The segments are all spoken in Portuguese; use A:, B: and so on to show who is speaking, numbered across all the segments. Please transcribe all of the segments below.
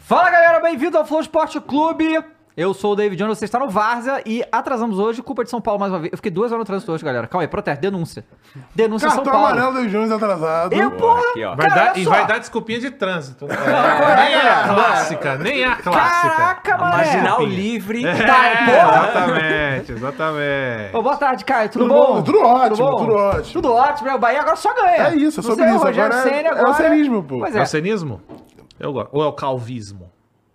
A: Fala galera, bem-vindo ao Flow Esporte Clube. Eu sou o David Jones, você está no Várzea e atrasamos hoje, culpa de São Paulo mais uma vez. Eu fiquei duas horas no trânsito hoje, galera. Calma aí, protesto, denúncia. Denúncia São
B: Cartão
A: Paulo.
B: amarelo do Júnior atrasado.
A: Eu, porra,
C: aqui, ó.
D: Vai
A: cara,
D: dar,
A: olha
D: e
A: só.
D: vai dar desculpinha de trânsito. né?
A: é,
D: nem é
A: cara.
D: a clássica, nem é a clássica.
A: Caraca, mano.
C: Marginal
D: É.
C: livre.
A: Tá, porra.
D: Exatamente, exatamente.
A: Ô, boa tarde, Caio. Tudo,
B: Tudo
A: bom?
B: bom, tudo ótimo, tudo ótimo.
A: Tudo ótimo, né? O Bahia agora só ganha.
B: É isso, é
A: Não
B: sobre
A: sei,
B: isso,
A: O Rogério
B: agora é-
A: Ceni
B: é o
A: agora...
B: cenismo, pô.
A: Pois
D: É
A: é.
D: o cenismo? Eu gosto. Ou é o calvismo?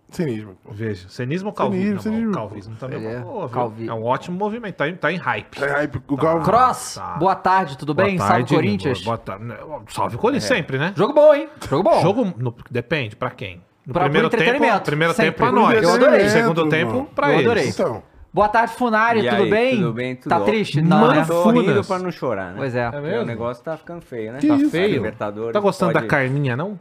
B: Cinismo.
D: Veja, cenismo ou calvismo?
B: Cenismo,
D: Não,
B: cenismo.
D: O calvismo também
A: Ele
D: é,
A: é
D: uma boa, viu?
A: calvi-
D: é um ótimo movimento, tá em, tá em hype.
B: É hype, o Galvão.
A: Cross,
D: Tá.
A: boa tarde, tudo bem?
D: Boa
A: Salve,
D: tarde,
A: Corinthians.
D: Boa tarde. Salve o
A: É.
D: Corinthians sempre, né?
A: Jogo bom, hein? Jogo bom.
D: Jogo no- depende, pra quem? No
A: Pra- pro
D: primeiro
A: entretenimento,
D: tempo, primeiro
A: sempre.
D: tempo pra nós.
B: Eu adorei.
D: No segundo
B: Entretenimento,
D: tempo,
B: mano.
D: pra
A: Eu
D: eles.
A: adorei.
B: Então,
A: Boa tarde, Funari,
C: E
A: tudo
C: aí,
A: bem?
C: Tudo bem, tudo
A: Tá
C: ó-
A: triste? Não, né?
C: Tô rindo
D: Manfunas.
C: pra não chorar, né?
A: Pois é.
D: É
C: Porque
D: mesmo?
C: O negócio tá ficando feio, né?
B: Que
C: tá
B: isso?
C: feio.
D: Feio.
C: Libertadores
D: Tá gostando
C: pode-
D: da Carminha, não?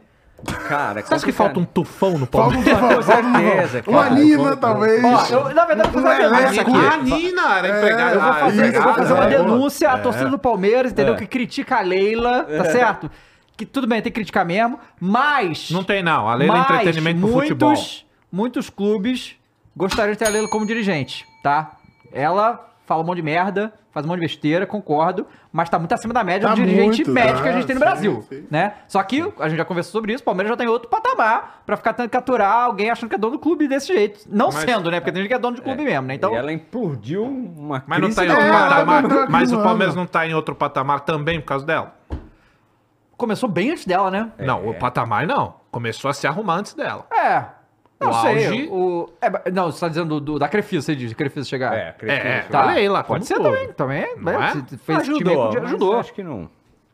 C: Cara, é?
D: Você acha que falta um tufão
B: falta
D: no
B: um
D: Palmeiras?
B: tufão, falta um
C: certeza,
A: Tá.
B: tufão. Uma
C: cara.
B: Nina, talvez.
A: Ó, eu, na verdade, vou fazer uma
B: Não é
A: denúncia
B: essa
A: aqui.
B: aqui.
D: Ah, Nina, era empregada.
B: É, eu vou
D: Ah,
B: fazer-
A: Eu vou fazer uma
B: Ah, é.
A: denúncia à torcida do Palmeiras, entendeu?
D: É.
A: Que critica a Leila, tá certo? Que tudo bem, tem que criticar mesmo, mas...
D: Não tem, não. A lei do
A: mas
D: entretenimento pro futebol.
A: Muitos clubes gostariam de ter a Leila como dirigente, tá? Ela fala um monte de merda, faz um monte de besteira, concordo, mas tá muito acima da média
B: Tá
A: do dirigente
B: muito,
A: médio
B: tá,
A: que a gente tem no
B: sim,
A: Brasil,
B: sim.
A: né? Só que a gente já conversou sobre isso, o Palmeiras já tá em outro patamar pra ficar tentando caturar alguém achando que é dono do clube desse jeito. Não
D: Mas-
A: sendo, né? Porque tem gente que é dono de clube mesmo, né? Então...
C: E ela implodiu uma
D: Mas não
C: crise
D: tá em outro
B: É, ela não tá
D: patamar.
B: aqui,
D: Mas o
B: mano.
D: Palmeiras não tá em outro patamar também por causa dela?
A: Começou bem antes dela, né?
D: Não, o patamar não. Começou a se arrumar antes dela.
A: É. Não
D: O
A: sei.
D: auge-
A: O... é, ba- não, você tá dizendo do, do- da Crefisa, você diz, Crefisa chegar.
C: É, cresceu.
D: É,
A: Tá.
D: tá. falei lá.
A: Pode ser também, também.
D: Não
A: né?
D: é?
A: Você fez
C: ajudou,
A: time, podia-
C: mas
A: ajudou.
C: Acho que não.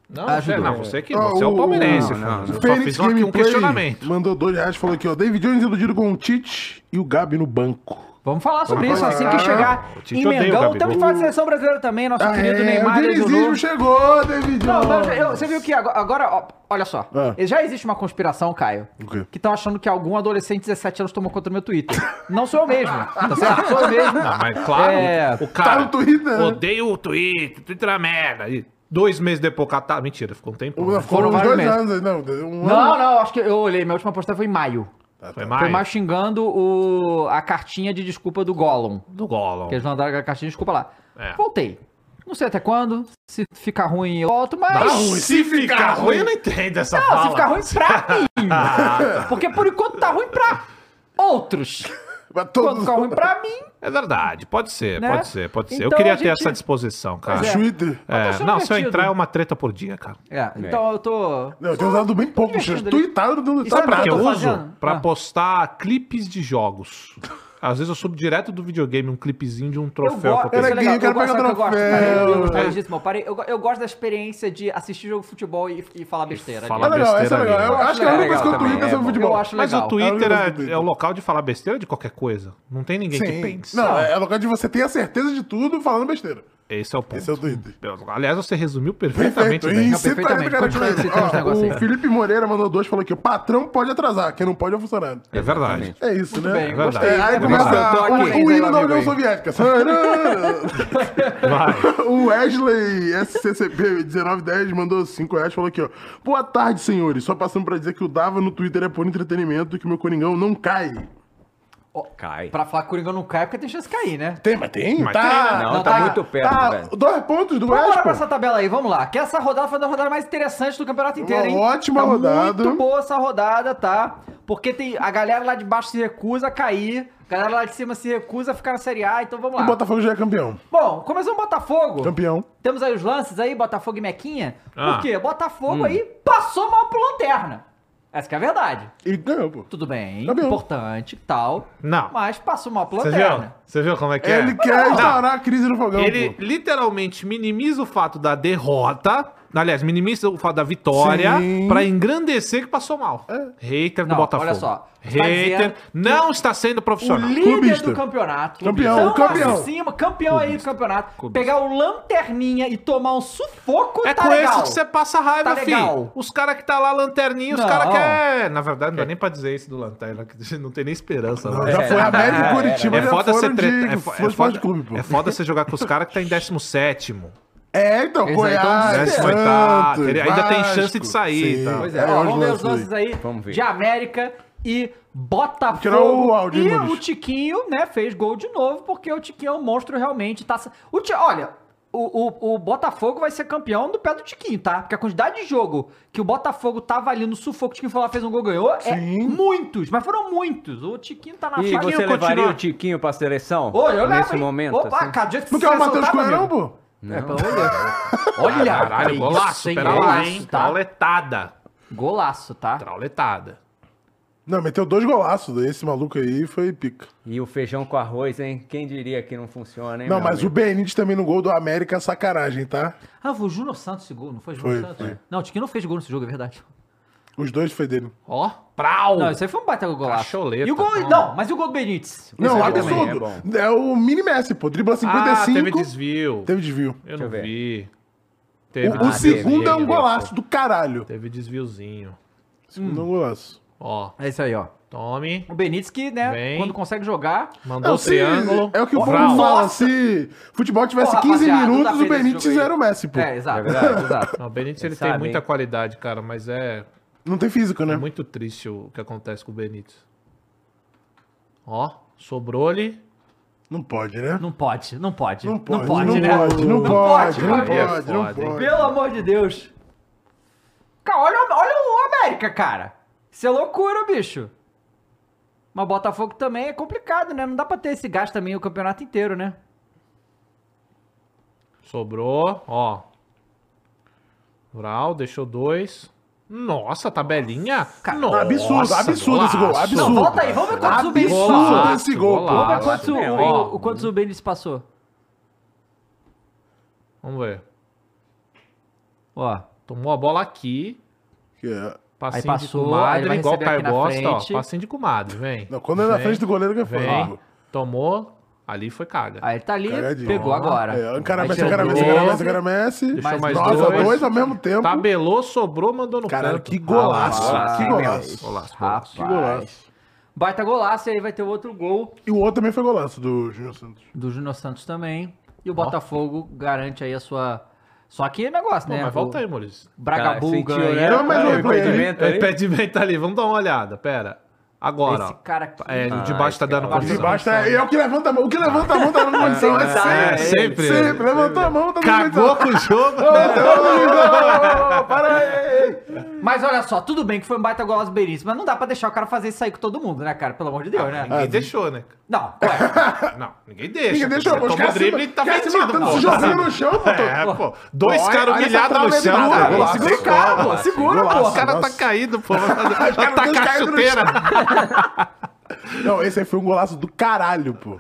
D: Não,
A: Ajudou.
D: você, não, você que
B: Ah,
D: você é
B: o-
D: o palmeirense.
C: não,
D: Fernando.
C: não,
D: Eu só
B: Fênix
D: fiz um, aqui um
B: Gameplay
D: questionamento.
B: mandou dois reais, falou aqui, ó. David Jones iludido com o Tite e o Gabi no banco.
A: Vamos falar sobre
D: Vamos Ah,
A: isso
B: falar.
A: assim que chegar
D: Eu te
A: em
D: odeio,
A: Mengão.
D: Gabigol.
A: Temos que falar de seleção brasileira também, nosso
B: Ah,
A: querido Neymar
B: é, o dinizismo
A: lesionou.
B: chegou, David
A: Não,
B: Jones.
A: mas eu- você viu que agora, agora, ó, olha só,
B: Ah.
A: já existe uma conspiração, Caio,
B: O quê?
A: que estão achando que algum adolescente de 17 anos tomou conta do meu Twitter. Não sou eu mesmo, tá certo? Sou eu mesmo.
D: Ah, mas claro,
A: É.
D: o cara
B: Tá no Twitter, né?
D: odeia o Twitter, o Twitter é uma merda. E dois meses depois, cara, tá, mentira, ficou um tempo.
B: Foram,
A: Foram
B: uns
A: vários
B: dois
A: meses.
B: anos, aí, não, um
A: Não,
B: ano. Ah, tá.
A: não, acho que eu olhei, minha última postagem foi em maio.
D: Foi
A: Foi
D: mais,
A: mais xingando o, a cartinha de desculpa do Gollum.
D: do Gollum.
A: Que eles mandaram a cartinha de desculpa lá.
D: É.
A: Voltei. Não sei até quando. Se ficar ruim, eu volto, mas.
D: Tá
A: Não,
D: ruim. Se ficar ruim, eu não entendo essa não,
A: se ficar ruim pra
D: Ah.
A: mim. Porque por enquanto tá ruim pra outros.
B: Mas
A: Quando
B: todos
A: ficar ruim pra mim.
D: É verdade, pode ser,
A: Né?
D: pode ser, pode ser.
A: Então
D: eu queria
A: a
D: ter
A: gente-
D: essa disposição, cara.
B: no Twitter.
D: É,
A: sendo
D: não, se eu
A: divertido.
D: entrar é uma treta por dia, cara.
A: É, então eu tô.
B: Não, eu tenho usado bem pouco,
A: Divertido
B: gente.
A: ali.
B: Tuitado não
A: Isso é
B: tá
A: pra
B: nada.
D: Que eu
A: tô
D: uso
A: fazendo.
D: pra
A: Ah.
D: postar clipes de jogos. Às vezes eu subo direto do videogame um clipezinho de um
A: Eu
D: troféu
A: gosto,
D: que eu
A: isso é
D: peguei.
B: Era
A: legal,
B: gay, eu
A: eu
B: quero
A: gosto, sabe
B: pegar
A: o que eu gosto,
B: troféu.
A: cara? Eu- eu- eu- disso, meu, parei- eu- eu gosto da experiência de assistir jogo de futebol e, e falar besteira.
D: falar
B: É
A: ali.
B: legal, essa é
D: besteira
B: legal.
D: ali.
B: Eu acho que é a única coisa que eu
C: Legal
B: Twitter é
C: também, é
B: sobre
C: bom.
B: futebol.
A: Eu acho
D: Mas
A: legal.
D: o Twitter
B: É o
D: é,
B: Twitter.
D: é o local de falar besteira de qualquer coisa. Não tem ninguém que pense.
B: Não, é local de você ter a certeza de tudo falando besteira.
D: Esse é o ponto.
B: Esse é o Twitter.
D: Aliás, você resumiu perfeitamente
B: Perfeito,
D: bem.
B: isso,
A: Não, perfeitamente.
B: tá
A: Continua
B: aí, cara,
A: citando
B: ó,
A: os negócios aí.
B: O Felipe Moreira mandou dois, falou que o patrão pode atrasar, quem não pode é o funcionário.
D: É verdade.
B: É isso,
A: Muito
B: né?
A: bem,
B: É
D: gostei.
B: verdade.
D: É
B: aí
D: verdade.
B: começa
C: Eu tô aqui,
B: o, o
A: hein,
B: hino da
A: Zaylor
B: União
A: Grey.
B: Soviética.
D: Vai.
B: o Wesley SCCP1910 mandou 5 reais, falou aqui, ó. Boa tarde, senhores. Só passando pra dizer que o Dava no Twitter é por entretenimento e que o meu Coringão não cai.
C: Cai.
A: Pra falar que o Coringão não cai, porque tem chance de cair, né?
B: Tem, mas tem?
D: Mas
B: tá.
D: tem, né?
C: Não, tá muito perto, velho.
B: Dois pontos do
A: Vamos
B: Wesley.
A: bora pra
B: pô.
A: essa tabela aí, vamos lá. Que essa rodada foi uma das rodadas mais interessantes do campeonato inteiro, hein?
B: ótima
A: tá
B: rodada.
A: Muito boa essa rodada, tá? Porque tem a galera lá de baixo se recusa a cair, a galera lá de cima se recusa a ficar na Série A, então vamos
B: O
A: lá.
B: Botafogo já é campeão.
A: Bom, começou o Botafogo.
B: Campeão.
A: Temos aí os lances aí, Botafogo e Mequinha.
D: Ah. Hum.
A: Por quê? Botafogo aí passou mal pro Lanterna. Essa que é a verdade.
B: E ganhou, pô.
A: Tudo bem,
B: Tá bem.
A: importante e tal.
D: Não.
A: Mas passou mal pro
D: Você viu?
A: Lanterna.
D: Você viu como é que é?
B: Ele quer instaurar a crise no fogão.
D: Ele
B: pô.
D: literalmente minimiza o fato da derrota. Aliás, minimiza o fato da vitória
B: Sim. É.
D: pra engrandecer que passou mal. Hater do
A: Não,
D: Botafogo.
A: olha só. Você tá
D: Hater
A: dizendo
D: não está sendo
A: O
D: profissional.
A: líder
B: Clubista.
A: do campeonato.
B: Campeão,
A: Então, lá
B: campeão.
A: em Cima, campeão aí do campeonato.
D: Clubista.
A: Pegar o lanterninha e tomar um sufoco
D: É
A: tá
D: com
A: legal.
D: esse que você passa raiva,
A: Tá
D: filho.
A: legal.
D: Os caras que tá lá lanterninha, os
A: Não.
D: caras quer. Na verdade, não dá nem pra dizer isso do lanterna, que não tem nem esperança.
B: Não,
D: né?
B: já foi América e Curitiba,
D: É
B: já
D: foda
B: foram
D: ser treta.
B: de
D: É, fo- é
B: Foi
D: foda,
B: esporte clube, pô.
D: é foda você jogar com os caras que tá em 17.
B: É, então,
A: Eles aí tão
B: Goiás,
A: desesperando.
B: Santos,
D: tá, Ele ainda tem
B: Vasco,
D: chance de sair,
B: sim.
D: tá?
A: Pois é,
B: É,
A: ó,
B: olha
A: vamos ver os
B: os lances
A: lances aí
C: Vamos ver.
A: de América e Botafogo.
B: Tirar o áudio,
A: e
B: Nunes.
A: o Tiquinho, né, fez gol de novo, porque o Tiquinho é um monstro realmente. Tá... O Ti- Olha, o, o, o Botafogo vai ser campeão do pé do Tiquinho, tá? Porque a quantidade de jogo que o Botafogo tava ali no sufoco, o Tiquinho foi lá, fez um gol, ganhou, é
B: Sim.
A: muitos, mas foram muitos. O Tiquinho tá na
C: E
A: fase-
C: você
A: Tiquinho
C: levaria
A: continua-
C: o Tiquinho pra seleção?
A: Oi, eu levo,
C: Nesse
A: hein?
C: momento.
A: Opa,
C: assim?
A: cara, do jeito que
B: Não
A: você
B: quer é o Matheus
A: soltava,
B: Coelho, não,
A: amigo.
B: pô?
A: É, pelo amor de Deus. Olha,
D: Caralho,
A: que isso,
D: golaço.
A: hein?
D: Pera lá, hein?
A: Golaço, tá?
D: Trauletada.
A: Golaço, tá?
D: Trauletada.
B: Não, meteu dois golaços. Esse maluco aí foi pica.
C: E o feijão com arroz, hein? Quem diria que não funciona, hein?
B: não,
C: meu
B: mas
C: amigo?
B: o Benítez também no gol do América é sacanagem, tá?
A: Ah, foi o Júnior Santos esse gol, não foi o Júnior
B: Foi,
A: Santos?
B: foi.
A: Não, o Tiquinho não fez gol nesse jogo, é verdade.
B: Os dois foi dele.
A: Ó.
D: Prau.
A: Não, isso aí foi um baita golaço.
D: Cacholeta,
A: e o gol,
D: toma.
A: não, mas e o gol do Benítez?
B: Não,
C: aí também é
B: absurdo.
C: bom.
B: É, o mini Messi, pô. Dribla 55.
D: Ah, teve desvio.
B: Teve desvio.
D: Eu
C: eu
D: não
C: ver.
D: vi.
B: O,
D: Teve
B: o
D: desvio,
B: segundo é um
D: teve-
B: golaço do caralho.
D: Teve desviozinho.
B: Segundo é um golaço.
D: Ó,
A: É isso aí, ó.
D: tome.
A: O Benítez que, né,
D: Vem.
A: quando consegue jogar...
D: Mandou
B: Não,
D: o
B: se-
D: triângulo.
B: É o que o
D: Ó,
B: povo
D: Frau.
B: fala.
A: Nossa.
B: Se futebol tivesse
A: Porra,
B: 15
A: rapaziada, não dá
B: minutos, o
A: pra ver esse
B: Benítez
A: jogo aí.
B: era o Messi, pô.
A: É, exato,
C: É verdade.
A: exato.
D: Não, o Benítez ele
C: Sabe,
D: tem muita
C: hein?
D: qualidade, cara, mas é
B: Não tem físico, né?
D: muito triste o que acontece com o Benítez. Ó, sobrou-lhe.
B: Não pode, né?
A: Não pode, não pode.
B: Não pode, não
A: né?
B: pode, não pode, não
A: cara.
B: pode,
D: é
B: não
D: foda, hein?
B: pode.
A: Pelo amor de Deus. Cara, olha, o- olha o América, cara. Isso é loucura, bicho. Mas Botafogo também é complicado, né? Não dá pra ter esse gasto também o campeonato inteiro, né?
D: Sobrou, ó. Vral deixou dois. Nossa, tabelinha.
A: Cara,
D: Nossa,
B: absurdo, absurdo esse gol,
D: golaço.
B: absurdo.
A: Não, volta aí, vamos ver quantos o Benítez passou.
B: Absurdo
D: Golaço,
B: esse gol, pô.
D: golaço.
A: Vamos ver quantos,
C: Golaço
D: é
C: mesmo,
A: o,
C: hein?
A: o-
D: né?
A: quantos o Benítez passou.
D: Vamos ver.
A: Ó,
D: Tomou a bola aqui.
B: Que é-
D: Passinho
A: passou,
D: de
A: aí
D: comadre,
A: vai
D: igual o
A: receber
D: Caio
A: aqui na
D: gosta, ó.
A: frente.
D: Passinho de comadre, vem.
B: Não, quando é na
D: Vem,
B: frente do goleiro que é
D: Vem.
B: foda.
D: Tomou. Ali foi caga.
A: aí ele tá ali,
B: Cagadinho.
A: pegou agora.
B: É, encara
A: Aí
B: Messi,
A: tirou
B: encara Messi,
A: dois.
B: encara Messi, encara Messi.
D: Deixou
A: mais
B: Nossa,
A: dois.
B: dois. Tá ao mesmo tempo.
D: Tabelou, sobrou, mandou
B: é
D: no
B: um Caralho,
D: canto. Ah,
B: que golaço.
A: Rapaz,
B: que golaço.
D: Golaço,
A: Rapaz.
D: golaço.
B: Que golaço.
A: Baita golaço, e aí vai ter o outro gol
B: E o outro também foi golaço do Júnior Santos.
A: do Júnior Santos também. E o Botafogo garante aí a sua... Só que é negócio,
D: Pô,
A: né?
D: mas volta
A: O
D: aí, Maurício.
A: Bragabu
C: Cara, sentiu,
A: ganha.
C: né?
B: Não, mas
C: Cara,
B: não é pra ele.
C: impedimento
D: É
C: aí.
D: impedimento ali, vamos dar uma olhada, pera. Agora,
A: Esse
D: ó.
A: cara aqui.
D: É, o de
C: Ah,
D: baixo tá
C: esse
D: dando
C: cara.
B: De
D: condição.
B: baixo é, é o que levanta a mão. O que levanta a mão tá dando condição. É
D: É,
B: sempre.
D: sempre.
B: Sempre. Levantou a mão, tá dando
D: Cagou
B: condição.
D: com o jogo,
B: É.
D: né?
B: Para aí.
A: Mas olha só, tudo bem que foi um baita golaço do Benítez, mas não dá pra deixar o cara fazer isso aí com todo mundo, né, cara? Pelo amor de Deus, né?
B: Ah, é.
D: Ninguém deixou, né?
A: Não, ué,
D: Não, ninguém deixa.
B: Ninguém deixou, pô.
D: Toma
B: Os
D: o
B: caras se,
D: drible e tá
B: tá se
D: vendido,
B: matando,
D: pô.
B: se jogando no chão, pô.
D: É, pô. Dois
B: Olha-
D: caras
B: olha essa
D: humilhados no
B: trave
D: chão.
B: aí,
D: cara.
B: golaço.
D: Segura o
A: cara,
D: cara,
A: pô, segura,
D: pô.
B: Golaço,
D: Os caras tá
B: nossa.
D: caído, pô. Atacar a
B: caíram no
D: chuteira.
B: Não, esse aí foi um golaço do caralho, pô.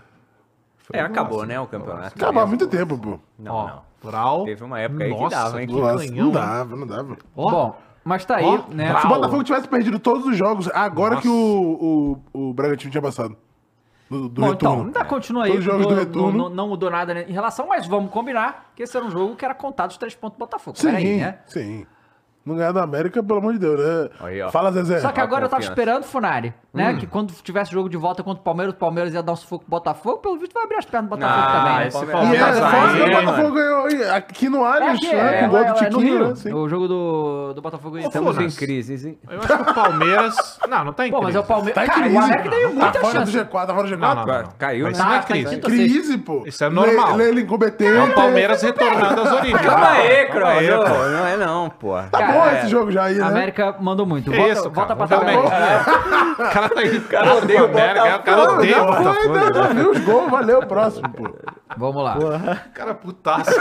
C: É, acabou, né, o campeonato.
B: Acabava há muito tempo, pô.
C: Não,
D: Ó,
C: não.
D: Vral.
C: Teve uma época aí que
D: Nossa,
C: dava, hein? Que
B: Golaço.
D: canhão,
B: Não
D: hein?
B: dava, não dava.
A: Bom, mas tá aí,
D: Ó,
A: né?
B: Se o
D: bravo.
B: Botafogo tivesse perdido todos os jogos, agora
D: Nossa.
B: que o, o, o Bragantino tinha passado. Do, do
A: Bom, então,
B: retorno.
A: ainda continua aí.
B: Todos os jogos
A: não,
B: do retorno.
A: não- não mudou nada né, em relação, mas vamos combinar que esse era um jogo que era contado os três pontos do Botafogo.
B: sim,
A: Peraí, né?
B: sim. Não ganhar da América, pelo amor de Deus, né?
C: Aí, ó.
B: Fala, Zezé.
A: Só que agora eu tava
C: Tá confiança.
A: esperando, Funari, né?
B: Hum.
A: Que quando tivesse jogo de volta contra o Palmeiras, o Palmeiras ia dar um sufoco pro Botafogo, pelo visto vai abrir as pernas do Botafogo
C: Ah,
A: também. né?
C: esse
A: É,
B: E é,
C: Palmeiras
D: aí,
B: fora que o
D: hein,
B: Botafogo ganhou e aqui no Allianz,
A: aqui,
B: né?
A: é,
B: Com o gol do
A: é, é, no
B: Tiquinho, né?
A: Rio,
B: Sim.
A: o jogo do, do Botafogo aí.
C: Estamos em
D: Funas.
C: crise, hein?
D: Eu acho que o Palmeiras. Não, não tá em
A: Pô, mas é o
D: crise.
A: Palmeiras.
B: Tá em
A: Cara,
B: crise.
A: o América teve
B: pô. tá
A: muita
B: fora
A: chance.
B: do G4, tá fora do G4.
D: Não, não, não.
C: Caiu,
D: Mas isso
C: né?
D: não é
A: Tá, tá em
D: crise.
A: quinto.
B: Crise, pô.
D: Isso é normal.
B: Lele incompetente.
D: É o Palmeiras retornando às origens.
C: Calma aí,
D: Calma aí,
C: Crono.
D: pô.
C: Não é não, pô.
A: Cara,
B: Tá bom
A: é.
B: esse jogo já aí,
A: A
B: né?
A: América mandou muito.
D: Que
A: Volta,
D: É isso,
A: volta pra
D: cara. Vamos ver
A: tabela.
D: bem. O cara tá irritado
C: cara odeia
D: com a
C: o
D: América, O cara
C: Botafogo.
D: odeia o
B: Não, foi,
D: Botafogo. né?
B: não, não viu os gols, valeu, próximo, pô.
A: Vamos lá.
D: O cara putaço.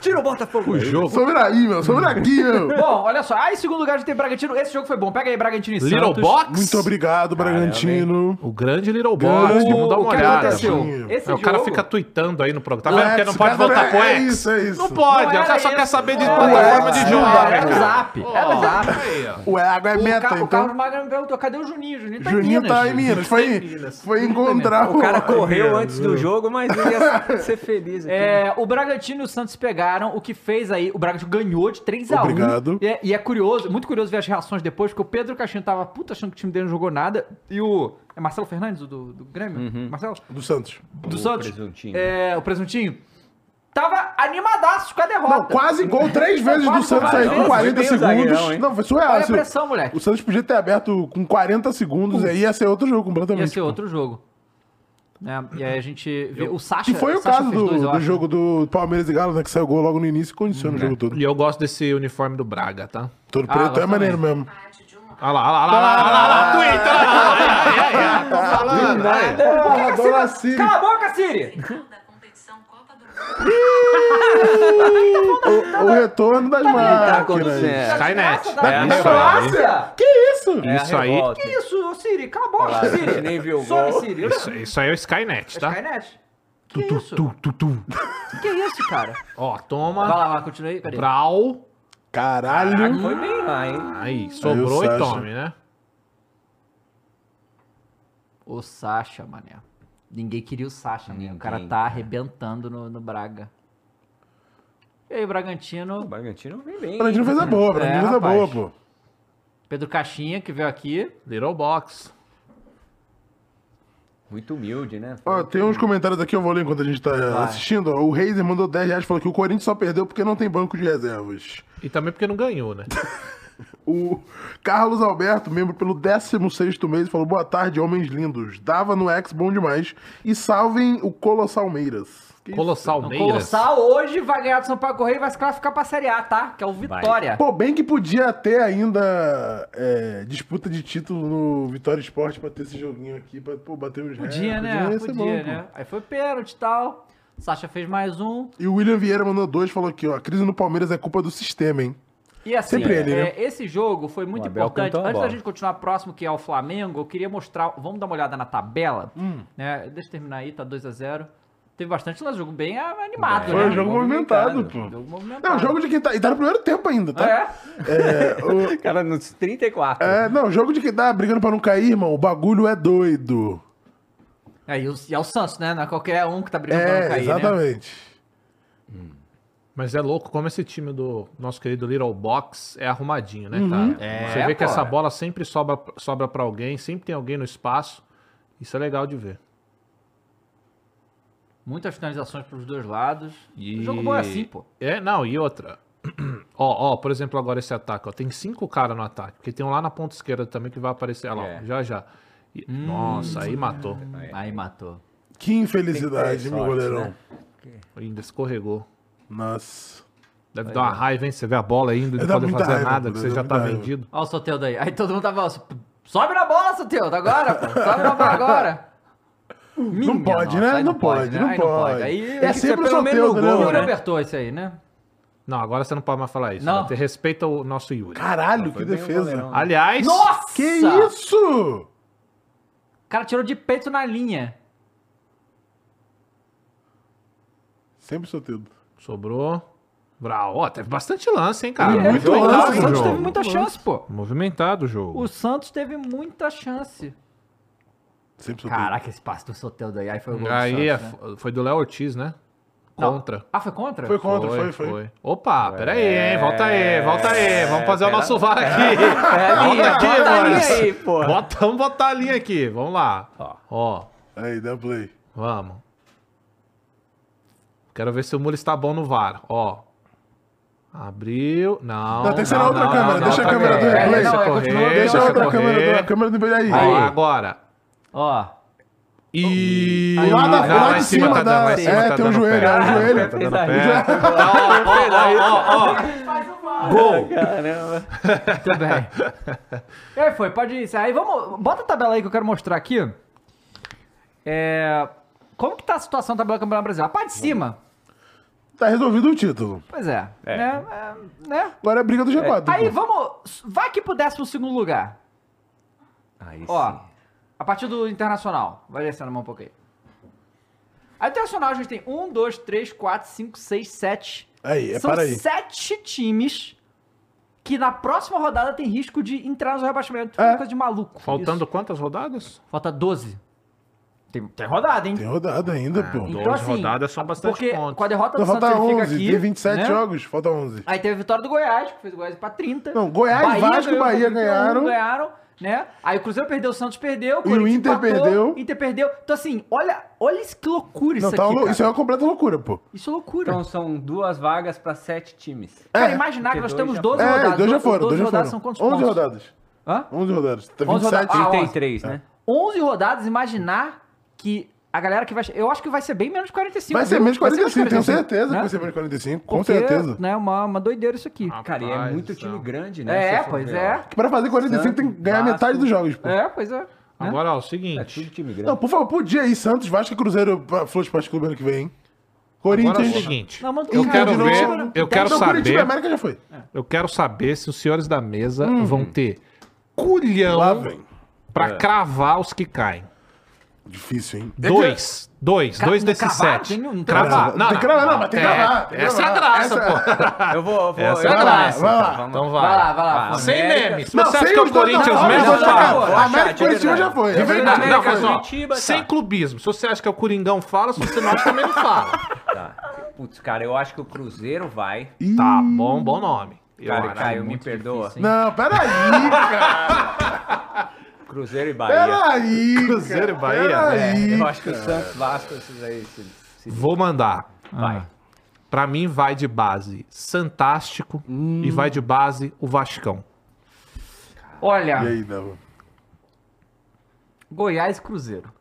C: Tira o Botafogo.
D: O jogo.
B: Sobre aí, meu, sobre aqui, meu.
A: Bom, olha só. Ah, em segundo lugar a gente tem Bragantino. Esse jogo foi bom. Pega aí Bragantino e
D: Little
A: Santos.
D: Box.
B: Muito obrigado, Bragantino.
D: O grande Little Box.
B: Grande.
D: Vamos dar uma
A: O que
D: olhada.
A: aconteceu?
B: Sim.
A: Esse
D: É, o cara
A: jogo-
D: fica tweetando aí no programa. Tá
B: É,
D: vendo? Porque não
B: esse
D: pode
B: cara
D: voltar
B: não
D: pro
B: é- é
D: X.
B: isso, é isso.
D: Não pode. o
A: era
D: cara só quer
A: isso.
D: saber de
A: É,
D: plataforma
A: era
D: de
A: isso.
D: jogo.
A: Era o
D: cara.
A: zap. Era o zap.
D: Pô, aí, ó.
B: O água é
A: O,
B: meta,
A: Ca- o Carlos
B: então.
A: Magno me perguntou, cadê o Juninho? O Juninho tá
B: Juninho
A: em Minas.
B: tá em Minas. Foi, foi encontrar
C: O cara correu
D: meu
C: antes do jogo, mas ia ser feliz aqui.
A: É, o Bragantino e o Santos pegaram, o que fez aí, o Bragantino ganhou de 3x1.
B: Obrigado.
A: E, é- e é curioso, muito curioso ver as reações depois, porque o Pedro Caixinho tava puta achando que o time dele não jogou nada, e o... É Marcelo Fernandes, o
B: Uhum.
A: do, do Grêmio? Marcelo?
B: Do Santos.
A: Do Santos?
C: presuntinho.
A: É, o Presuntinho. Tava animadaço com a derrota.
B: Não, quase gol três vezes do
A: Quase
B: Santos
A: gol,
B: aí
A: três
B: com
A: vezes.
B: 40
C: Meu
B: segundos.
C: zagueirão, hein?
B: não, foi surreal.
A: Olha a
B: assim,
A: pressão, moleque.
B: O Santos podia ter aberto com 40 segundos aí ia ser outro jogo completamente.
A: Ia ser outro jogo. Né? E aí a gente vê. O Sacha.
B: Que foi o
A: Sacha
B: caso
A: fez
B: do,
A: dois, eu
B: do
A: acho. Né.
B: jogo do Palmeiras e Galo, né, que saiu gol logo no início e condiciona o jogo todo.
D: E eu gosto desse uniforme do Braga, tá?
B: Todo
A: Ah,
B: preto é
A: gosto
B: maneiro mesmo.
D: Olha lá, olha lá, olha lá, olha lá,
A: Ah,
D: olha lá, Twitter, olha lá, olha lá, olha lá, olha lá, tô falando.
A: Por que que a Siri-
B: Dona É, Siri.
A: Cala a boca, Siri!
E: da competição Copa do Mundo.
A: tá
B: O, o retorno das máquinas.
C: acontecendo. É,
A: Da
D: Skynet.
A: desgraça, tá? da
C: É,
A: desgraça.
B: Que isso?
C: É a
D: Isso aí.
C: revolta.
A: Que isso, ô, Siri? Cala a boca,
C: Olha lá,
A: Siri.
C: a gente nem viu o
A: Some,
C: gol.
A: Siri.
D: Isso, isso aí é o Skynet, tá?
A: Skynet. Que
D: Tu, tu,
A: isso?
D: tu, tu, tu.
A: Que isso, cara?
D: Ó,
A: Vai
D: toma.
A: lá, vai, continua aí. Cadê?
D: Brau.
B: Caralho.
C: Foi bem lá, hein?
D: Aí, sobrou e
B: Sacha.
D: tome, né?
A: O Sacha, mané. Ninguém queria o Sacha, né? O
C: Ninguém,
A: cara tá
C: cara.
A: arrebentando no, no Braga. E aí,
C: O
A: Bragantino,
C: Bragantino vem bem.
B: O Brandino fez a boa, o Brandino
A: É,
B: fez a boa,
A: rapaz.
B: pô.
A: Pedro Caixinha, que veio aqui.
D: Little Box.
C: Muito humilde, né?
B: Ó, tem um- uns comentários aqui, eu vou ler enquanto a gente tá assistindo. ó. O Reiser mandou 10 reais e falou que o Corinthians só perdeu porque não tem banco de reservas.
D: E também porque não ganhou, né?
B: O Carlos Alberto, membro pelo 16º mês, falou Boa tarde, homens lindos. Dava no X bom demais. E salvem o Colossal Meiras. Que isso?
D: Colossal
A: O
D: Meiras.
A: Colossal hoje vai ganhar do São Paulo Correia e vai se classificar pra Série A, tá? Que é o Vitória.
B: Pô, bem que podia ter ainda é, disputa de título no Vitória Esporte pra ter esse joguinho aqui, pra pô, bater os recordes.
A: Podia, né?
B: Ia É, ser
A: Podia,
B: bom, pô.
A: né? Aí foi pênalti e tal. Sacha fez mais um.
B: E o William Vieira mandou dois, falou aqui, ó, a crise no Palmeiras é culpa do sistema, hein?
A: E assim,
B: Sempre ele,
A: é,
B: né?
A: esse jogo foi muito
C: O Abel
A: importante.
C: cantou a
A: Antes da
C: bola.
A: gente continuar próximo, que é o Flamengo, eu queria mostrar. Vamos dar uma olhada na tabela. Né? Deixa eu terminar aí, tá 2x0. Teve bastante lance, jogo bem animado,
C: É,
B: Foi
A: né?
B: um jogo movimentado, pô.
A: Jogo
B: Não,
A: movimentado.
B: o jogo de quem tá. E tá no primeiro tempo ainda, tá?
A: É.
B: É, o-
C: Cara, nos 34.
B: é, não, o jogo de quem tá brigando pra não cair, irmão, o bagulho é doido.
A: É, e, o, e é o Santos, né? Não é qualquer um que tá brigando pra
B: É,
A: não cair, né?
B: exatamente.
D: Mas é louco como esse time do nosso querido Little Box é arrumadinho, né, cara?
A: É,
D: Você vê que
A: pô.
D: essa bola sempre sobra, sobra pra alguém, sempre tem alguém no espaço. Isso é legal de ver.
A: Muitas finalizações pros dois lados.
D: E-
A: O jogo bom é assim, pô.
D: É, não, e outra. ó, ó, por exemplo, agora esse ataque, ó. Tem cinco caras no ataque, porque tem um lá na ponta esquerda também que vai aparecer. Olha lá, ó,
C: É.
D: já já. E-
A: Hum,
D: Nossa, aí
A: é
D: matou.
B: É.
A: Aí matou.
B: Que infelicidade,
C: Tem que ter
B: meu
C: sorte,
B: goleirão.
C: né?
D: Ainda escorregou.
B: Nossa.
D: Deve dar uma
A: é.
D: raiva, hein? Você vê a bola ainda
B: Dá
D: não poder
B: muita
D: fazer
B: raiva, né?
D: nada, que você
B: dá
D: já tá
B: muita raiva.
D: vendido.
A: Olha o Soteldo aí. Aí todo mundo tava. assim, Sobe na bola, Soteldo, agora, pô. Sobe na bola agora. Minha
B: não pode,
A: nossa,
B: né?
A: aí
B: Não pode, não
A: Aí
B: pode.
A: Aí
B: É
A: é
B: sempre
C: ser pelo
B: só
C: menos
B: teu, né?
C: no gol,
A: o
B: mano?
C: né?
A: Roberto esse aí, né?
D: Não, agora você não pode mais falar isso.
A: Não.
D: né? Te- Respeita o nosso Yuri.
B: Caralho, que
C: Foi bem o
B: defesa.
C: goleirão.
D: Aliás,
A: Nossa!
B: Que isso?
A: O cara tirou de peito na linha.
B: Sempre sorteio.
D: sobrou. Brau. Ó, teve bastante lance, hein, cara?
B: É, muito
A: Então,
B: lance,
A: O Santos
B: jogo.
A: teve muita chance, pô.
D: Movimentado o jogo.
A: O Santos teve muita chance.
B: Sempre sorteio.
A: Caraca, esse passe do Soteldo aí, aí foi o gol do
D: Aí é,
A: Santos, né?
D: fo- foi do Léo Ortiz, né?
A: Não.
D: Contra.
A: Ah, foi contra?
B: Foi contra, foi, foi.
D: Opa, peraí, hein? Volta aí, volta aí. Vamos fazer o
C: pera-
D: nosso VAR aqui.
C: linha,
D: Volta
C: bota a linha
D: Boris.
C: aí, porra.
D: Bota- Vamos botar a linha aqui, vamos lá.
C: Ó.
D: Ó,
B: Aí, dá play.
D: vamos. Quero ver se o Muro está bom no VAR. Ó. Abriu. Não.
B: Não, tem que ser na outra câmera, deixa a
D: outra
B: câmera do replay.
D: Deixa
A: Não, é,
D: correr,
A: continua,
B: Deixa a outra
D: correr.
B: câmera, do- a câmera do Iberê aí.
D: Ó,
B: aí.
D: agora.
A: Ó.
D: E.
A: Aí, lá
B: da-
D: Não,
B: lá de
D: em cima
B: cima
D: tá
B: da-
D: dando, lá em cima
B: é,
D: tá
B: tem um
D: dando
B: joelho,
D: pé.
B: é um joelho.
D: Tá
B: Tá
D: dando
C: dando
D: pé.
C: pé.
D: Gol.
C: Caramba.
A: Tudo bem. é, foi, pode ir. Aí vamos. Bota a tabela aí que eu quero mostrar aqui. É. Como que tá a situação da tabela do Campeonato Brasileiro? A parte de cima.
B: Tá resolvido o título.
A: Pois é.
C: É. Tá
A: Né? É, né?
B: Agora é a briga do G4.
A: Aí
B: pô.
A: vamos. Vai aqui pro 12 lugar.
C: Aí
A: Ó.
C: sim.
A: A partir do Internacional. Vai descendo a mão um pouco aí. Aí Internacional a gente tem 1, 2, 3, 4, 5, 6, 7.
B: Aí, é
A: São
B: para aí.
A: sete times que na próxima rodada tem risco de entrar no rebaixamento.
B: É.
A: É. Coisa de maluco.
D: Faltando quantas rodadas?
A: Falta 12. Tem, tem rodada, hein?
B: Tem rodada ainda,
D: Ah,
B: pô.
A: Então,
D: Duas
A: assim,
D: rodadas são bastante
A: Porque
D: pontos.
A: com a derrota do
B: Então
A: Santos
B: falta
A: ele fica
B: 11,
A: aqui.
B: tem 27
A: né?
B: jogos, falta 11.
A: Aí teve a vitória do Goiás, que fez o Goiás pra 30.
B: Não, Goiás, Vasco
A: ganhou
B: e
A: então pra
B: Bahia
A: 31,
B: ganharam.
A: ganharam. né? Aí o Cruzeiro perdeu, o Santos perdeu,
B: E o
A: Corinthians
B: Inter perdeu.
A: Inter perdeu. Então, assim, olha, olha isso, que loucura isso
B: Não, tá
A: aqui,
B: lou-
A: cara.
B: isso é uma completa loucura, pô.
A: Isso é loucura.
C: Então são duas vagas pra sete times.
A: cara, imaginar que
C: porque
A: nós
C: dois
A: temos
C: já
A: 12
C: foram.
A: rodadas.
B: É, dois já
A: Doze-
B: foram,
A: doze
B: dois já
A: rodadas
B: foram.
A: são quantos
B: 11
A: pontos?
B: rodadas.
A: Hã?
B: 11 rodadas. Tá
A: 11 rodadas.
B: 27.
A: Ah,
C: 33, né?
A: 11 rodadas, imaginar que a galera que vai... Eu acho que vai ser bem menos de 45.
B: Vai ser
A: viu?
B: menos 45, tenho certeza que
A: né?
B: vai ser menos 45, com
A: Porque,
B: certeza.
A: né, uma, uma doideira isso aqui.
D: Ah,
C: Cara, e é
D: Rapaz
C: muito
D: do
C: time
D: céu.
C: grande, né? se
A: é,
D: um
C: for
A: pois
C: ver,
A: é.
B: Pra fazer 45 tem que ganhar
C: Vasco.
B: metade dos jogos, pô.
A: É, pois é. Né?
D: Agora, ó, o
C: ó. É
D: seguinte.
C: tudo time grande.
B: Não, por favor, podia ir Santos, Vasco e Cruzeiro pra Flores Esporte Clube ano que vem, hein? Corinthians.
D: Agora é o seguinte.
A: Não, manda o
D: Eu
A: cara
D: quero
A: de
D: ver-
A: novo.
D: eu quero
B: Então, Curitiba
D: saber-
B: e América já foi.
D: Eu quero saber se os senhores da mesa vão ter culhão
B: Lá vem.
D: pra cravar os que caem.
B: Difícil, hein?
D: Dois. Dois.
A: Ca-
D: Dois
A: não
D: desses
A: cravar?
D: sete.
A: Tem um- não tem
D: Cravar.
B: cravar. Tem que cravar, não, mas tem que cravar, tem que
D: essa é a
B: cravar.
D: graça, pô.
C: Eu vou, eu vou.
D: Essa
C: eu
D: é a
C: vou
D: graça.
C: nessa,
B: Vai lá.
C: vamos
D: Então
A: Vai lá,
D: vai.
A: vai lá.
C: Ah,
A: Fala.
D: Sem
C: América-
D: memes. Você acha que é o
B: os dois,
D: Corinthians
B: não,
D: mesmo?
B: não, não,
D: Fala.
B: não, não,
C: Fala.
B: América e Curitiba
C: Verdade.
B: já foi.
D: De verdade,
C: América,
D: não, mas ó,
C: Curitiba, tá.
D: sem clubismo. Se você acha que é o Coringão fala, se você não acha, também não fala.
C: Tá. Putz, cara, eu acho que o Cruzeiro vai.
D: Tá bom, bom nome. Eu
C: Cara, é
D: acho
C: Caio, me
D: muito
C: perdoa.
B: Não, peraí, cara.
C: Cruzeiro e Bahia.
B: Peraí. cara,
D: Cruzeiro e Bahia, né? É,
B: Peraí.
C: Eu acho que o Santos, Vasco, esses aí. Se, se
D: Vou mandar.
C: Vai.
D: Pra mim, vai de base Santástico
A: Hum.
D: e vai de base o Vascão.
A: Olha,
B: E aí, Dava?
A: Goiás e Cruzeiro.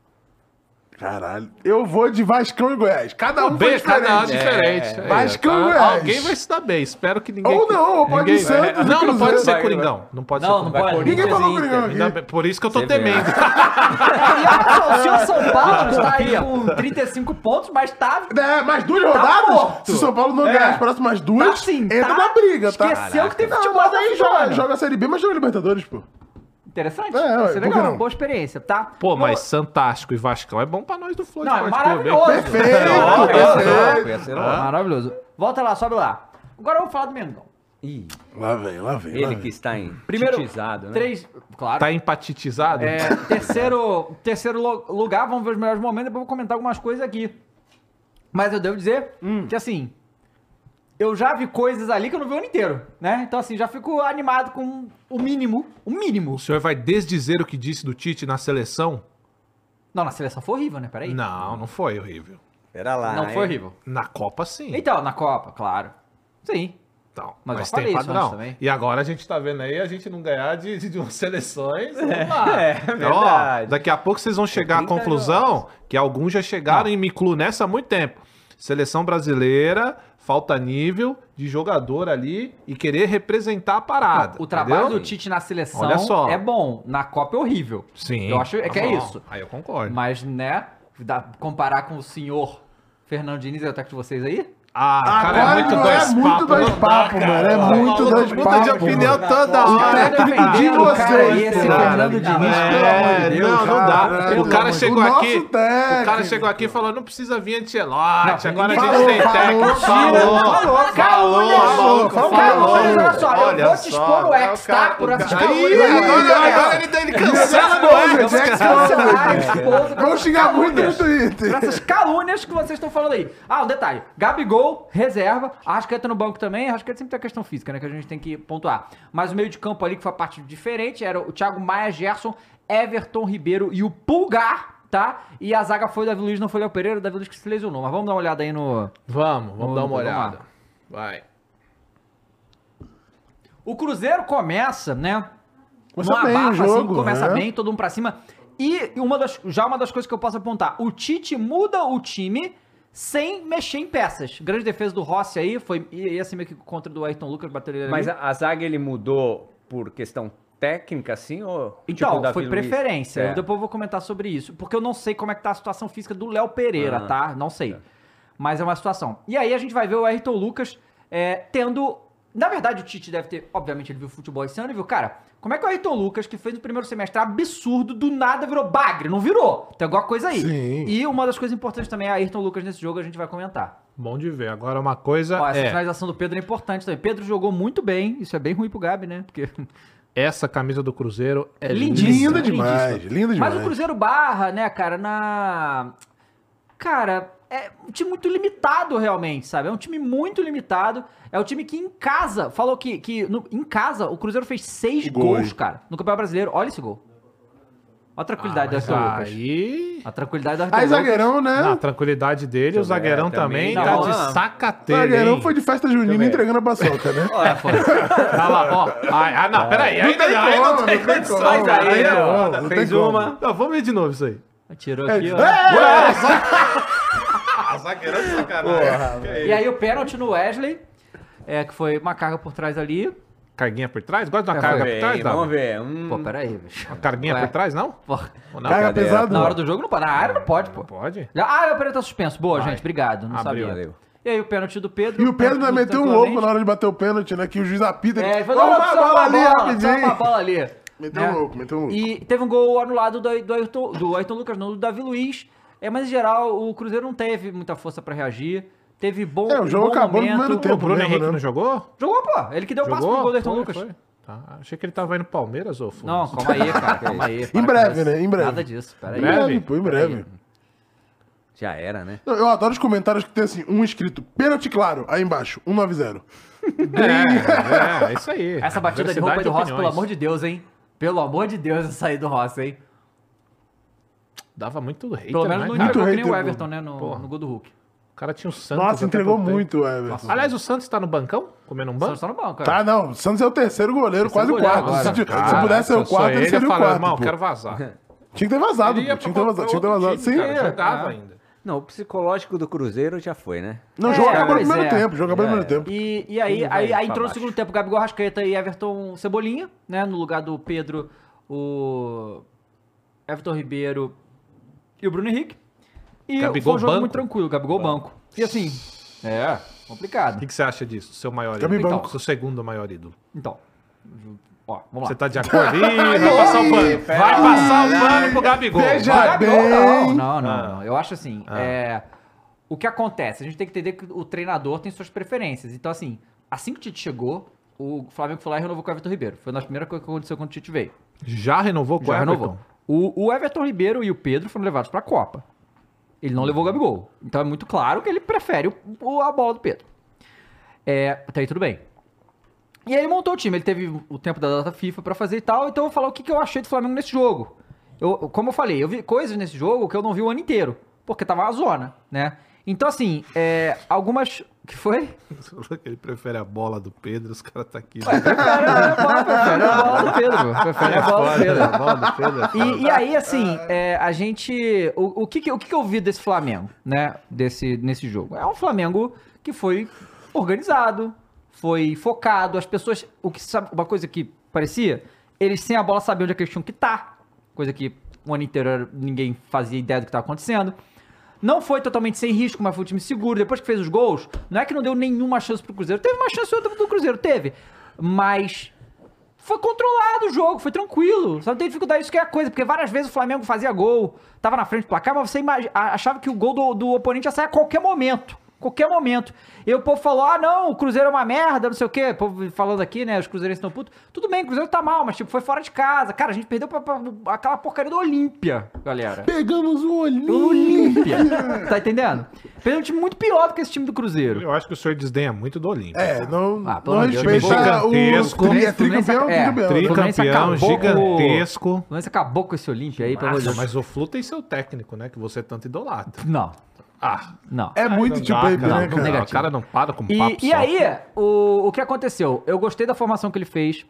B: Caralho. Eu vou de Vascão e Goiás. Cada um foi
D: B, cada um
B: diferente.
D: diferente. É,
B: Vascão
D: tá?
B: e Goiás.
D: Alguém vai se dar bem, espero que ninguém.
B: Ou não, ou pode
D: ninguém-
B: ser Santos e
D: Não, não pode
B: Cruzeiro.
D: ser
C: Vai,
D: Coringão. Não pode
A: Não,
D: ser
A: não
D: Coringão.
C: vai
A: pode.
B: Ninguém
C: Corinthians
B: falou
C: e Inter.
B: Coringão
D: Ainda
B: aqui.
D: bem, Por isso que eu tô
C: Você vê,
D: temendo.
A: E olha, o senhor São Paulo está aí com 35 pontos, mas tá.
B: É, mais duas rodadas?
A: morto.
B: Se São Paulo não
A: É.
B: ganhar as próximas duas,
A: Tá sim,
B: entra
A: tá?
B: na briga, tá?
A: Esqueceu que tem
B: Não,
A: futebol
B: mas
A: da
B: aí joga, joga a Série B, mas joga Libertadores, pô.
A: Interessante. Isso
B: É, ué,
A: é
B: por que
A: legal,
B: não?
A: boa experiência, tá?
D: Pô, mas Santástico e Vascão é bom pra nós do Flow
A: Não, é
D: Esporte Clube, hein?
A: maravilhoso.
B: Perfeito,
C: Ó, ia ser
B: perfeito.
C: louco, ia ser
A: Pô,
C: louco.
A: Maravilhoso. Volta lá, sobe lá. Agora eu vou falar do Mengão.
C: Ih,
B: Lá vem, lá vem. lá
C: ele
B: vem.
C: que está em
A: Primeiro,
C: titizado, né?
A: Três. Claro.
D: Tá empatitizado?
A: É, terceiro, terceiro lo- lugar, vamos ver os melhores momentos, depois eu vou comentar algumas coisas aqui. Mas eu devo dizer
D: Hum.
A: que assim, eu já vi coisas ali que eu não vi o ano inteiro, né? Então assim, já fico animado com o mínimo, o mínimo.
D: O senhor vai desdizer o que disse do Tite na seleção?
A: Não, na seleção foi horrível, né? Peraí.
D: Não, não foi horrível.
C: Pera lá.
A: Não foi horrível.
D: Na Copa, sim.
A: Então, na Copa, claro. Sim.
D: Então,
A: Mas
D: mas,
A: eu falei
D: tem
A: isso antes
D: padrão.
A: também.
D: E agora a gente tá vendo aí a gente não ganhar de, de, de umas seleções. É,
A: Ah,
C: é verdade.
D: daqui a pouco vocês vão chegar à
C: 30
D: conclusão que alguns já chegaram e me incluo nessa há muito tempo. Seleção brasileira, falta nível de jogador ali e querer representar a parada.
A: O trabalho
D: entendeu?
A: do Tite na seleção
D: Olha só.
A: é bom, na Copa é horrível.
D: Sim.
A: Eu acho é
D: tá
A: que é
D: bom.
A: isso.
D: Aí eu concordo.
A: Mas, né, dá- comparar com o senhor Fernando Diniz, é o técnico de vocês aí?
D: Ah,
B: Agora
D: cara, é muito
B: não
D: dois
B: é muito
D: papos,
B: dois
D: não dá,
B: papos,
D: cara.
B: mano. É
D: Tá
B: muito
D: maluco,
B: dois
D: muda
B: papos.
D: de opinião
B: mano.
D: toda
B: O
D: hora.
B: técnico
A: cara,
B: de
A: o cara aí,
B: vocês,
A: esse
B: cara.
A: Fernando Diniz, pelo amor
D: É,
A: de Deus,
D: não, não dá.
B: caralho,
D: O cara
B: mano.
D: chegou
B: O nosso
D: aqui, o cara
B: técnico.
D: chegou aqui falando não precisa vir Antelote,
A: Não,
D: agora a
A: ninguém
D: gente tem
B: falou,
D: técnico,
B: falou,
D: falou,
A: falou,
D: falou,
A: calúnia,
B: falou,
D: falou, falou.
A: calúnia, olha só, eu
D: Olha
A: vou te
D: só,
A: expor o
D: cara,
A: ex,
D: o cara-
A: tá, por essas
D: Aí,
A: calúnias.
D: agora,
B: Aí,
D: agora
B: ó.
D: ele, ele cancela
B: Jack
D: meu
B: Jack
D: ex, cara.
B: Jackson,
A: Bolsonaro,
B: velho.
A: esposo,
B: Vão xingar muito no
A: calúnias. Por
B: Twitter.
A: essas calúnias que vocês estão falando aí. Ah, um detalhe. Gabigol, reserva. Arrascaeta no banco também. Arrascaeta sempre tem a questão física, né? Que a gente tem que pontuar. Mas o meio de campo ali, que foi a parte diferente, era o Thiago Maia, Gerson, Everton Ribeiro e o Pulgar, tá? E a zaga foi o Davi Luiz, não foi o Léo Pereira. O Davi Luiz que se lesionou. Mas vamos dar uma olhada aí no...
D: Vamos, vamos dar uma
A: Vamos lá.
D: olhada. Vai.
A: O Cruzeiro começa, né?
B: Você
A: numa
B: tem
A: barra,
B: um
A: assim,
B: jogo,
A: começa
B: né?
A: bem, todo mundo pra cima. E uma das, já uma das coisas que eu posso apontar, o Tite muda o time sem mexer em peças. Grande defesa do Rossi aí, foi ia ser meio que contra do Ayrton Lucas, bateu ele ali.
C: Mas a, a zaga ele mudou por questão técnica, assim? Ou,
A: Então,
C: tipo, o Davi
A: foi
C: Luiz?
A: preferência.
C: É.
A: Depois eu vou comentar sobre isso. Porque eu não sei como é que tá a situação física do Léo Pereira,
C: Ah,
A: tá? Não sei. Mas é uma situação. E aí a gente vai ver o Ayrton Lucas é, tendo. Na verdade, o Tite deve ter. Obviamente, ele viu futebol esse ano e viu, cara, como é que o Ayrton Lucas, que fez o primeiro semestre absurdo, do nada virou bagre? Não virou. Tem alguma coisa aí.
B: Sim.
A: E uma das coisas importantes também é Ayrton Lucas nesse jogo, a gente vai comentar.
D: Bom de ver. Agora uma coisa
A: Ó, essa
D: é...
A: finalização do Pedro é importante também. Pedro jogou muito bem, isso é bem ruim pro Gabi, né? Porque.
D: Essa camisa do Cruzeiro é
A: Lindíssima.
D: lindíssima.
B: Linda demais, linda
A: Mas
B: demais.
A: o Cruzeiro barra, né, cara, na. Cara, é um time muito limitado, realmente, sabe? É um time muito limitado. É um time que em casa, falou que, que no- em casa o Cruzeiro fez seis
B: Gol,
A: gols,
B: hein?
A: cara, no Campeonato Brasileiro. Olha esse gol. Olha a tranquilidade do Arthur Tá, Lucas.
D: Aí.
A: A tranquilidade do Arthur
B: Aí,
A: Lucas.
B: zagueirão, né?
D: Na tranquilidade dele, o
C: eu ver,
D: zagueirão também
C: também
D: tá
A: não.
D: de sacateira.
B: zagueirão
D: hein?
B: foi de festa junina
C: Também.
B: entregando a paçoca, né?
A: É, foi.
D: Tá lá, ó. Ai, Ah, não, peraí.
B: Não
D: Ainda
B: tem
D: não, ainda
B: como,
D: não tem
B: não tem
D: condições
B: como,
D: aí,
B: não
C: né?
B: tem
D: ó.
B: como, não tem
D: Fez
B: como.
D: uma. Não, vamos ver de novo isso aí.
A: Tirou
B: É,
A: aqui, ó.
D: Ah, zagueirão de sacanagem.
A: E aí o pênalti no Wesley, é, que foi uma carga por trás ali.
D: Carguinha por trás? Gosta de uma
A: É,
D: carga
C: Vamos
D: por
C: ver,
D: trás,
C: hein,
D: Dava?
C: vamos ver. Hum,
A: Pô, peraí, bicho.
D: Uma Carguinha
A: Ué.
D: por trás, não?
A: Pô,
D: Ou não?
B: Carga
C: cadê?
B: pesada.
A: na hora do jogo não pode. Na área não pode, pô.
D: Não Pode?
A: Ah, o Pereira tá suspenso. Boa, gente. Obrigado. Não
D: Abriu.
A: sabia.
C: valeu.
A: E aí o pênalti do Pedro.
B: E o Pedro ainda
A: pênalti do
B: meteu um
A: Clemente.
B: louco na hora de bater o pênalti, né? Que o juiz apita.
A: É, ele
B: Ó,
A: falou, não,
B: uma
A: precisa
B: bola ali
A: precisa uma
B: rapidinho.
A: bola ali.
B: Meteu
A: Né?
B: um louco, meteu um louco.
A: E teve um gol anulado do, do, Ayrton, do Ayrton Lucas, não, do Davi Luiz. É, mas em geral, o Cruzeiro não teve muita força pra reagir. Teve bom.
B: É, o jogo
A: bom
B: acabou no
A: momento.
B: primeiro
D: O
B: tempo.
D: Bruno
B: Problema,
D: Henrique
B: né?
D: não jogou?
A: Jogou, pô. Ele que deu o passe pro
D: Jogou?
A: gol do Ayrton
D: Foi,
A: Lucas.
D: foi. Tá, Achei que ele tava indo pro Palmeiras ou foi?
A: Não, calma aí, cara. Calma aí. para
B: Em
A: com
B: breve,
A: isso.
B: né? Em breve.
A: Nada disso. Peraí.
B: Em
D: breve?
B: breve, pô, em breve.
C: Já era, né?
B: Eu eu adoro os comentários que tem assim, um escrito, pênalti claro, aí embaixo, 190.
D: É, é, é isso aí.
A: Essa batida de roupa aí do Rossi,
D: Ross,
A: pelo amor de Deus, hein? Pelo amor de Deus, essa aí do Rossi, hein?
D: Dava muito hater,
A: Pelo menos
D: né,
A: não
D: cara?
B: muito
A: entregou que nem
B: hater,
A: o Everton,
B: pô.
A: né? No,
D: Porra.
A: no gol do Hulk.
D: O cara tinha o Santos.
B: Nossa,
D: até
B: entregou
D: pouco tempo.
B: muito, Everton.
D: Aliás, o Santos tá no bancão? Comendo
A: Só
D: um banco?
A: só no banco, cara.
B: Tá, não. O Santos é o terceiro goleiro, quase o
A: goleiro
B: quarto.
A: agora.
B: Se, se
D: Cara,
B: pudesse ser o
D: se eu sou
B: quarto, ele
D: eu
B: seria o
D: falo,
B: quarto.
D: irmão,
B: pô.
D: quero vazar.
B: Tinha que ter vazado,
D: Ele ia
B: pô. Tinha
D: pra
B: que ter vazado,
D: outro
B: tinha que ter vazado.
D: time,
B: Sim.
D: cara, jogava
A: é.
D: ainda.
C: Não, o psicológico do Cruzeiro já foi, né?
B: Não,
A: É,
B: o jogo acabou no
A: pois
B: primeiro
A: é.
B: tempo, jogo acabou no
C: É.
B: primeiro tempo.
A: E, e aí,
C: Quem vai
A: aí, aí
C: pra
A: entrou no
C: baixo?
A: segundo tempo Gabigol Rascaeta e Everton Cebolinha, né? No lugar do Pedro, o Everton Ribeiro e o Bruno Henrique. E
D: Gabigol
A: foi um jogo
D: banco.
A: muito tranquilo, Gabigol banco. E assim, é,
D: O
A: complicado.
D: que, que você acha disso? Seu maior
B: Também
D: ídolo?
B: banco.
D: Seu segundo maior ídolo.
A: Então, ó, vamos
D: Você
A: lá.
D: tá de acordo? Ih, vai passar o pano.
C: pera
D: Vai
C: aí.
D: passar o pano pro Gabigol.
B: Veja
D: Vai. um
A: Ah, Gabigol, não,
B: bem.
A: não, não, não. Eu acho assim, é, o que acontece? A gente tem que entender que o treinador tem suas preferências. Então, assim, assim que o Tite chegou, o Flamengo "Ah, foi lá e renovou com o Everton Ribeiro. Foi uma das primeiras coisas que aconteceu quando o Tite veio.
D: Já renovou com o
A: Já renovou.
D: Everton?
A: O, o Everton Ribeiro e o Pedro foram levados pra Copa. Ele não levou o Gabigol. Então é muito claro que ele prefere o- o- a bola do Pedro. É, até aí tudo bem. E aí ele montou o time. Ele teve o tempo da data FIFA pra fazer e tal. Então eu vou falar o que, que eu achei do Flamengo nesse jogo. Eu, como eu falei, eu vi coisas nesse jogo que eu não vi o ano inteiro. Porque tava uma zona, né? Então assim, é, algumas... que foi?
D: Falou que ele prefere a bola do Pedro, os caras tá aqui.
A: Prefere a bola- prefere a bola do Pedro. Prefere a bola do Pedro.
D: Tá A bola do Pedro. é foda.
A: E, e aí, assim, é, a gente. O, o que, que- o que que eu vi desse Flamengo, né? Desse, nesse jogo? É um Flamengo que foi organizado, foi focado. As pessoas. O que sabe, uma coisa que parecia, eles sem a bola sabiam onde é que eles tinham que estar. Coisa que o ano inteiro era- ninguém fazia ideia do que estava acontecendo. Não foi totalmente sem risco, mas foi um time seguro. Depois que fez os gols, não é que não deu nenhuma chance pro Cruzeiro. Teve uma chance outra pro Cruzeiro, teve. Mas foi controlado o jogo, foi tranquilo. Só não tem dificuldade, isso que é a coisa, porque várias vezes o Flamengo fazia gol, tava na frente do placar, mas você imagi- a- achava que o gol do, do oponente ia sair a qualquer momento. Qualquer momento. E o povo falou: ah, não, o Cruzeiro é uma merda, não sei o quê. O povo falando aqui, né? Os Cruzeirenses estão putos. Tudo bem, o Cruzeiro tá mal, mas tipo, foi fora de casa. Cara, a gente perdeu pra, pra- aquela porcaria do Olímpia, galera.
B: Pegamos o olhinho.
A: Olímpia. tá entendendo? Perdeu um time muito pior do que esse time do Cruzeiro.
D: Eu acho que o senhor desdenha muito do Olímpico.
B: É, não,
A: Ah, pelo
B: não
A: amor de Deus,
B: respeita o
D: gigantesco.
B: tri, é
A: Fluminense
B: tricampeão,
A: é,
B: tricampeão. né?
A: Fluminense
D: Tricampeão,
A: acabou com-
D: gigantesco.
A: O Lance acabou com esse Olímpia aí, pelo amor de
D: Nossa,
A: Deus.
D: mas o Flu tem seu técnico, né? Que você tanto idolatra.
A: Não,
D: Ah,
A: não.
B: É muito
D: não
B: tipo
D: dá,
B: aí, né,
D: cara?
A: não,
B: cara?
A: negativo.
D: o cara não para com papo
A: E, e
D: só.
A: aí, o, o que aconteceu? Eu gostei da formação que ele fez.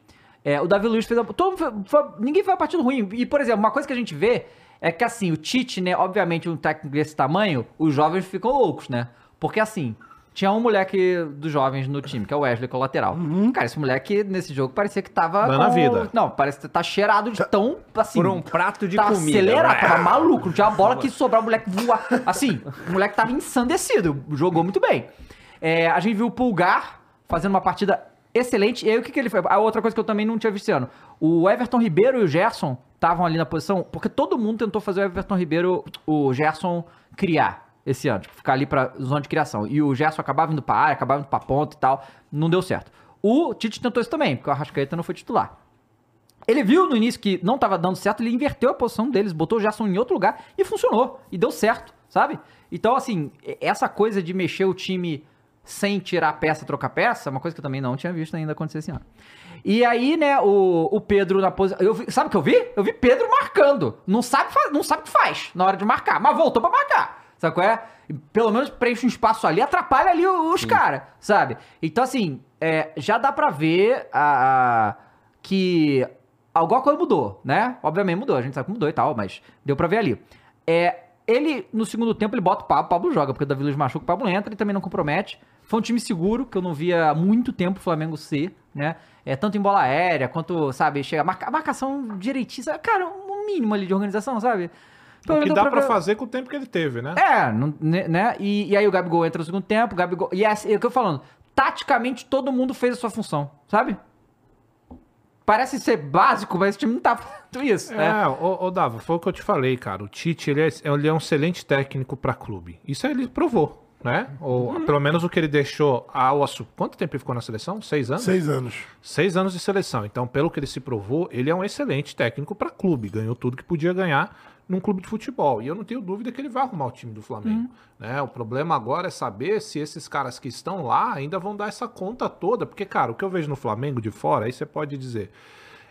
A: É, o Davi Luiz fez. A, todo, mundo foi- foi- ninguém foi a partido ruim. E, por exemplo, uma coisa que a gente vê é que, assim, o Tite, né? Obviamente, um técnico desse tamanho, os jovens ficam loucos, né? Porque, assim, tinha um moleque dos jovens no time, que é o Wesley, que é o lateral. Cara, esse moleque nesse jogo parecia que tava.
D: Dando a vida.
A: Não, parece que tá cheirado de tão. Assim,
C: Por um prato de
A: tá
C: comida.
A: acelerado,
C: né?
A: tava maluco. Não tinha uma bola que sobrar, o moleque voar. Assim, o moleque tava ensandecido, jogou muito bem. É, a gente viu o Pulgar fazendo uma partida excelente. E aí o que, que ele foi? A outra coisa que eu também não tinha visto esse ano. O Everton Ribeiro e o Gerson estavam ali na posição, porque todo mundo tentou fazer o Everton Ribeiro, o Gerson, criar esse ano. Tipo, ficar ali pra zona de criação. E o Gerson acabava indo pra área, acabava indo pra ponta e tal. Não deu certo. O Tite tentou isso também, porque o Arrascaeta não foi titular. Ele viu no início que não tava dando certo, ele inverteu a posição deles, botou o Gerson em outro lugar e funcionou. E deu certo. sabe? Então, assim, e- essa coisa de mexer o time sem tirar peça, trocar peça, é uma coisa que eu também não tinha visto ainda acontecer esse ano. E aí, né, o, o Pedro na posição. Eu vi- sabe o que eu vi? Eu vi Pedro marcando. Não sabe, fa- não sabe o que faz na hora de marcar, mas voltou pra marcar. Sabe qual é? Pelo menos preenche um espaço ali, atrapalha ali os caras, sabe? Então, assim, é, já dá pra ver a- a que alguma coisa mudou, né? Obviamente mudou, a gente sabe que mudou e tal, mas deu pra ver ali. É, ele, no segundo tempo, ele bota o Pablo, o Pablo joga, porque o Davi Luiz machuca, o Pablo entra, ele também não compromete. Foi um time seguro, que eu não via há muito tempo o Flamengo ser, né? É, tanto em bola aérea, quanto, sabe, chega, marca, marcação direitinha, sabe? cara, um mínimo ali de organização, sabe? Pelo
D: O que
A: menos
D: dá
A: deu
D: pra
A: ver-
D: fazer com o tempo que ele teve, né?
A: é, não- né? né? E, e aí o Gabigol entra no segundo tempo, o Gabigol. E é, assim, é o que eu tô falando. Taticamente, todo mundo fez a sua função, sabe? Parece ser básico, mas esse time não tá fazendo isso, né?
D: É, ô, ô Dava, foi o que eu te falei, cara. O Tite, ele é, ele é um excelente técnico pra clube. Isso ele provou, né? Ou pelo menos o que ele deixou ao assunto. Quanto tempo ele ficou na seleção? Seis anos?
B: Seis anos.
D: Seis anos de seleção. Então, pelo que ele se provou, ele é um excelente técnico para clube. Ganhou tudo que podia ganhar num clube de futebol. E eu não tenho dúvida que ele vai arrumar o time do Flamengo. Né? O problema agora é saber se esses caras que estão lá ainda vão dar essa conta toda. Porque, cara, o que eu vejo no Flamengo de fora, aí você pode dizer,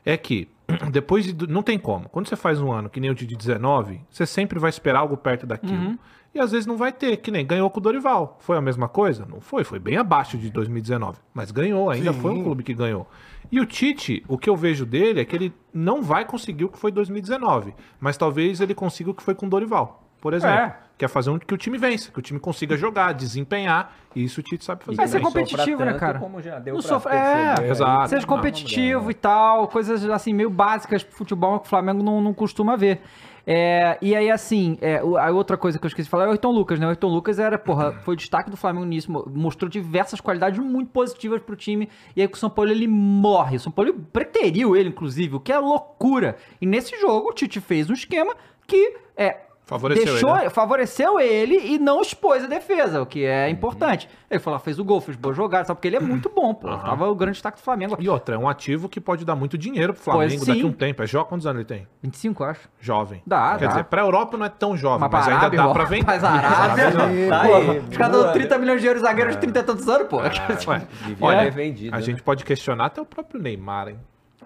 D: é que depois de, não tem como. Quando você faz um ano que nem o de 19, você sempre vai esperar algo perto daquilo. E às vezes não vai ter, que nem ganhou com o Dorival. Foi a mesma coisa? Não foi, foi bem abaixo de 2019, mas ganhou, ainda foi um clube que ganhou. E o Tite, o que eu vejo dele é que ele não vai conseguir o que foi 2019, mas talvez ele consiga o que foi com o Dorival, por exemplo.
A: É.
D: Quer fazer um, que o time vença, que o time consiga jogar, desempenhar, e isso o Tite sabe fazer.
A: Vai ser
D: bem.
C: não sofra
A: competitivo, né,
C: tanto
A: cara?
C: Como já deu
A: Não
C: pra né?
A: sofra-
D: é,
C: perceber aí.
D: exato.
A: Seja
D: Não,
A: competitivo e tal, coisas assim meio básicas pro futebol que o Flamengo não, não costuma ver. É, e aí, assim, é, o- a outra coisa que eu esqueci de falar é o Ayrton Lucas, né? O Ayrton Lucas era, porra,
C: Uhum.
A: foi o destaque do Flamengo nisso, mo- mostrou diversas qualidades muito positivas pro time. E aí com o São Paulo ele morre. O São Paulo preteriu ele, inclusive, o que é loucura. E nesse jogo o Tite fez um esquema que é,
D: Favoreceu
A: deixou,
D: ele, né?
A: favoreceu ele e não expôs a defesa, o que é
D: Uhum.
A: importante. Ele falou, fez o gol, fez boa jogada, só porque ele é muito bom, pô. Tava o grande destaque do Flamengo.
D: E outra, é um ativo que pode dar muito dinheiro pro Flamengo
A: Pois
D: daqui
A: sim.
D: a um tempo. É jovem? Quantos anos ele tem?
A: 25, eu acho.
D: Jovem.
A: Dá,
D: Quer
A: dá.
D: dizer, pra Europa não é tão jovem, mas,
A: pra
D: ainda
A: Arábia,
D: dá
A: ó,
D: pra É. vender.
A: Mas a Arábia,
C: Tá aí,
A: pô,
C: boa.
A: os caras dando 30 milhões de euros zagueiros de 30 e tantos anos, pô.
D: Ué,
C: Devia
D: olha,
C: ter vendido,
D: a
C: né?
D: gente pode questionar até o próprio Neymar, hein?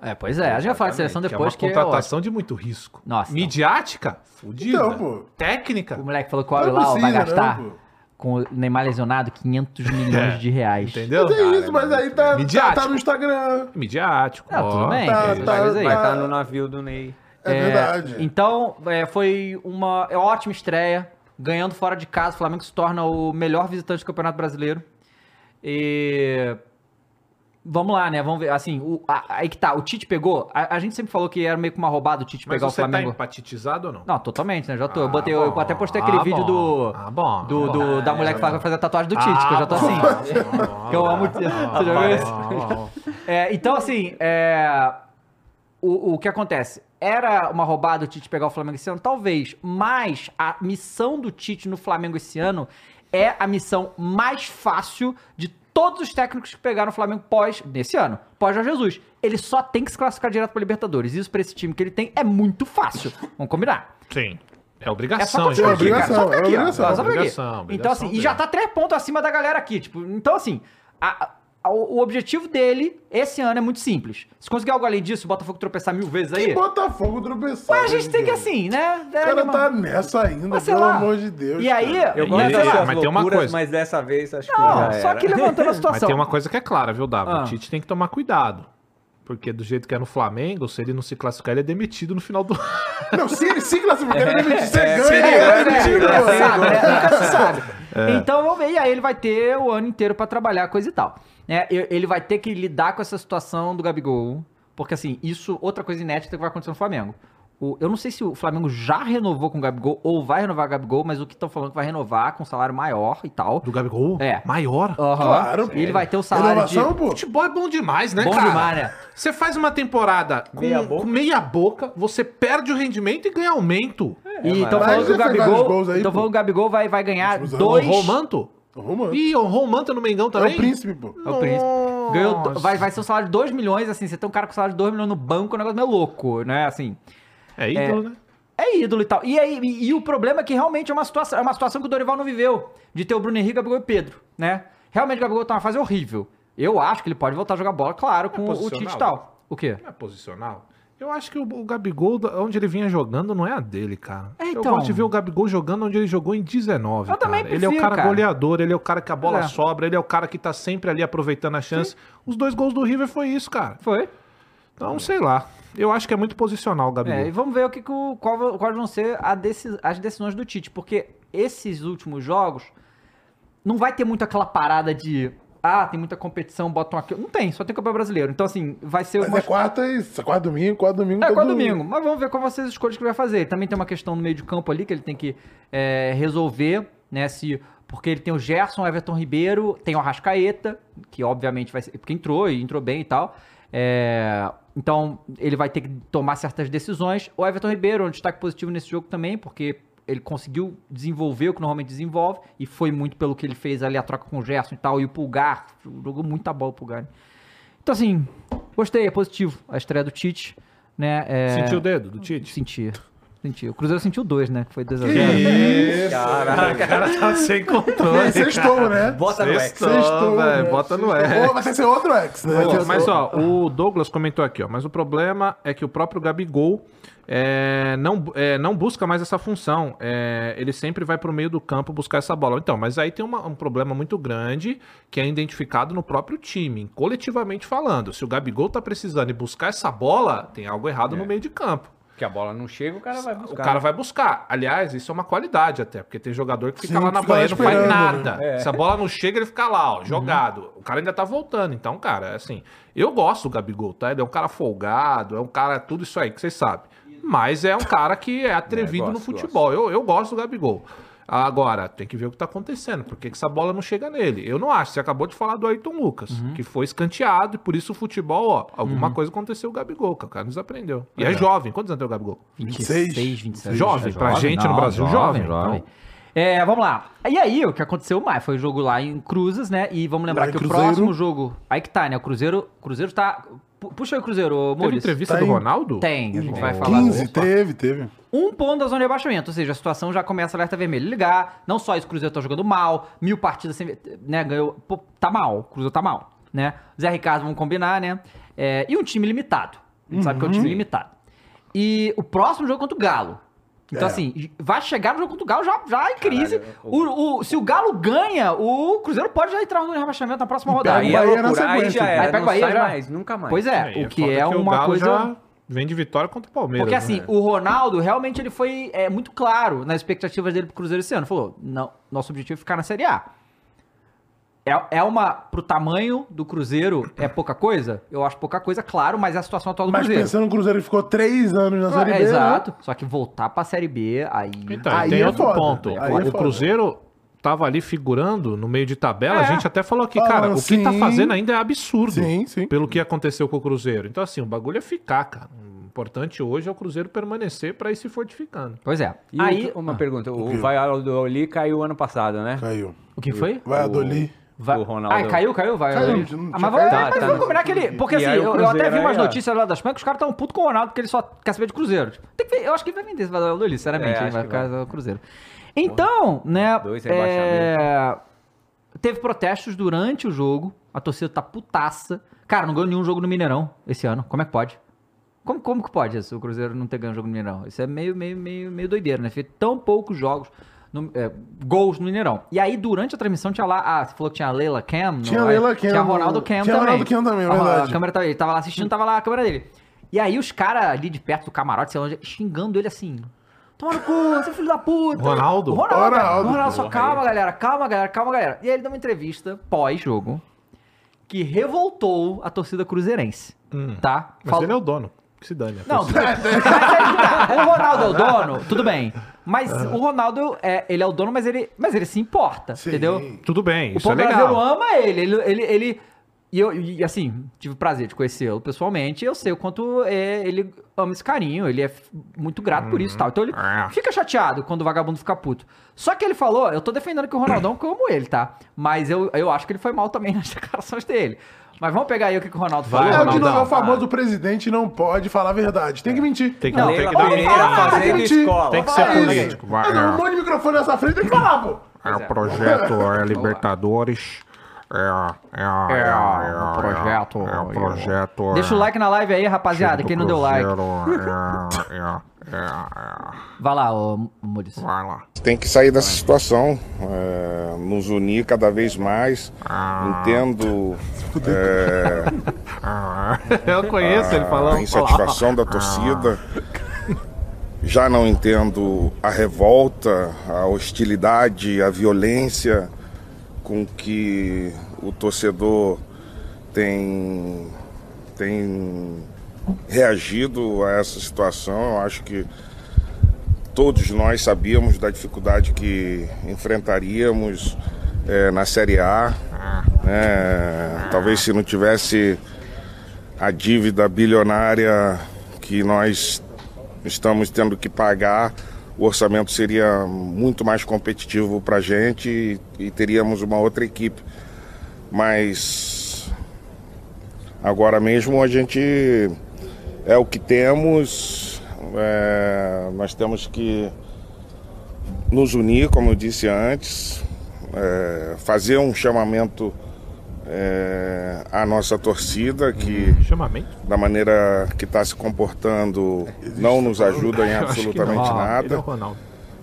A: É, pois é. A gente vai falar de seleção
D: Que
A: depois
D: é uma
A: que. é ótimo.
D: contratação de muito risco.
A: Nossa, não.
D: Midiática? Fudida.
B: Então, pô.
D: Técnica?
A: o moleque falou que o Auro
B: Não
A: lá
B: é
A: ó, vai
B: possível, não,
A: gastar
B: pô.
A: com o Neymar lesionado 500 milhões de reais.
D: Entendeu?
B: Mas é isso, mas aí tá, tá,
D: midiático.
B: tá no Instagram.
D: Midiático.
A: Ah, tudo
D: ó.
A: bem.
B: tá,
A: beleza,
B: tá,
A: beleza aí.
B: tá.
C: Vai estar no navio do Ney.
B: É,
A: É,
B: verdade.
A: Então, é, foi uma ótima estreia. Ganhando fora de casa, o Flamengo se torna o melhor visitante do Campeonato Brasileiro. E. Vamos lá, né? Vamos ver. Assim, o- a- aí que tá. O Tite pegou. A, a gente sempre falou que era meio que uma roubada o Tite
D: Mas
A: pegar o
D: você tá
A: Flamengo.
D: empatitizado ou não?
A: Não, totalmente, né? Já tô. eu,
D: Ah,
A: botei, eu
D: bom.
A: até postei aquele
D: Ah,
A: vídeo
D: bom.
A: do.
D: Ah, bom. É, Ah,
A: do, do- da mulher que fala que vai fazer a tatuagem do Tite, que eu já tô assim. que eu amo. Você já viu isso? É, então, assim, é, o, o que acontece? Era uma roubada o Tite pegar o Flamengo esse ano? Talvez, mas a missão do Tite no Flamengo esse ano é a missão mais fácil de todos os técnicos que pegaram o Flamengo pós, nesse ano, pós Jorge Jesus. Ele só tem que se classificar direto para Libertadores. Isso pra esse time que ele tem é muito fácil. Vamos combinar.
D: Sim.
A: É
D: É
A: só
D: obrigação,
A: pra ficar aqui, cara.
B: obrigação,
A: Só pra
B: é
A: ficar aqui, ó.
B: obrigação.
A: Só pra ficar aqui.
D: Obrigação, obrigação
A: Então, assim, e já
D: dele.
A: tá três pontos acima da galera aqui, tipo. Então, assim, a- a- o o objetivo dele esse ano é muito simples. Se conseguir algo além disso, o Botafogo tropeçar mil vezes
B: E
A: aí.
B: Botafogo tropeçou.
A: Mas a gente tem que,
B: né,
A: assim, né?
B: O cara tá nessa ainda,
A: Mas sei
B: pelo
A: lá.
B: amor de Deus.
A: E aí,
B: cara.
C: Eu
D: E
C: gosto
D: ele-
C: dessas loucuras,
D: mas tem uma coisa.
C: mas dessa vez acho que
A: Não,
C: já
A: só
C: era.
A: que levantando a
D: Mas
A: situação.
D: tem uma coisa que é clara, viu, Dava?
A: Ah.
D: O Tite tem que tomar cuidado. Porque do jeito que é no Flamengo, se ele não se classificar, ele é demitido no final do ano.
B: Não, se ele se classificar, ele demite. Você ganha,
A: É,
B: ele
A: é,
B: é
D: né?
A: é,
B: demitido,
A: nunca se
B: pô.
A: sabe, né? Nunca se sabe.
B: É.
A: Então vamos ver, e aí ele vai ter o ano inteiro pra trabalhar, coisa e tal. Né? E- Ele vai ter que lidar com essa situação do Gabigol, porque assim, isso, outra coisa inédita que vai acontecer no Flamengo. O- eu não sei se o Flamengo já renovou com o Gabigol ou vai renovar com o Gabigol, mas o que estão falando é que vai renovar com um salário maior e tal.
D: Do Gabigol?
A: É.
D: Maior?
A: Aham.
B: Claro,
A: E ele vai ter o salário de...
B: Renovação, um pô.
D: Futebol é bom demais, né,
A: Bom
D: cara?
A: demais, né?
D: Você faz uma temporada com com meia,
C: Meia
D: boca.
C: boca.
D: você perde o rendimento e ganha aumento.
B: É.
A: E
C: mas-
A: estão falando
B: Mas
A: que o
B: já fez vários
A: Gabigol,
B: gols aí,
A: tão
B: pô.
A: falando que o Gabigol vai, vai ganhar
B: Últimos anos.
A: dois...
D: Honrou o manto?
B: Arruma.
D: Ih, honrou o manto no Mengão
B: É o
D: também?
B: É príncipe, pô.
A: É o príncipe.
D: Nossa.
A: Ganhou, do- vai, vai ser um salário de é um 2 milhões, assim, você tem um cara com salário de 2 milhões no banco, o negócio meio louco, né? Assim.
D: É ídolo, né?
A: é ídolo e tal. E, aí, e, e o problema é que realmente é uma situação, é uma situação que o Dorival não viveu, de ter o Bruno Henrique, Gabigol e Pedro, né? Realmente o Gabigol tá numa fase horrível. Eu acho que ele pode voltar a jogar bola, claro,
B: É
A: com o
D: posicional?
A: Tite e tal.
B: né?
A: O quê?
D: Não é posicional. Eu acho que o, o Gabigol, da- onde ele vinha jogando, não é a dele, cara.
A: É,
D: Eu
A: então.
D: gosto de ver o Gabigol jogando onde ele jogou em 19.
A: Eu
D: cara.
A: também
D: Ele é o
A: prefiro,
D: cara
A: cara.
D: goleador, ele é o cara que a bola
A: É.
D: sobra, ele é o cara que tá sempre ali aproveitando a chance. Os dois gols do River foi isso, cara.
A: Foi?
D: Então, sei lá. Eu acho que é muito posicional o Gabigol.
A: É, e vamos ver o que, que o, qual, quais vão ser a deci- as decisões do Tite, porque esses últimos jogos não vai ter muito aquela parada de ah, tem muita competição, botam aqui. Não tem, só tem Copa Brasileiro. Então, assim, vai ser
B: Mas
A: uma
B: é quarta e quarta domingo, quarta domingo.
A: É,
B: todo-
A: qual domingo? Mas vamos ver qual vai ser as escolhas que ele vai fazer. Também tem uma questão no meio de campo ali que ele tem que é, resolver, né? Se, porque ele tem o Gerson, Everton Ribeiro, tem o Arrascaeta, que obviamente vai ser. Porque entrou e entrou bem e tal. É, então ele vai ter que tomar certas decisões. O Everton Ribeiro, é um destaque positivo nesse jogo também, porque ele conseguiu desenvolver o que normalmente desenvolve, e foi muito pelo que ele fez ali a troca com o Gerson e tal, e o Pulgar. Jogou muita bola o Pulgar. né? Então, assim, gostei, é positivo a estreia do Tite, né? É...
D: Sentiu o dedo do Tite?
A: Senti. Senti. O Cruzeiro sentiu dois, né? Que foi 2 a 0
B: Isso.
D: Caraca, o cara tá sem controle.
B: Sextou, né?
C: Bota no X.
D: Sextou, velho, Bota no X.
B: Ou vai ter que ser outro ex, né?
D: Pô,
B: Que é
D: mas
B: só-
D: ó, o Douglas comentou aqui, ó. Mas o problema é que o próprio Gabigol é, não, é, não busca mais essa função. É, ele sempre vai pro meio do campo buscar essa bola. Então, mas aí tem uma- um problema muito grande que é identificado no próprio time, coletivamente falando. Se o Gabigol tá precisando e buscar essa bola, tem algo errado no meio de campo.
C: Que a bola não chega, o cara vai buscar.
D: O cara vai buscar. Aliás, isso é uma qualidade até, porque tem jogador que fica
B: Sim,
D: lá
B: fica
D: na
B: lá
D: banheira, não faz
B: esperando,
D: nada. Se a bola não chega, ele fica lá, ó, jogado. O cara ainda tá voltando. Então, cara, assim, eu gosto do Gabigol, tá? Ele é um cara folgado, é um cara, tudo isso aí que vocês sabem. Mas é um cara que é atrevido
C: gosto,
D: no
C: gosto.
D: futebol. Eu, eu gosto do Gabigol. Agora, tem que ver o que tá acontecendo. Por que, que essa bola não chega nele? Eu não acho. Você acabou de falar do Ayrton Lucas, que foi escanteado, e por isso o futebol, ó, alguma coisa aconteceu com o Gabigol, que o cara nos aprendeu. E é, jovem. Quantos anos tem o Gabigol?
B: 26,
A: 27.
D: Jovem, pra gente no Brasil, jovem, Então,
A: É, vamos lá. E aí, o que aconteceu mais? Foi o jogo lá em Cruzes, né? E vamos lembrar
B: Lá em
A: que
B: Cruzeiro.
A: o próximo jogo. Aí que tá, né? O Cruzeiro. O Cruzeiro tá. Pu- Puxa aí o Cruzeiro,
D: Teve
A: Mules.
D: entrevista
B: tá
D: do
B: em-
D: Ronaldo?
A: Tem, a gente vai falar.
B: 15,
A: Opa.
B: teve, teve.
A: um ponto da zona de abaixamento, ou seja, a situação já começa alerta vermelho ligar, não só isso, o Cruzeiro tá jogando mal, mil partidas sem, né, ganhou, pô, tá mal, o Cruzeiro tá mal, né, Zé Ricardo, vamos combinar, né, É, e um time limitado, a gente sabe que é um time limitado, e o próximo jogo contra o Galo, então
B: É.
A: assim, vai chegar no jogo contra o Galo já, já em crise, o, o- se o Galo ganha, o Cruzeiro pode já entrar no rebaixamento na próxima rodada,
C: Aí
B: Pega
C: é
B: o Bahia na
C: loucura, aí
B: sequência.
C: já
A: Aí
C: era,
A: pega
C: não
A: o Bahia
C: sai
A: já.
C: mais, nunca mais.
A: pois é,
D: Aí,
A: o que
D: foda
A: é
D: o
A: uma
D: Galo
A: coisa...
D: já vem de vitória contra o Palmeiras.
A: Porque assim,
D: né?
A: o Ronaldo realmente ele foi é, muito claro nas expectativas dele pro Cruzeiro esse ano. Falou: não, nosso objetivo é ficar na Série A. É, é uma. Pro tamanho do Cruzeiro, é pouca coisa? Eu acho pouca coisa, claro, mas é a situação atual do
B: Mas
A: Cruzeiro.
B: pensando no Cruzeiro que ficou 3 anos na Série
A: é,
B: B, né?
A: exato. Só que voltar pra Série B, aí.
D: Então,
B: aí
D: tem
B: é
D: outro
B: foda,
D: ponto.
B: aí é
D: O- o
B: foda.
D: Cruzeiro tava ali figurando no meio de tabela.
A: É.
D: A gente até falou aqui, cara, o que
B: Falando,
D: tá
B: sim.
D: fazendo ainda é absurdo.
B: Sim, sim.
D: Pelo que aconteceu com o Cruzeiro. Então assim, o bagulho é ficar, cara. O importante hoje é o Cruzeiro permanecer pra ir se fortificando.
A: Pois é.
C: E
A: aí.
C: outra- uma
B: Ah.
C: pergunta,
B: quê?
C: o Vaiolo do Oli caiu ano passado, né?
B: Caiu.
A: O que foi?
B: Vai,
C: O-
B: Adoli.
C: O Ronaldo.
A: Ah, caiu, caiu, vai.
B: Caiu,
A: vai.
B: não tinha
A: ah, mas
B: caído.
A: vai,
C: Tá,
A: mas
C: tá,
A: vamos
C: não-
A: combinar que ele. Porque assim,
C: E aí o
A: eu, eu até
C: Cruzeiro
A: vi umas
C: aí, ó.
A: notícias lá das bancas, os caras estavam puto com o Ronaldo porque ele só quer saber de Cruzeiro. Tem que ver- eu acho que ele vai vender esse Valladolid, do sinceramente.
C: É,
A: ele
C: acho
A: vai
C: que
A: ficar
C: vai.
A: no Cruzeiro. Então, né.
C: Dois
A: é, teve protestos durante o jogo. A torcida tá putaça. Cara, não ganhou nenhum jogo no Mineirão esse ano. Como é que pode? Como, como que pode isso, o Cruzeiro não ter ganho jogo no Mineirão? Isso é meio, meio, meio, meio doideira, né? Fez tão poucos jogos, no- é, gols no Mineirão. E aí, durante a transmissão, tinha lá. Ah, você falou que tinha a Leila Cam? não
B: Tinha a
A: é?
B: Leila Cam,
A: Tinha a Ronaldo Cam
B: tinha a
A: também.
B: Ronaldo Cam também, é
A: A Ro-
B: verdade.
A: A câmera tava, ele tava lá assistindo, tava lá a câmera dele. E aí, os caras ali de perto do camarote, sei lá onde, xingando ele assim. Toma no cu, seu filho da puta.
D: Ronaldo?
A: O Ronaldo. cara.
B: Ronaldo.
A: O Ronaldo, só calma, galera. Calma, galera. Calma, galera. E aí ele deu uma entrevista pós-jogo que revoltou a torcida cruzeirense. Tá?
D: Mas
A: Falou-
D: ele é o dono. Que se dane.
A: não, mas aí que tá, o Ronaldo é o dono, tudo bem. Mas o Ronaldo, é, ele é o dono, mas ele, mas ele se importa,
B: Sim.
A: entendeu?
D: Tudo bem,
A: O
D: isso é
A: povo
D: legal.
A: brasileiro ama ele, ele, ele, ele- E eu, e, assim, tive o prazer de conhecê-lo pessoalmente. e Eu sei o quanto é, ele ama esse carinho, ele é f- muito grato por isso e tal. Então ele
D: É.
A: fica chateado quando o vagabundo fica puto. Só que ele falou, eu tô defendendo que o Ronaldão que eu amo ele, tá? Mas eu, eu acho que ele foi mal também nas declarações dele. Mas vamos pegar aí o que, que o Ronaldo
D: Vai,
A: falou.
B: É, de
D: Ronaldão,
B: novo, é o
D: vai.
B: famoso presidente não pode falar a verdade. Tem que
A: É.
B: mentir.
D: Tem que,
A: Não,
D: tem que
A: ela
D: dar.
A: primeira
C: Pereira
B: Ah,
C: fazendo
B: tem que mentir.
C: escola.
D: Tem que
B: Fala
D: ser
B: isso.
D: é político, vai,
B: Ah, tem
D: é.
B: um monte de microfone nessa frente, tem que falar, pô.
D: É o projeto é Libertadores. É, é, é,
A: um projeto,
D: É o projeto.
A: Deixa o like na live aí, rapaziada, quem não deu like.
D: É, é, é,
A: Vai lá, ô Maurício.
D: é. Vai lá.
F: tem que sair dessa situação, é, nos unir cada vez mais. Entendo é,
D: Eu conheço ele falando.
F: a insatisfação da torcida. Já não entendo a revolta, a hostilidade, a violência com que o torcedor tem, tem reagido a essa situação. Eu acho que todos nós sabíamos da dificuldade que enfrentaríamos eh, na Série A. né? Talvez se não tivesse a dívida bilionária que nós estamos tendo que pagar, o orçamento seria muito mais competitivo para a gente e, e teríamos uma outra equipe. Mas agora mesmo a gente é o que temos, é, nós temos que nos unir, como eu disse antes, é, fazer um chamamento é, à nossa torcida que
D: Chamamento?
F: da maneira que está se comportando não nos ajuda em
D: Eu acho que não.
F: absolutamente
D: Ah, ele é o
F: nada.
D: Ronaldo.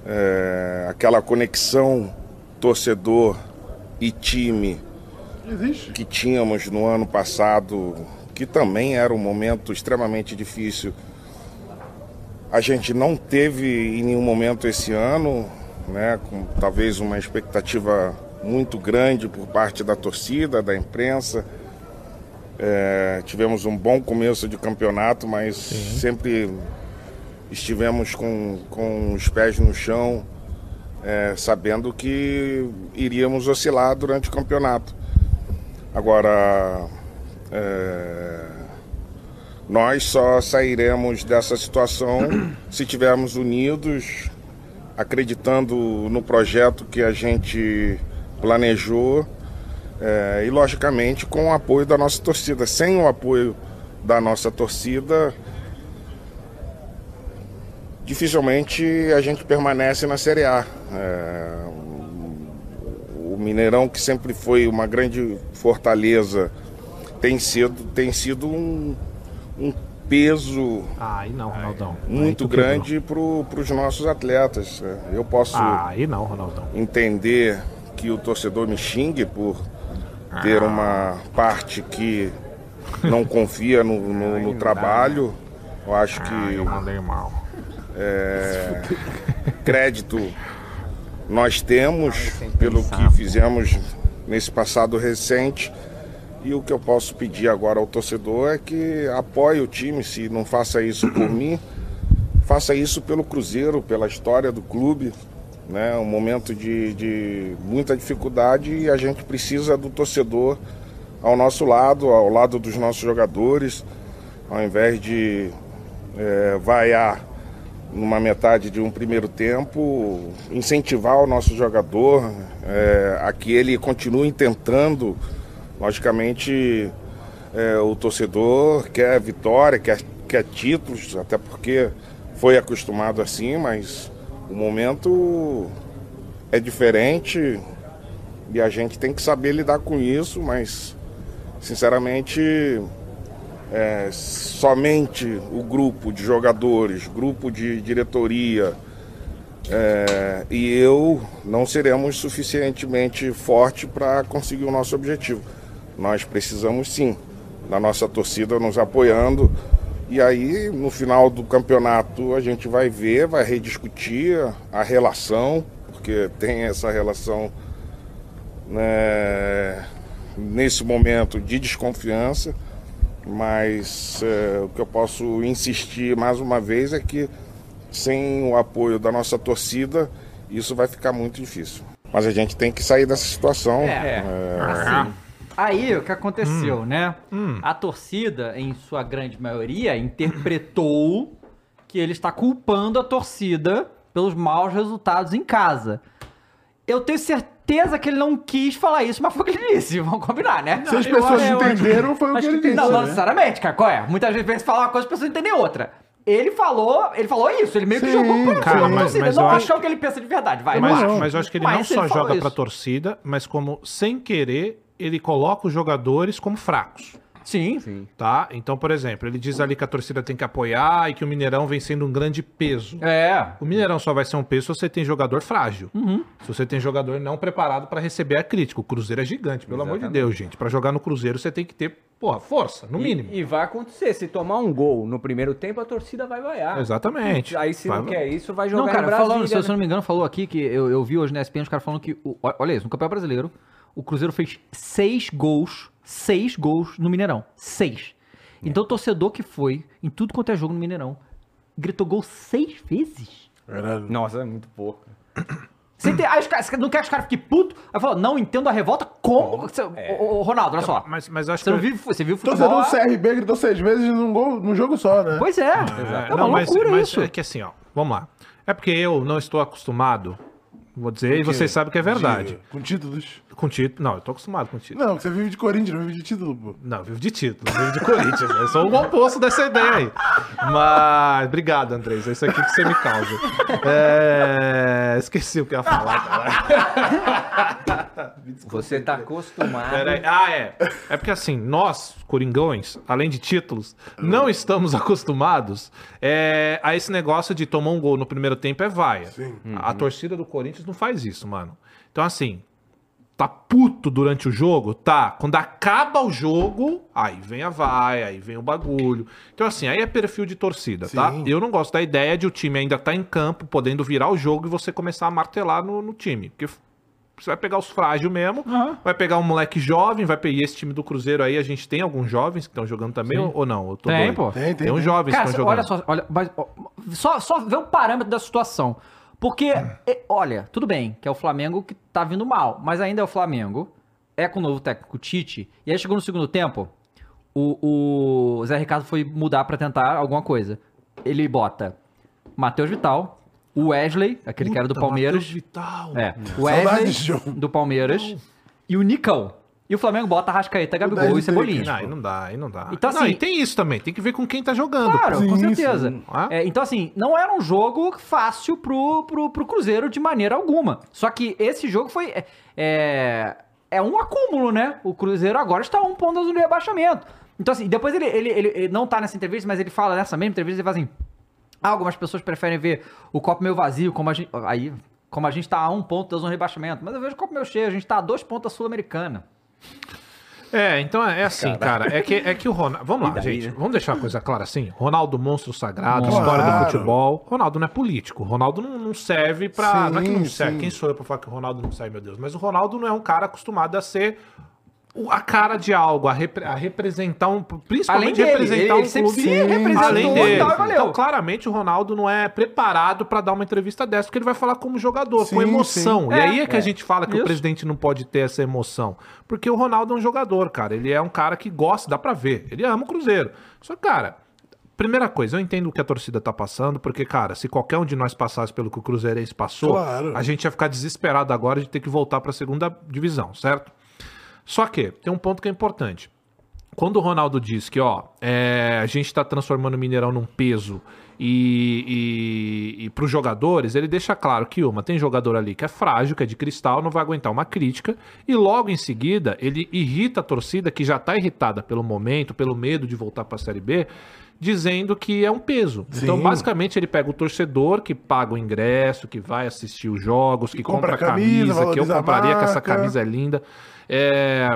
F: É, aquela conexão torcedor e time
B: Existe.
F: que tínhamos no ano passado, que também era um momento extremamente difícil, a gente não teve em nenhum momento esse ano, né, com talvez uma expectativa muito grande por parte da torcida, da imprensa. É, tivemos um bom começo de campeonato, mas sempre estivemos com, com os pés no chão, é, sabendo que iríamos oscilar durante o campeonato. Agora, é, nós só sairemos dessa situação se tivermos unidos, acreditando no projeto que a gente planejou é, e, logicamente, com o apoio da nossa torcida. Sem o apoio da nossa torcida, dificilmente a gente permanece na Série A. É, o Mineirão, que sempre foi uma grande fortaleza, tem sido, tem sido um, um peso
D: Ah, Aí não, Ronaldão. Aí
F: muito
D: tu quebrou.
F: grande para os nossos atletas. É, Eu posso
D: Ah, Aí não, Ronaldão.
F: entender que o torcedor me xingue por
D: Ah.
F: ter uma parte que não confia no, no- no trabalho. Eu acho que
D: Ah,
F: é,
D: Eu mandei mal.
F: crédito nós temos pelo que fizemos nesse passado recente. E o que eu posso pedir agora ao torcedor é que apoie o time, se não faça isso por mim, faça isso pelo Cruzeiro, pela história do clube. Né? Um momento de, de muita dificuldade e a gente precisa do torcedor ao nosso lado, ao lado dos nossos jogadores, ao invés de eh, vaiar numa metade de um primeiro tempo, incentivar o nosso jogador é, a que ele continue tentando. Logicamente, é, o torcedor quer vitória, quer, quer títulos, até porque foi acostumado assim, mas o momento é diferente e a gente tem que saber lidar com isso, mas sinceramente é, somente o grupo de jogadores, grupo de diretoria é, e eu não seremos suficientemente forte para conseguir o nosso objetivo. Nós precisamos sim da nossa torcida nos apoiando e aí no final do campeonato a gente vai ver, vai rediscutir a relação, porque tem essa relação né, nesse momento de desconfiança, mas é, o que eu posso insistir mais uma vez é que sem o apoio da nossa torcida, isso vai ficar muito difícil. Mas a gente tem que sair dessa situação.
A: É,
F: É,
A: Assim, Aí o que aconteceu, né? A torcida, em sua grande maioria, interpretou que ele está culpando a torcida pelos maus resultados em casa. Eu tenho certeza que ele não quis falar isso, mas foi o que ele disse. Vamos combinar, né?
B: Se as
D: eu
B: pessoas
D: acho- eu
B: entenderam, foi o que
D: acho
B: ele
D: que
B: disse.
D: tem-
B: né?
D: Isso,
A: Não, não necessariamente, cara. Qual é? Muitas vezes pensa falar uma coisa e as pessoas entendem outra. Ele falou, ele falou isso, ele meio que
B: Sim,
A: jogou pra
D: cara,
A: cima da
D: mas-
A: torcida.
D: mas
A: não
D: eu
A: acho
D: acho
A: que é o que ele pensa de verdade, vai.
D: Mas,
A: não acho.
D: mas eu acho que ele
A: Mas
D: não
A: ele
D: só
A: falou
D: joga
A: isso.
D: pra torcida, mas como sem querer, ele coloca os jogadores como fracos.
A: Sim.
C: Sim.
D: Tá? Então, por exemplo, ele diz ali que a torcida tem que apoiar e que o Mineirão vem sendo um grande peso.
A: É.
D: O Mineirão só vai ser um peso se você tem jogador frágil.
A: Uhum.
D: Se você tem jogador não preparado pra receber a crítica. O Cruzeiro é gigante, pelo amor de
C: Exatamente.
D: Deus, gente. Pra jogar no Cruzeiro você tem que ter, porra, força, no
C: E-
D: mínimo.
C: E, vai acontecer. Se tomar um gol no primeiro tempo, a torcida vai vaiar.
D: Exatamente.
C: Aí se não
D: Vai-
C: quer isso, vai jogar
A: Não,
C: não,
A: cara,
C: em Brasília.
A: falando, se eu
C: né?
A: não me engano, falou aqui que eu, eu vi hoje na ESPN os caras falando que. o- ó- olha isso, no Campeonato Brasileiro, o Cruzeiro fez seis gols, seis gols no Mineirão. Seis.
C: É.
A: Então o torcedor que foi em tudo quanto é jogo no Mineirão gritou gol seis vezes.
C: Nossa, é muito pouco.
A: Você ente- aí os caras- você não quer que os caras fiquem putos? Aí falou, não entendo a revolta. Como? Você-
C: É.
A: Ô, ô, Ronaldo, olha só.
D: Mas, mas eu acho
A: Você não
D: que.
A: viu, você viu futebol?
B: Torcedor do CRB gritou seis vezes num, gol, num jogo só, né?
A: Pois é.
D: É,
A: É uma
D: mas-
A: loucura
D: mas
A: isso.
D: É que assim, ó, vamos lá. É porque eu não estou acostumado, vou dizer, e vocês sabem que é verdade.
B: De- com títulos.
D: Com título. Não, eu tô acostumado com título.
B: Não, que você vive de Corinthians, não vive de título, pô.
D: Não, eu vivo de título, eu vivo de Corinthians. né? Eu sou o oposto dessa ideia aí. Mas. Obrigado, Andrés. É isso aqui que você me causa. É, Esqueci o que eu ia falar, cara.
C: Você tá acostumado.
D: Peraí. Ah, é. É porque assim, nós, coringões, além de títulos, não estamos acostumados é, a esse negócio de tomar um gol no primeiro tempo é vaia.
A: Uhum.
D: A, a torcida do Corinthians não faz isso, mano. Então, assim, tá puto durante o jogo? Tá. Quando acaba o jogo, aí vem a vai, aí vem o bagulho. Então, assim, aí é perfil de torcida, tá? Eu não gosto da ideia de o time ainda tá em campo, podendo virar o jogo e você começar a martelar no, no time. Porque f- você vai pegar os frágeis mesmo, vai pegar um moleque jovem, vai pegar e esse time do Cruzeiro aí. A gente tem alguns jovens que estão jogando também, ou ou não? Eu tô
A: Tem,
D: doido.
A: pô.
B: Tem, tem.
D: Tem uns
B: tem.
D: jovens que
A: Cara,
D: estão
A: cê-
D: jogando.
A: olha só, olha, mas, ó, só, só vê o parâmetro da situação. Porque, é, olha, tudo bem, que é o Flamengo que tá vindo mal, mas ainda é o Flamengo, é com o novo técnico Tite, e aí chegou no segundo tempo, o, o Zé Ricardo foi mudar pra tentar alguma coisa. Ele bota Matheus Vital, o Wesley, aquele que era do
D: Puta,
A: Palmeiras,
D: Matheus Vital.
A: é, o
B: Saudades,
A: Wesley
B: João.
A: do Palmeiras, e o Nicão. E o Flamengo bota Rascaeta, Gabigol e
B: Saudades dele,
A: Cebolinha.
D: Não, aí não dá, aí não dá.
A: Então,
D: não,
A: assim-
D: e tem isso também, tem que ver com quem tá jogando.
A: Claro,
D: pô.
A: com
B: Sim,
A: certeza.
B: sim.
D: Ah.
A: É, então, assim, não era um jogo fácil pro, pro, pro Cruzeiro de maneira alguma. Só que esse jogo foi. é, É, é um acúmulo, né? O Cruzeiro agora está a um ponto azul de rebaixamento. Então, assim, depois ele, ele, ele, ele não tá nessa entrevista, mas ele fala nessa mesma entrevista, ele fala assim. "Ah, Algumas pessoas preferem ver o copo meio vazio, como a gente. Aí, como a gente tá a um ponto da zona de rebaixamento. Mas eu vejo o copo meio cheio, a gente tá a dois pontos da Sul-Americana.
D: É, então é assim, cara. É que, é que o Ronaldo. Vamos lá, gente. Vamos deixar a coisa clara assim. Ronaldo, monstro sagrado,
A: Claro.
D: história do futebol. Ronaldo não é político. Ronaldo não, não serve pra. não é que não
B: Sim,
D: serve.
B: sim.
D: Quem sou eu pra falar que o Ronaldo não serve, meu Deus? Mas o Ronaldo não é um cara acostumado a ser. o- A cara de algo, a, repre- a representar um. Principalmente
A: Além dele,
D: representar
A: ele-
D: um
A: ele sempre se
D: clube-
A: representou
D: Além
A: e
D: dele.
A: tal, e valeu.
D: Então, claramente, o Ronaldo não é preparado pra dar uma entrevista dessa, porque ele vai falar como jogador,
B: Sim,
D: com emoção. E
A: sim.
D: aí é que
A: É,
D: a gente fala que
A: isso.
D: o presidente não pode ter essa emoção. Porque o Ronaldo é um jogador, cara. Ele é um cara que gosta, dá pra ver. Ele ama o Cruzeiro. Só que, cara, primeira coisa, eu entendo o que a torcida tá passando, porque, cara, se qualquer um de nós passasse pelo que o Cruzeirense passou,
B: Claro.
D: a gente ia ficar desesperado agora de ter que voltar pra segunda divisão, certo? Só que tem um ponto que é importante. Quando o Ronaldo diz que, ó, é, a gente tá transformando o Mineirão num peso e, e, e pros jogadores, ele deixa claro que, uma, tem jogador ali que é frágil, que é de cristal, não vai aguentar uma crítica, e logo em seguida ele irrita a torcida, que já tá irritada pelo momento, pelo medo de voltar pra Série B, dizendo que é um peso. Então,
B: Sim.
D: basicamente, ele pega o torcedor que paga o ingresso, que vai assistir os jogos, que
B: compra
D: compra,
B: a
D: a
B: camisa,
D: camisa, que eu
B: valoriza a
D: compraria que essa
B: marca.
D: camisa é linda. É,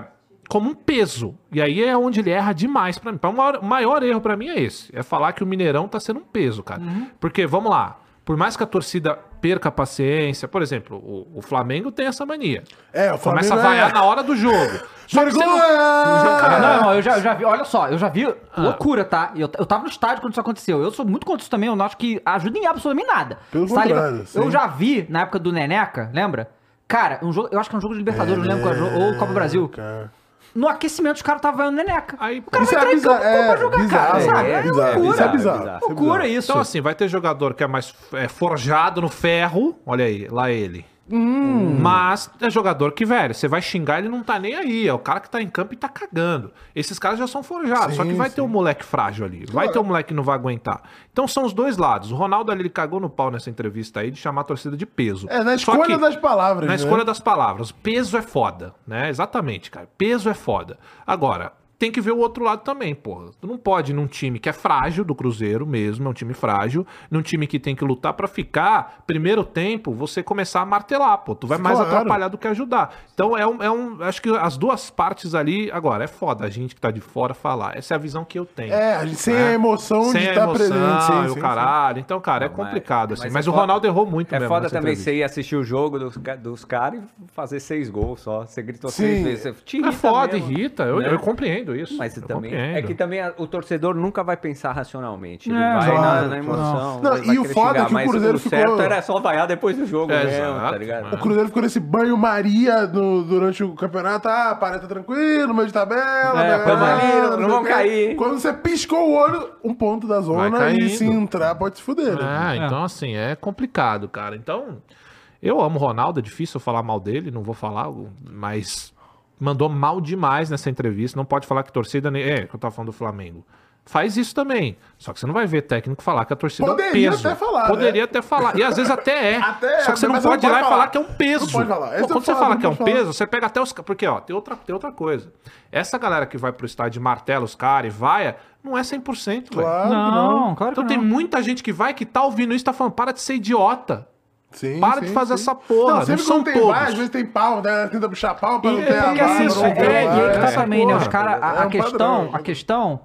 D: como um peso. E aí é onde ele erra demais pra mim. O maior, o maior erro pra mim é esse. É falar que o Mineirão tá sendo um peso, cara.
B: Uhum.
D: Porque, vamos lá, por mais que a torcida perca a paciência, por exemplo, o, o Flamengo tem essa mania.
B: É, o Flamengo
D: Começa a vaiar na hora do jogo. Só que você não-
A: Cara,
B: Vergonha!
A: não, não, eu já, eu já vi, olha só, eu já vi
B: Ah.
A: loucura, tá? Eu, eu tava no estádio quando isso aconteceu. Eu sou muito contra isso também, eu não acho que ajuda em absolutamente nada.
B: Pelo
A: Sabe, tipo,
B: contrário,
A: eu,
B: sim.
A: já vi na é época do Neneca, lembra? Cara, um jogo, eu acho que é um jogo de Libertadores, não lembro qual é o jogo, ou Copa do Brasil.
B: É. Cara.
A: No aquecimento, os caras estavam ganhando neneca.
D: Aí,
A: o cara
D: isso
A: vai
D: é
A: entrar em
B: bizarro,
A: campo pô, pra
B: é,
A: jogar, cara,
B: bizarro,
A: sabe?
C: é,
A: É,
B: bizarro,
A: loucura.
B: isso é bizarro.
C: bizarro.
A: Loucura isso.
D: Então, assim, vai ter jogador que é mais é, forjado no ferro. Olha aí, lá ele.
B: Hum.
D: Mas é jogador que, velho, você vai xingar, ele não tá nem aí. É o cara que tá em campo e tá cagando. Esses caras já são forjados, só que vai ter um moleque frágil ali. Vai ter um moleque que não vai aguentar. Então são os dois lados. O Ronaldo ali, ele cagou no pau nessa entrevista aí de chamar a torcida de peso.
B: É, na
D: Só
B: escolha
D: que-
B: das palavras,
D: na
B: né?
D: escolha das palavras. Peso é foda, né? Exatamente, cara. Peso é foda. Agora, tem que ver o outro lado também, porra. Tu não pode num time que é frágil, do Cruzeiro mesmo, é um time frágil, num time que tem que lutar pra ficar, primeiro tempo, você começar a martelar, pô. Tu vai mais
B: Claro.
D: atrapalhar do que ajudar. Então é um, é um. Acho que as duas partes ali. Agora, é foda a gente que tá de fora falar. Essa é a visão que eu tenho.
B: É, a gente- sem
D: né?
B: a emoção de
D: Sem a
B: estar
D: emoção
B: presente. Sim,
D: e
B: sim,
D: o
B: sim.
D: caralho. Então, cara, é
C: Não, mas-
D: complicado, assim.
C: mas
D: Mas,
C: é
D: o
C: foda.
D: Ronaldo errou muito
C: É
D: mesmo
C: foda
D: nessa
C: também
D: entrevista.
C: você ir assistir o jogo dos, ca- dos caras e fazer seis gols só. Você gritou
B: Sim.
C: seis vezes. Você te
D: É
C: irrita
D: foda,
C: mesmo.
D: irrita. Eu,
C: Né?
D: eu compreendo isso.
C: Mas
D: eu
C: também.
D: compreendo.
C: É que também a- o torcedor nunca vai pensar racionalmente. Ele
A: É,
C: vai
B: claro,
C: na- na,
B: claro.
C: emoção.
B: Não,
C: vai- vai
B: e o
C: querer
B: foda é que o
C: mas
B: Cruzeiro
C: o certo
B: ficou-
C: era só vaiar depois do jogo
D: É,
C: mesmo, tá
D: exato,
B: O
D: mano.
C: ligado?
B: Cruzeiro ficou nesse banho-maria no- durante o campeonato. Ah, pareta tranquilo, meio de tabela.
C: É,
B: blá,
C: foi
B: blá,
C: maneiro,
B: sei
C: não
B: o
C: vão
B: quê.
C: cair.
B: Quando você piscou o olho, um ponto da zona e
D: caindo.
B: se entrar, pode se fuder. né?
D: É, então assim, é complicado, cara. Então, eu amo o Ronaldo, é difícil eu falar mal dele, não vou falar, mas mandou mal demais nessa entrevista. Não pode falar que torcida. ne- É, que eu tava falando do Flamengo. Faz isso também. Só que você não vai ver técnico falar que a torcida é um
B: Poderia
D: peso.
B: até falar, né?
D: Poderia até falar. E às vezes até é.
B: Até é,
D: Só que você não
B: mas você não
D: pode ir lá
B: pode
D: e
B: falar.
D: falar que é um peso.
B: Não pode falar. Esse
D: Pô,
B: eu
D: quando você
B: falo,
D: fala
B: não
D: que é um
B: pode falar.
D: peso, você pega até os. ca- Porque, ó, tem outra, tem outra coisa. Essa galera que vai pro estádio e martela os caras e vaia, não é 100%, velho.
B: Claro que
A: Não, claro que
D: Então tem
A: não.
D: muita gente que vai que tá ouvindo isso e tá falando, para de ser idiota.
B: Sim,
D: Para de fazer essa porra, não
B: sempre
D: são
B: quando tem
D: todos.
B: vai, às vezes tem pau, né? Tenta puxar pau pra não
D: E-
B: ter a
D: porque
B: barra,
D: assim,
B: não
D: isso
A: é,
B: ter a
A: e aí que tá
B: barra.
D: essa
A: também, né? Os
D: porra.
A: cara, a, a
B: É um
A: questão,
B: padrão.
A: a questão,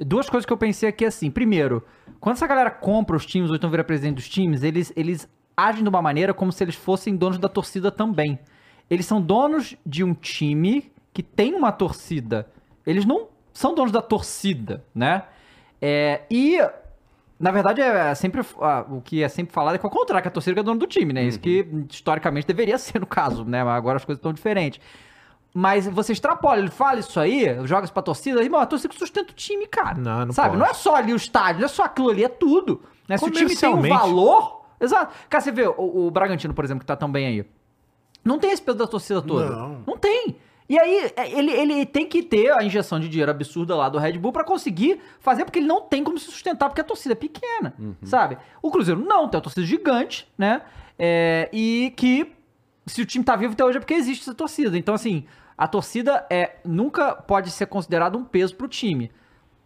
A: duas coisas que eu pensei aqui assim. Primeiro, quando essa galera compra os times ou então vira presidente dos times, eles, eles agem de uma maneira como se eles fossem donos da torcida também. Eles são donos de um time que tem uma torcida. Eles não são donos da torcida, né? É, e na verdade, é sempre ah, o que é sempre falado é que ao contrário, que a torcida é dona do time, né? Isso
D: Uhum.
A: que historicamente deveria ser no caso, né? Mas agora as coisas estão diferentes. Mas você extrapola, ele fala isso aí, joga isso pra torcida, irmão, a torcida que sustenta o time, cara.
D: Não, não
A: Sabe?
D: pode.
A: Não é só ali o estádio, não é só aquilo ali, é tudo. Né? Se o time tem um
D: Comercialmente.
A: valor. Exato. Cara, você vê o, o Bragantino, por exemplo, que tá tão bem aí. Não tem esse peso da torcida toda.
B: Não.
A: Não, tem. E aí, é, ele, ele tem que ter a injeção de dinheiro absurda lá do Red Bull pra conseguir fazer, porque ele não tem como se sustentar, porque a torcida é pequena, sabe? O Cruzeiro não, tem uma torcida gigante, né? É, e que, se o time tá vivo até hoje, é porque existe essa torcida. Então, assim, a torcida é nunca pode ser considerada um peso pro time.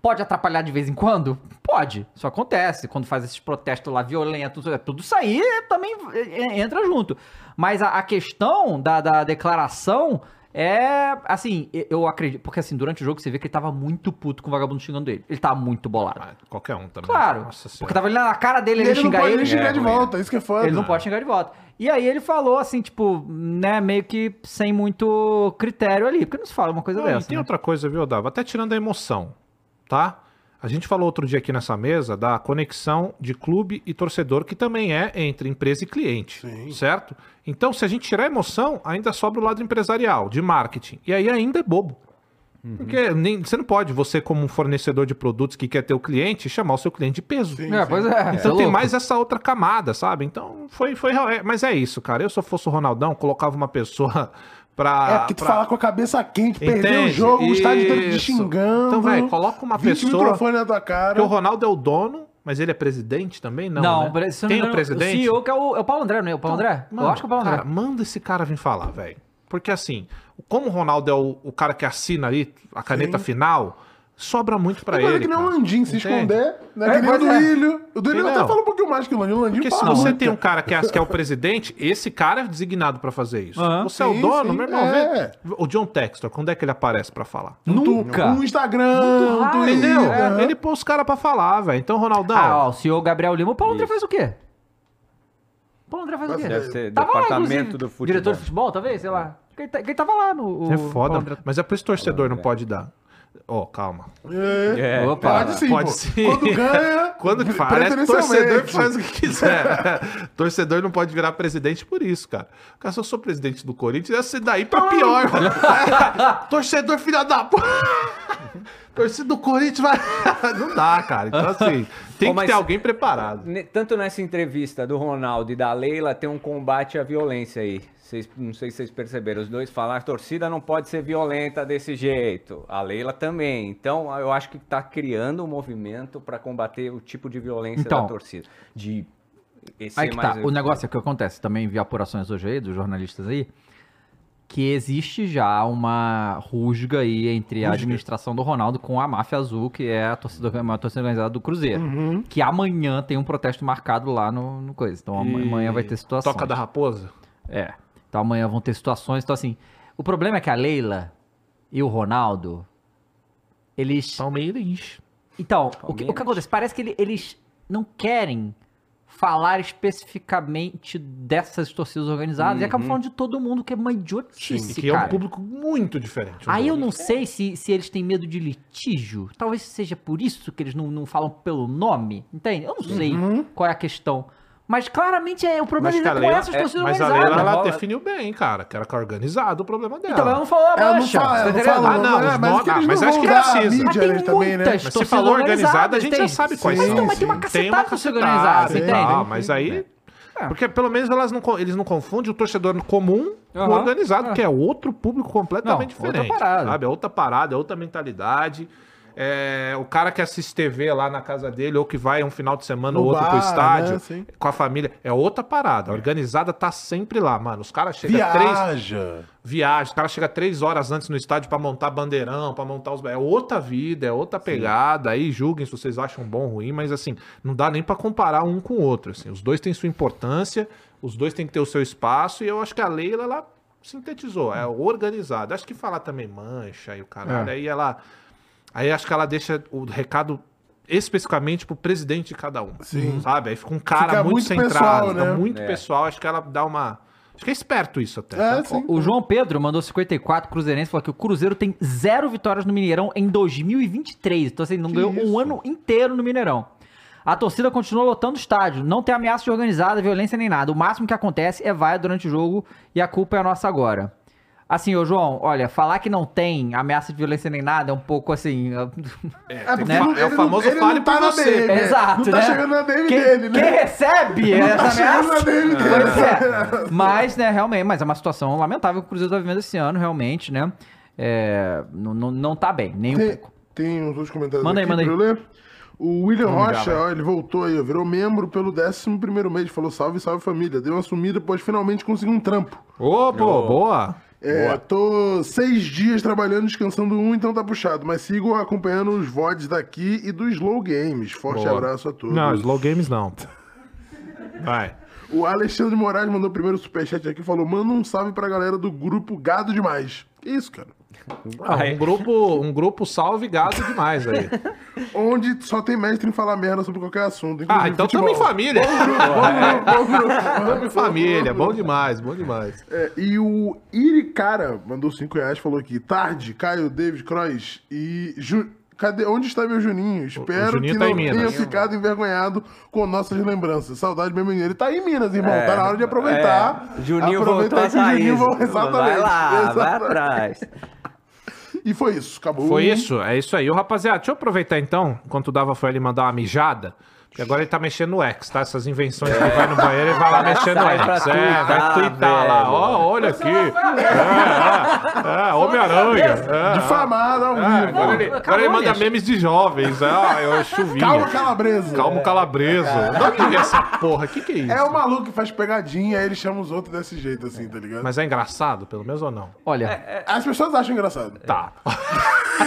A: Pode atrapalhar de vez em quando? Pode. Isso acontece. Quando faz esses protestos lá violentos, é, tudo isso aí também é, entra junto. Mas a, a questão da, da declaração é. Assim, e- eu acredito. Porque assim, durante o jogo você vê que ele tava muito puto com o vagabundo xingando ele. Ele tava muito bolado.
D: Ah, Qualquer um também.
A: Claro.
D: Nossa
A: porque
D: senhora.
A: tava ali na cara dele,
B: E
A: ele,
B: ele não
A: xingar
B: pode
A: ele.
B: nem xingar
C: É,
B: de
C: ruim.
B: volta, isso que é foda.
A: Ele não pode chegar de volta. E aí ele falou assim, tipo, né, meio que sem muito critério ali, porque não se fala uma coisa
D: Não, e
A: dessa.
D: tem
A: né?
D: outra coisa, viu, Dava? Até tirando a emoção, tá? A gente falou outro dia aqui nessa mesa da conexão de clube e torcedor, que também é entre empresa e cliente, certo? Então, se a gente tirar a emoção, ainda sobra o lado empresarial, de marketing. E aí ainda é bobo. Porque nem, você não pode, você como um fornecedor de produtos que quer ter o cliente, chamar o seu cliente de peso.
B: Sim,
A: É,
B: sim.
A: pois é. isso é
D: Então tem
A: louco.
D: mais essa outra camada, sabe? Então foi, foi, é, mas é isso, cara. Eu se eu fosse o Ronaldão, colocava uma pessoa pra.
B: É, porque tu
D: Ah, pra-
B: fala com a cabeça quente, perdeu o
D: Entende?
B: jogo, o estádio todo te
D: Isso.
B: xingando.
D: Então, velho, coloca uma
B: 20
D: pessoa-
B: microfone na tua cara.
D: Porque o Ronaldo é o dono, mas ele é presidente também? Não.
A: Não,
D: né?
A: pre- se eu não
D: Tem
A: me
D: o
A: engano,
D: presidente? Então,
A: O CEO que é o, é o Paulo André, não é? O Paulo André?
D: Mano,
A: eu acho que é o Paulo
D: cara,
A: André.
D: manda esse cara vir falar, velho. Porque assim, como o Ronaldo é o, o cara que assina ali a caneta final, sobra muito pra
B: Mas é
D: ele.
B: que nem o
D: cara.
B: Landim se
D: Entende?
B: esconder, né?
A: É,
B: que nem o
A: pois é.
B: Duílio. O Duílio até
D: Entendeu?
B: fala um pouquinho mais que o Landim. O Landim
D: Porque se
B: fala
D: você
B: muito.
D: tem um cara que é, que é o presidente, esse cara é designado pra fazer isso.
A: Aham.
D: Você é o
B: Sim,
D: dono,
B: sim,
D: meu irmão.
B: é.
D: vê- O John Textor, quando é que ele aparece pra falar?
A: Nunca.
B: No Instagram, né? no
A: raro,
B: Twitter.
D: Entendeu? É,
B: aham.
D: Ele pôs os caras pra falar, velho. Então, Ronaldão.
A: Ah, ó, o CEO Gabriel Lima, o Paulo André faz o quê? O Paulo André faz o
B: Mas
A: quê?
B: deve
C: ser
A: Tava lá,
C: departamento
A: inclusive,
C: do futebol.
A: Diretor de futebol, talvez, sei lá. Quem, tá- quem tava lá no. o
D: É
A: Paulo
D: foda,
A: André.
D: mas é por isso que o torcedor não pode dar. Ó, calma.
B: É.
C: É,
A: Opa.
B: Pode sim,
D: Pode
B: pô.
D: sim.
B: Quando ganha,
D: Quando que fala, é
B: preferencialmente.
D: torcedor que faz o que quiser. torcedor não pode virar presidente por isso, cara. Cara, se eu sou presidente do Corinthians, ia ser daí pra pior. mano. torcedor, filha da p. Torcida do Corinthians vai. não dá, cara. Então, assim, tem
C: Ô,
D: que
C: mas-
D: ter alguém preparado.
C: Ne- Tanto nessa entrevista do Ronaldo e da Leila tem um combate à violência aí. Vocês- não sei se vocês perceberam, os dois falaram a torcida não pode ser violenta desse jeito. A Leila também. Então eu acho que tá criando um movimento para combater o tipo de violência
A: Então.
C: da torcida. De esse
A: Aí que tá. O negócio é que acontece, também vi apurações hoje aí, dos jornalistas aí, que existe já uma rusga aí entre a administração do Ronaldo com a máfia azul, que é a torcida, a maior torcida organizada do Cruzeiro. Que amanhã tem um protesto marcado lá no, no coisa. Então ama- amanhã vai ter situação.
D: Toca da raposa?
A: É. Então amanhã vão ter situações. Então, assim, o problema é que a Leila e o Ronaldo, eles.
D: Palmeiras.
A: Então, o que, o que
C: Palmeiras.
A: acontece? Parece que ele- eles não querem falar especificamente dessas torcidas organizadas e acabam falando de todo mundo, que é uma idiotice,
D: Uhum. Sim, que é
A: cara.
D: um público muito diferente. né?
A: Aí eu não sei se, se eles têm medo de litígio. Talvez seja por isso que eles não, não falam pelo nome, entende? Eu não sei qual é a questão. Mas claramente é o problema
D: Uhum. Mas,
A: deles é
D: cara,
A: com
D: Leila-
A: essas
C: é-
A: torcidas
D: Mas a
A: organizadas.
D: Leila, ela
C: Rola-
D: definiu bem, cara, que era organizado o problema dela.
A: Então, ela não falou a
B: Ela não
A: mancha,
B: fala,
A: tá
B: ela não
A: entendendo?
B: fala, né?
D: Ah, não, os
B: mas,
D: nomes-
B: que eles
D: mas
B: não
D: acho
B: vão
D: que
B: dar a
D: precisa.
B: mídia
A: Mas tem
B: eles também, né?
A: muitas
D: Mas se
A: torcidas
D: falou organizada, a gente já
A: organizadas,
D: sabe quais
A: Mas
D: são.
A: então, mas tem uma
D: sim.
A: cacetada de torcida organizada,
D: cacetada e
A: entende? É.
D: tal, Mas aí. Porque pelo menos elas não, co- eles não confundem o torcedor comum com
A: Aham.
D: o organizado, que é outro público completamente
A: Não, outra
D: diferente.
A: parada.
D: Sabe? É outra parada, é outra mentalidade. É, o cara que assiste TV lá na casa dele, ou que vai um final de semana ou
B: No
D: outro pro
B: bar,
D: estádio,
B: né, sim.
D: com a família, é outra parada. A organizada tá sempre lá, mano. Os caras chegam três,
B: Viaja.
D: viagem, o cara chega três horas antes no estádio pra montar bandeirão, pra montar os. É outra vida, é outra pegada. Aí julguem se vocês acham bom ou ruim, mas assim, não dá nem pra comparar um com o outro. Assim. Os dois têm sua importância, os dois têm que ter o seu espaço, e eu acho que a Leila, ela sintetizou, é organizada. Acho que falar também mancha e o caralho,
B: É.
D: aí ela. Aí acho que ela deixa o recado especificamente pro presidente de cada um.
B: Sim.
D: Sabe? Aí fica um cara
B: Fica
D: muito,
B: muito
D: centrado,
B: pessoal,
D: fica
B: né?
D: muito
C: É.
D: pessoal. Acho que ela dá uma. Acho que é né? esperto isso até. tá?
B: É,
D: sabe?
B: sim.
A: O João Pedro mandou 54 Cruzeirense falou que o Cruzeiro tem zero vitórias no Mineirão em 2023. Então, assim, não
B: Que
A: ganhou um
B: isso?
A: ano inteiro no Mineirão. A torcida continua lotando o estádio. Não tem ameaça de organizada, violência nem nada. O máximo que acontece é vaia durante o jogo e a culpa é nossa agora. Assim, ô João, olha, falar que não tem ameaça de violência nem nada é um pouco assim.
B: É, porque
A: né?
B: ele-
D: É o
B: ele
D: famoso
B: não- ele não
D: fale por
B: tá na
D: você.
B: DM, né?
A: Exato,
B: Não tá
A: né?
B: chegando na DM
A: quem,
B: dele, né?
A: quem recebe
B: Não tá
A: essa
B: chegando na
A: ameaça?
B: DM dele.
A: Pois é. Mas, né, realmente, mas é uma situação lamentável que o Cruzeiro tá vivendo esse ano, realmente, né? É, não, não, não tá bem, nem um
B: Tem,
A: pouco.
B: tem uns outros comentários
A: Manda aí,
B: aqui
A: manda aí.
B: pra eu ler. O William
D: ligar,
B: Rocha,
D: vai.
B: ó, ele voltou aí, ó, virou membro pelo 11 primeiro mês, falou salve, salve família. Deu uma sumida, pois finalmente consegui um trampo.
D: Ô, pô, boa.
B: É, tô seis dias trabalhando, descansando um, então tá puxado. Mas sigo acompanhando os VODs daqui e do Slow Games. Forte
D: Boa.
B: abraço a todos.
D: Não, Slow Games não. Vai.
B: O Alexandre Moraes mandou o primeiro superchat aqui e falou: manda um salve pra galera do grupo Gado Demais. Que isso, cara?
D: Ah, um, grupo, um grupo salve gado demais aí.
B: Onde só tem mestre em falar merda sobre qualquer assunto.
D: Ah,
B: inclusive
D: então
B: futebol.
D: tamo em família.
B: Bom grupo, bom
D: Tamo em
B: grupo.
D: família. Bom demais, bom demais.
B: É, e o Iricara mandou 5 reais, falou aqui, tarde, Caio, David, Croix e... Ju... Cadê? Onde está meu Juninho? Espero
D: Juninho
B: que
D: tá
B: não
D: em
B: tenha
D: Minas.
B: ficado envergonhado com nossas lembranças. Saudade, meu menino. Ele tá em Minas, irmão. tá na hora de aproveitar.
C: É, Juninho
B: Aproveita
C: voltou
B: aí
C: a
B: que o
C: sair.
B: Juninho voltou-
C: Vai
B: Exatamente.
C: lá, vai
B: exatamente.
C: atrás.
B: E foi isso. Acabou.
D: Foi isso, é isso aí. Ô, rapaziada, deixa eu aproveitar então, enquanto dava foi ele mandar uma mijada. Porque agora ele tá mexendo no X, tá? Essas invenções que vai no banheiro e vai lá mexendo no
C: Sai pra
D: X. É, vai
C: twittar,
D: twittar lá.
C: velho.
D: Ó, olha aqui. É, é, é, Homem-Aranha. É,
B: Difamado ao
D: É,
B: vivo.
D: agora ele, agora ele manda memes de jovens. Ah, eu chuvinha.
B: Calma,
D: Calma,
B: calabresa.
D: calabreso. Não que vem essa porra. Que que é isso?
B: É o maluco que faz pegadinha, aí ele chama os outros desse jeito, assim, tá ligado?
D: Mas é engraçado, pelo menos ou não?
A: Olha,
D: É,
B: As pessoas acham engraçado.
D: Tá.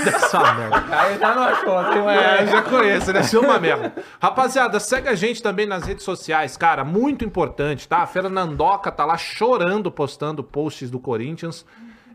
D: Dessa merda.
C: Aí
A: tá
C: já não achou, assim, mas...
D: É, eu já conheço, né? Seu uma merda. Rapaziada, segue a gente também nas redes sociais, cara. Muito importante, tá? A Fernandoca tá lá chorando, postando posts do Corinthians.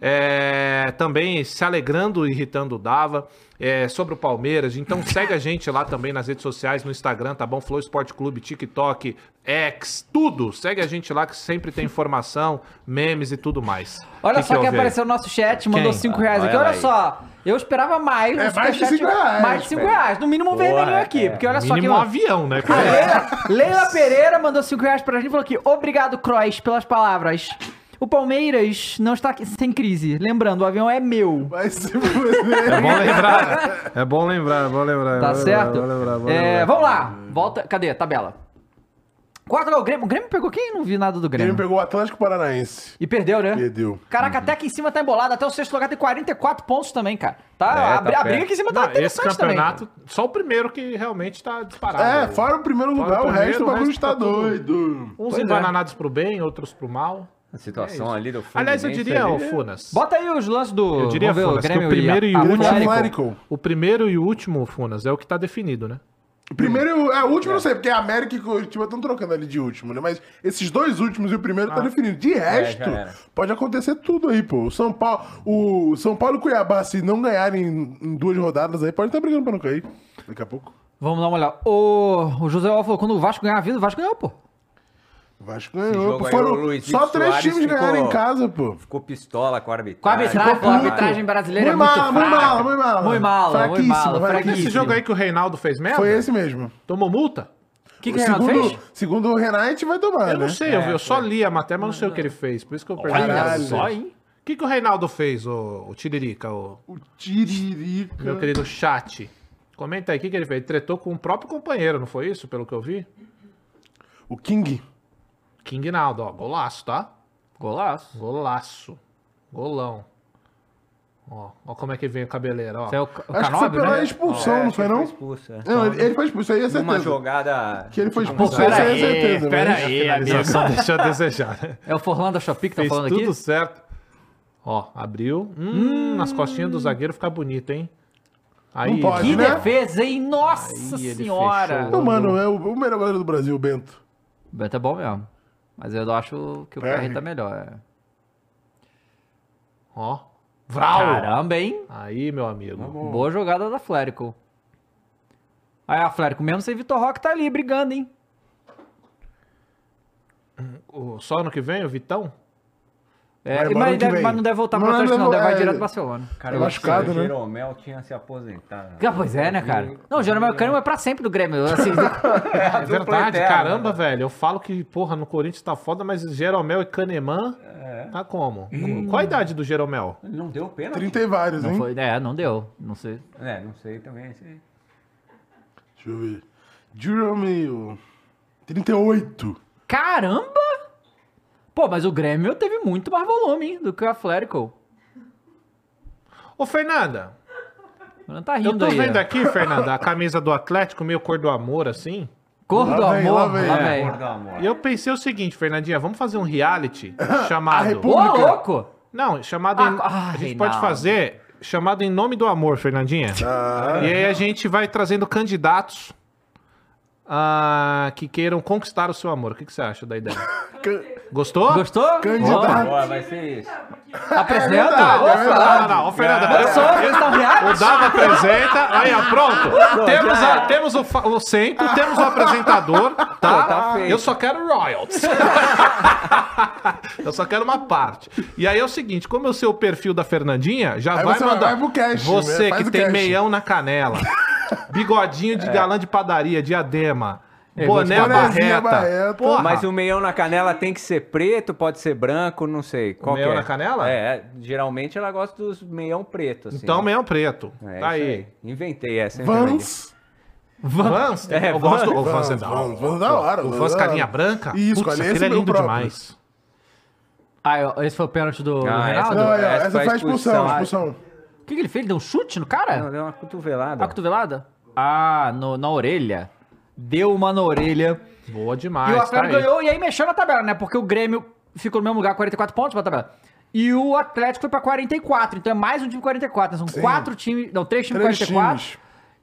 D: é, também se alegrando e irritando o Dava, é, sobre o Palmeiras. Então segue a gente lá também nas redes sociais, no Instagram, tá bom? Flow Esporte Clube, TikTok, X, tudo. Segue a gente lá que sempre tem informação, memes e tudo mais.
A: Olha
D: Que
A: só
D: que
A: quem
D: houve aí?
A: apareceu no nosso chat, mandou
D: Quem? Ah,
A: 5 reais aqui.
C: Olha
A: Olha
C: aí.
A: só, eu esperava mais.
B: É,
A: um
B: mais de
A: superchat-
B: cinco reais,
A: Mais de 5
C: velho.
A: reais. No mínimo um
C: Porra,
A: vermelhinho aqui,
C: é.
A: porque olha só quem.
D: Mínimo um avião, né?
A: A Leila, Leila Pereira mandou 5 reais pra gente e falou aqui: Obrigado, Croix, pelas palavras. O Palmeiras não está aqui sem crise. Lembrando, o avião é meu.
B: Vai se fuder.
D: É bom lembrar. É bom lembrar, é bom lembrar.
A: Tá
D: é bom
A: certo?
D: Lembrar, é bom lembrar, é bom
A: É,
D: lembrar.
A: vamos lá. Volta. Cadê? Tabela. 4 o Grêmio. O Grêmio pegou quem? Não vi nada do
B: Ele
A: Grêmio.
B: pegou o Atlético Paranaense.
A: E perdeu, né?
B: Perdeu.
A: Caraca, até aqui em cima tá embolado. Até o sexto lugar tem 44 pontos também, cara. Tá,
C: É,
A: a,
C: tá
A: bri- a
C: perto.
A: briga aqui em cima tá
D: Não, esse
A: interessante também.
D: campeonato, só o primeiro que realmente tá disparado.
B: É,
D: né?
B: fora o primeiro
D: Fora
B: lugar,
D: o
B: o,
D: primeiro,
B: resto
D: o
B: do bagulho
D: resto
B: tá
D: tá tudo-
B: doido.
D: Uns
A: Pois é.
D: enbananados pro bem, outros pro mal.
C: A
B: É
C: situação ali do fundo.
D: Aliás, eu diria, ô Funas.
A: Bota aí os lances do.
D: Eu diria,
A: vamos ver
D: Funas, que o
A: e
D: primeiro e o
A: Atlético.
B: Grêmio
D: último-
B: Atlético.
D: O primeiro e o último, Funas, é o que tá definido, né?
B: Primeiro, é o último, eu não sei, porque a América e o Curitiba estão trocando ali de último, né? Mas esses dois últimos e o primeiro tá definido. De resto,
C: Ah. É, já era.
B: pode acontecer tudo aí, pô. O São Paulo, o São Paulo e o Cuiabá, se não ganharem em duas rodadas aí, pode estar brigando pra não cair. Daqui a pouco.
A: Vamos dar uma olhada. O, o José Alves falou: quando o Vasco ganhar a vida, o Vasco ganhou, pô.
B: O Vasco
C: Esse
B: ganhou.
C: jogo
B: pô.
C: aí, o
B: Foram
C: Luiz
B: só
C: Felipe
B: três
C: Soares
B: times ganharam
C: ficou-
B: em casa, pô.
C: Ficou pistola com a arbitragem.
A: Com a arbitragem,
B: puto.
A: a arbitragem brasileira
B: muito
A: é muito
B: mala, muito
A: fraca.
B: mala, muito mala.
A: Muito mala, muito
B: Fraquíssimo,
A: mala,
B: fraquíssimo.
A: fraquíssimo.
D: Esse jogo aí que o Reinaldo fez merda?
B: Foi esse mesmo.
D: Tomou multa?
A: O que, que o Renato
B: Segundo,
A: fez?
B: segundo o Renan, a gente vai tomar,
D: Eu
B: né?
D: não sei,
A: É,
D: eu, eu só li a matéria, mas não sei o que ele fez. Por isso que eu perguntei.
B: Olha
D: só, hein? O que, que o Reinaldo fez, o, o Tiririca, o
B: O Tiririca.
D: meu querido chat? Comenta aí, o que, que ele fez? Ele tretou com o próprio companheiro, não foi isso? Pelo que eu vi?
B: O King.
D: King Naldo, ó, golaço, tá?
A: Golaço.
D: Golaço. Golão. Ó, ó como é que vem a cabeleira, ó.
A: Isso é o, ca- o
B: Acho que foi
A: Canobi,
B: pela
A: né?
C: É,
B: expulsão, não foi não?
C: Expulso, é.
B: Não, ele, ele foi expulso, aí é
C: Numa
B: certeza.
C: jogada.
B: Que ele foi
A: Pô,
B: expulso,
A: pera
B: isso aí é
A: aí,
B: certeza.
A: pera
B: mas-
A: aí, amigo.
D: Finalização deixou a desejar. né?
A: É o Forlan da Shopee que tá
D: Fez
A: falando
D: tudo
A: aqui?
D: certo. Ó, abriu. Hum, nas costinhas do zagueiro fica bonito, hein? Aí,
B: Não pode,
A: Que
B: né?
A: defesa, hein? Nossa
D: Aí ele
A: senhora!
D: fechou.
B: Não, mano, é o, o melhor goleiro do Brasil, o Bento.
A: Bento é bom mesmo. Mas eu acho que o
B: É.
A: PR tá melhor. é.
D: Ó. Vral!
A: Caramba, hein?
D: Aí, meu amigo.
A: Boa jogada da Flérico. Aí a Flérico, mesmo sem Vitor Roque, tá ali brigando, hein?
D: O- só ano que vem, o Vitão?
A: É,
B: Vai embora
A: mas,
B: ano que
A: deve-
B: vem.
A: mas não deve voltar pro
B: Não,
A: Atlético, não.
B: não,
A: Deve vai
B: é-
A: direto pro Barcelona.
C: Cara,
B: É
C: eu
B: machucado,
C: achei que
B: né?
C: O Jeromel tinha se aposentado.
A: Ah, pois é, né, cara? Não, o Jeromel Cânimo é pra sempre do Grêmio. assim,
D: É
C: dupla
D: verdade,
C: eterna,
D: caramba,
C: né?
D: velho. Eu falo que, porra, no Corinthians tá foda, mas Jeromel e Caneman tá como? Qual a idade do Jeromel?
C: Ele Não deu pena.
B: 30 e vários,
A: não
B: hein?
A: foi, é, não deu. Não sei.
C: É, não sei também. sei.
B: Deixa eu ver. Jerome. 38.
A: Caramba! Pô, mas o Grêmio teve muito mais volume, hein, do que o Atlético.
D: Ô, Fernanda,
A: Não tá
D: eu
A: rindo
D: tô
A: aí.
D: vendo
A: ó.
D: aqui, Fernanda, a camisa do Atlético, meio cor do amor, assim.
A: Cor do
B: Lá vem,
A: amor,
B: lá
A: lá
B: vem.
A: vem.
B: É,
C: Cor do amor.
D: E eu pensei o seguinte, Fernandinha, vamos fazer um reality
B: A
D: chamado...
B: República-
A: Ô, louco!
D: Não, chamado.
A: Ah,
D: em-
A: ah,
D: a gente
A: Reinaldo.
D: pode fazer chamado em nome do amor, Fernandinha.
B: Ah.
D: E aí a gente vai trazendo candidatos ah, que queiram conquistar o seu amor. O que, que você acha da ideia? Gostou?
A: Gostou?
B: Candidato.
C: Agora vai ser isso.
A: Ó, Apresenta?
B: verdade,
A: Ô,
B: é
D: Não,
A: Fernando.
D: não, não. Ô, Ah, Fernanda,
A: Olha
D: peraí.
A: só, eles estão
D: O
A: reais.
D: Dava apresenta. Aí, ó, pronto. Temos, a- temos o, fa- o centro, temos o apresentador, tá?
C: tá feito.
D: eu só quero royalties. eu só quero uma parte. E aí é o seguinte, como eu sei o perfil da Fernandinha, já
B: Aí
D: vai
B: você
D: mandar.
B: vai pro cast,
D: você
B: né? Faz o
D: que
B: É.
D: tem
B: cast.
D: meião na canela, bigodinho de galã de padaria, diadema, boné
B: vou te- Bonézinho,
D: barreta.
B: barreta.
D: Porra,
C: É, Mas o meião na canela tem que ser preto, pode ser branco, não sei. Qual
D: meião
C: que é?
D: na canela?
C: É, geralmente ela gosta dos meião preto, assim.
D: então meião preto.
C: É
D: tá
C: isso
D: aí.
C: Inventei essa. hein,
B: Vans.
D: Vans?
C: É,
D: eu gosto do
C: Vans,
D: o Vans é da hora.
B: Vans, Vans da hora.
D: O
B: Vans
D: Vans
B: da hora.
D: carinha branca?
B: Isso,
D: Putz,
B: olha,
D: aquele
B: esse
D: é
B: meu
D: lindo
B: próprio.
D: demais.
A: Aí, ó, Ah, esse foi o pênalti do, do
C: Ah,
A: Reinaldo.
B: Não, é, ó,
C: Essa
B: essa foi
C: foi
B: a expulsão,
C: expulsão.
B: expulsão.
A: O que, que ele fez? Ele deu um chute no
C: Fernandinho?
A: cara?
C: Não, deu uma cotovelada.
A: A cotovelada? Ah, no, na orelha. Deu uma na orelha. Ah,
D: Boa
A: e
D: demais.
A: o
D: tá
A: Atlético
D: aí.
A: ganhou e aí mexeu na tabela, né? Porque o Grêmio ficou no mesmo lugar, 44 pontos pra tabela. E o Atlético foi pra 44, então é mais um time 44. né? São quatro times, não, três times
B: Três
A: 44.
B: times.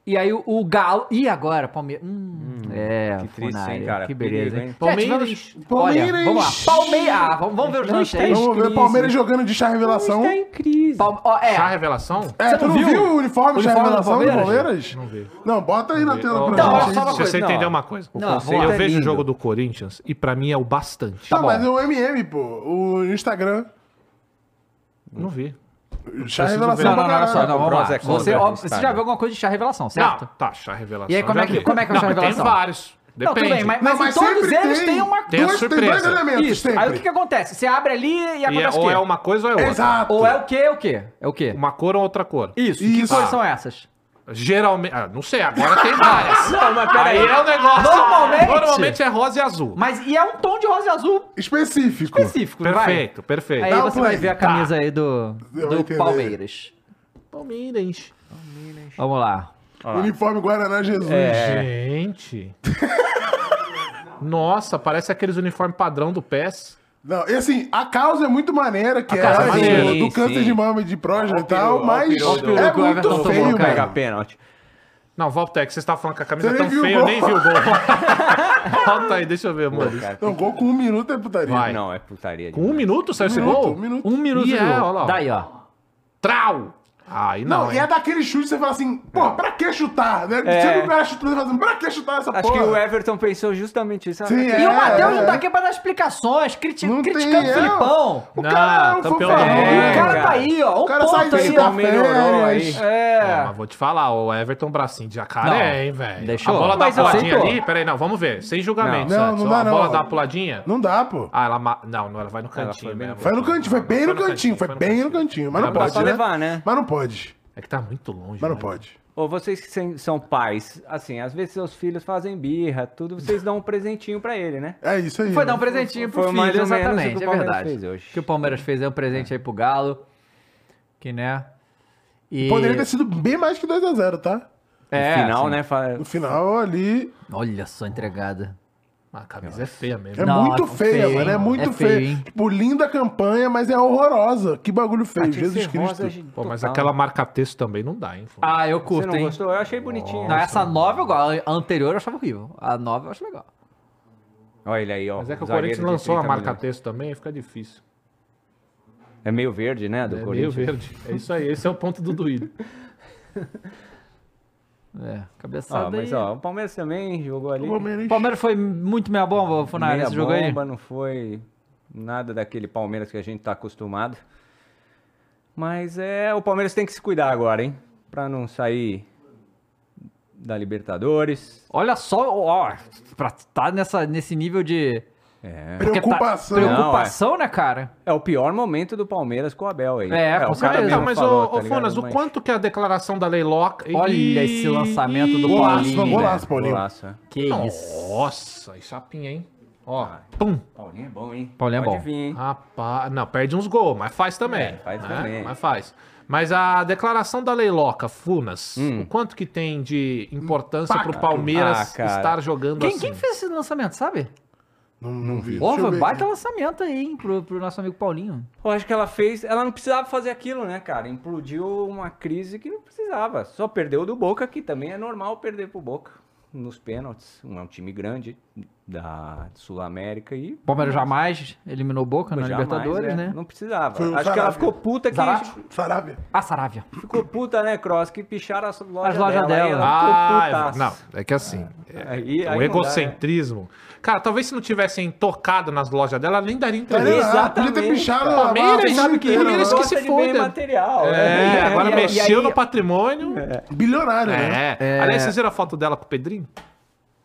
A: E aí o, o Galo. E agora, Palmeiras? Hum, é,
C: que triste,
A: Funari,
C: hein, cara?
A: Que beleza, hein?
D: Palmeiras.
A: Gente, vamos- Olha, vamos lá. Palmeiras. Ah, vamos, vamos ver os lances aí.
B: Vamos ver o Palmeiras jogando de chá revelação.
C: Está em crise.
A: Palme- ó,
D: Chá
A: é,
D: Tá revelação?
B: É, tu não viu, o uniforme de chá
A: Uniforme do
B: revelação do
A: Palmeiras?
B: Palmeiras?
D: Não vi.
B: Não, bota aí na tela pra
A: Não, tá
B: gente.
A: só
B: Tá
A: uma
D: Se
A: coisa,
D: você
C: não.
D: entender uma coisa.
A: Não,
D: Eu
A: conceito
C: é
D: vejo o
C: lindo.
D: jogo do Corinthians e pra mim é o
A: Tá
D: bastante.
B: Não, mas é o MM, pô. O Instagram.
D: Não vi.
B: Chá
D: Preciso
B: revelação
D: ver.
A: Não,
B: pra
A: não, não, olha só,
B: caralho.
A: não, vamos lá.
C: Bronze é contra,
A: Você, ó,
C: Instagram.
A: você já viu alguma coisa de chá revelação, certo?
D: Não, tá, chá revelação.
A: E aí, como
D: já
A: é que-
D: vi.
A: como é que é o
D: Não,
A: chá
D: mas
A: revelação?
D: Tem vários.
A: Não,
D: Depende.
A: tudo bem, mas,
B: Não,
A: mas
B: mas
A: em todos
B: sempre
A: eles tem,
B: tem.
A: uma
D: Tem a
B: Dois- tem
D: surpresa.
B: dois elementos,
A: Isso.
B: sempre.
A: Aí o que, que acontece? Você abre ali e
D: E é-
A: acontece o
D: ou
A: quê?
D: é uma coisa ou é outra.
B: Exato.
A: Ou é o quê? O quê? É o quê?
D: Uma cor ou outra cor.
A: Isso. Que
B: Isso.
A: cores são essas?
D: Geralmente. Ah, não sei, agora tem várias.
C: Não, mas
D: Aí
C: peraí.
D: é o negócio.
A: Normalmente-
D: Normalmente é rosa e azul.
A: Mas e é um tom de rosa e azul
B: Específico.
A: específico, não vai?
D: Perfeito, perfeito.
A: Aí
B: Dá o
A: você vai
B: play.
A: ver a camisa aí do,
B: Eu
A: do
B: entendi.
A: Palmeiras.
D: Palmeiras.
A: Vamos lá.
B: Uniforme Guaraná Jesus.
A: É.
D: Gente. Nossa, parece aqueles uniformes padrão do PES.
B: Não, e assim, a causa é muito maneira, que é
D: causa é
B: essa
D: maneira.
B: do-
C: Sim,
B: do câncer
C: sim.
B: de mama e de próstata
C: Olha
B: e
C: o
B: tal,
C: peru,
B: mas
C: olha o peru
A: do
B: é
C: do-
A: Everton
B: muito
A: tomou,
B: feio,
A: cara.
C: Pega
B: velho.
C: pênalti.
D: Não, volta aí, que vocês estavam falando que a camisa
B: Você
D: é
B: nem
D: tão
B: viu o
D: feia, eu
B: gol.
D: nem vi o gol. volta aí, deixa eu ver, amor.
B: Não, gol com um minuto é putaria.
D: Vai.
C: Não, é putaria.
D: Com um minuto saiu esse
B: Minuto,
D: gol?
B: um minuto.
A: Um minuto
D: E
A: de
D: é,
A: jogo.
D: olha lá.
A: Daí, ó.
D: Trau! Aí
B: Não,
D: não,
B: e é
D: hein?
B: daquele chute que você fala assim, pô, pra que chutar? Né? Você não vai chutando, você fala assim, pra que chutar essa
C: Acho
B: porra?
C: que o Everton pensou justamente isso. Ah,
B: Sim,
A: E
B: É,
A: o Matheus
B: é.
A: não tá aqui pra dar explicação, criti
B: Não tem,
A: criticando
B: é.
A: o Filipão.
B: O
D: Não,
B: cara é um
D: campeão
B: fofarrão,
D: do
A: E
D: mundo.
B: né?
A: o cara
C: cara.
A: tá aí, ó. Um
B: O cara sai
A: ponto aí.
B: dele
C: Filipão
B: da
C: melhorou
B: férias.
C: aí.
D: É,
A: É.
D: mas vou te falar, o Everton bracinho de jacaré,
A: Não,
D: hein, velho.
A: deixou.
D: A bola
A: Mas,
D: da
A: ó,
D: puladinha
A: aceitou.
D: ali, peraí, não, vamos ver. Sem julgamento,
B: Não.
D: Santos.
B: Não, não
D: Ó,
B: dá,
D: A bola
B: não.
D: da puladinha.
B: Não dá, pô.
D: Ah, ela. ma- Não, não, ela vai no cantinho
C: foi bem-
D: mesmo.
B: Foi no cantinho, foi bem no cantinho, foi bem no cantinho. Mas não
C: Não dá
B: pode,
C: pra
B: né?
C: levar, né?
B: Mas não pode,
D: É que tá muito longe.
B: mas não
D: né?
B: pode.
C: Ou vocês que sem- são pais, assim, às vezes seus filhos fazem birra, tudo, vocês dão um presentinho pra ele, né?
B: É isso aí.
A: Foi dar
B: né?
A: um presentinho
C: Foi
A: pro
C: mais
A: filho,
C: ou menos o
A: exatamente.
C: que
A: É
C: o Palmeiras
A: verdade.
C: fez hoje.
A: O que o Palmeiras fez é um presente aí pro Galo. Que, né? E...
B: Poderia ter sido bem mais que 2x0, tá?
A: É,
C: no final,
A: assim,
C: né? Fala,
B: No final ali.
A: Olha só a entregada.
D: Ah, a camisa é feia mesmo.
B: É
A: Não,
B: muito
A: é
B: feia,
A: feio,
B: mano. É
A: hein?
B: muito
A: É feio,
B: feia.
A: hein?
B: Tipo, linda campanha, mas é horrorosa. Que bagulho feio.
C: "Ah, tinha que
B: Jesus
C: ser rosa,
B: Cristo.
C: gente,
D: Pô, mas
C: total."
D: aquela marca-texto também não dá, hein? Fô?
A: Ah, eu
C: Você
A: curto,
C: não
A: hein?
C: gostou? Eu achei bonitinho.
A: Não, essa nova eu gosto. A anterior eu achava horrível. A nova eu acho legal.
C: Olha ele aí, ó.
D: Mas é que o
C: zagueiro
D: Corinthians
C: de
D: lançou a
C: 30 milhões.
D: marca-texto também, aí fica difícil.
C: É meio verde, né? Do
D: É meio
C: Corinthians.
D: verde. É isso aí, esse é o ponto do Duílio.
A: É, cabeçada
C: Ó, mas
A: aí.
C: ó, o Palmeiras também jogou ali.
B: O Palmeiras-
A: O Palmeiras foi muito meia bomba, Funari,
C: Meia
A: nesse jogo aí.
C: bomba, não foi nada daquele Palmeiras que a gente tá acostumado. Mas é, o Palmeiras tem que se cuidar agora, hein? Pra não sair da Libertadores.
A: Olha só, ó, pra tá nessa, nesse nível de
C: É.
A: porque tá-
B: Preocupação.
A: preocupação, né, cara?
C: É o pior momento do Palmeiras com o Abel aí.
A: É, com
C: o cara
A: certeza.
C: mesmo
D: Não, mas,
C: falou,
D: ô,
C: tá
D: ô
C: ligado?
D: Fonas, o
C: Mas-
D: quanto que é a declaração da Leiloca...
A: Olha esse lançamento do
B: Golaço,
A: Paulinho.
B: golaço, Paulinho.
C: né? Golaço, é.
A: Que isso.
D: Nossa, e chapinha, hein? Ó,
C: Ah.
D: pum.
C: Paulinho é bom, hein?
A: Paulinho é
C: Pode
A: bom.
C: vir, hein?
D: Rapaz, não, perde uns gols, mas faz também. né?
C: É, faz também.
D: Mas faz. Mas a declaração da Leiloca, Funas, o quanto que tem de importância pro Palmeiras
C: Hum. Ah, cara.
D: estar jogando
A: Quem,
D: assim?
A: quem fez esse lançamento, sabe?
B: Não, não vi.
A: Pô,
B: Deixa eu
A: foi um
B: ver
A: baita
B: aqui.
A: lançamento aí, hein, pro, pro nosso amigo Paulinho.
C: Eu acho que ela fez. Ela não precisava fazer aquilo, né, cara? Implodiu uma crise que não precisava. Só perdeu do Boca, que também é normal perder pro Boca nos pênaltis. Um, é um time grande da Sul América e.
A: Palmeiras jamais eliminou Boca na
C: jamais, é.
A: Libertadores, né?
C: Não precisava.
B: Foi o
C: acho que
B: Sarabia.
C: ela ficou puta que.
A: Zarate?
B: Sarabia.
A: Ah, Saravia.
C: Ficou puta, né, Cross? Que picharam as lojas,
A: As lojas
C: dela.
A: dela.
C: e ela ficou
D: Ah, é-
C: putaça.
D: não, é que assim, é,
C: Aí- aí não
D: o
C: dá, né?
D: egocentrismo... Cara, talvez se não tivessem tocado nas lojas dela, ela nem daria entrevista.
C: Exatamente,
B: Podia ter pichado
D: cara.
B: a barra
D: Palmeiras,
B: inteira,
D: sabe que-
B: né?
D: Palmeiras que-
C: Gosta
D: se
C: de bem
D: foda.
C: material.
D: É,
C: né?
D: agora
A: e aí-
D: mexeu
A: e aí- é.
D: no patrimônio. É.
B: Bilionário, né?
D: Aliás, vocês viram a foto dela com o Pedrinho?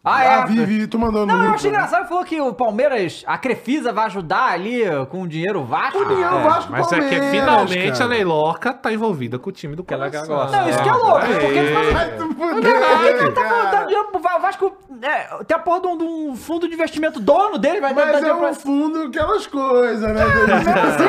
A: Ah, é.
B: Ah, vi, vi. Tu mandou no
A: Não, eu
B: grupo.
A: achei engraçado. Ele falou que o Palmeiras, a Crefisa vai ajudar ali com o dinheiro Vasco.
B: União Vasco
D: Mas é que
B: Ah, Palmeiras,
D: finalmente
B: cara.
D: a Leiloca tá envolvida com o time do
C: Que ela
D: coração.
C: gosta.
A: Não, isso que é louco, porque eles fazem
B: Vai se fuder,
A: Ele tá
B: cara.
A: falando dinheiro pro Va- Vasco. É, tem a porra de um, de um fundo de investimento dono dele, vai dar
B: Mas é
A: dinheiro
B: um
A: pra.
B: fundo aquelas coisas, né?
A: É, Mesmo assim,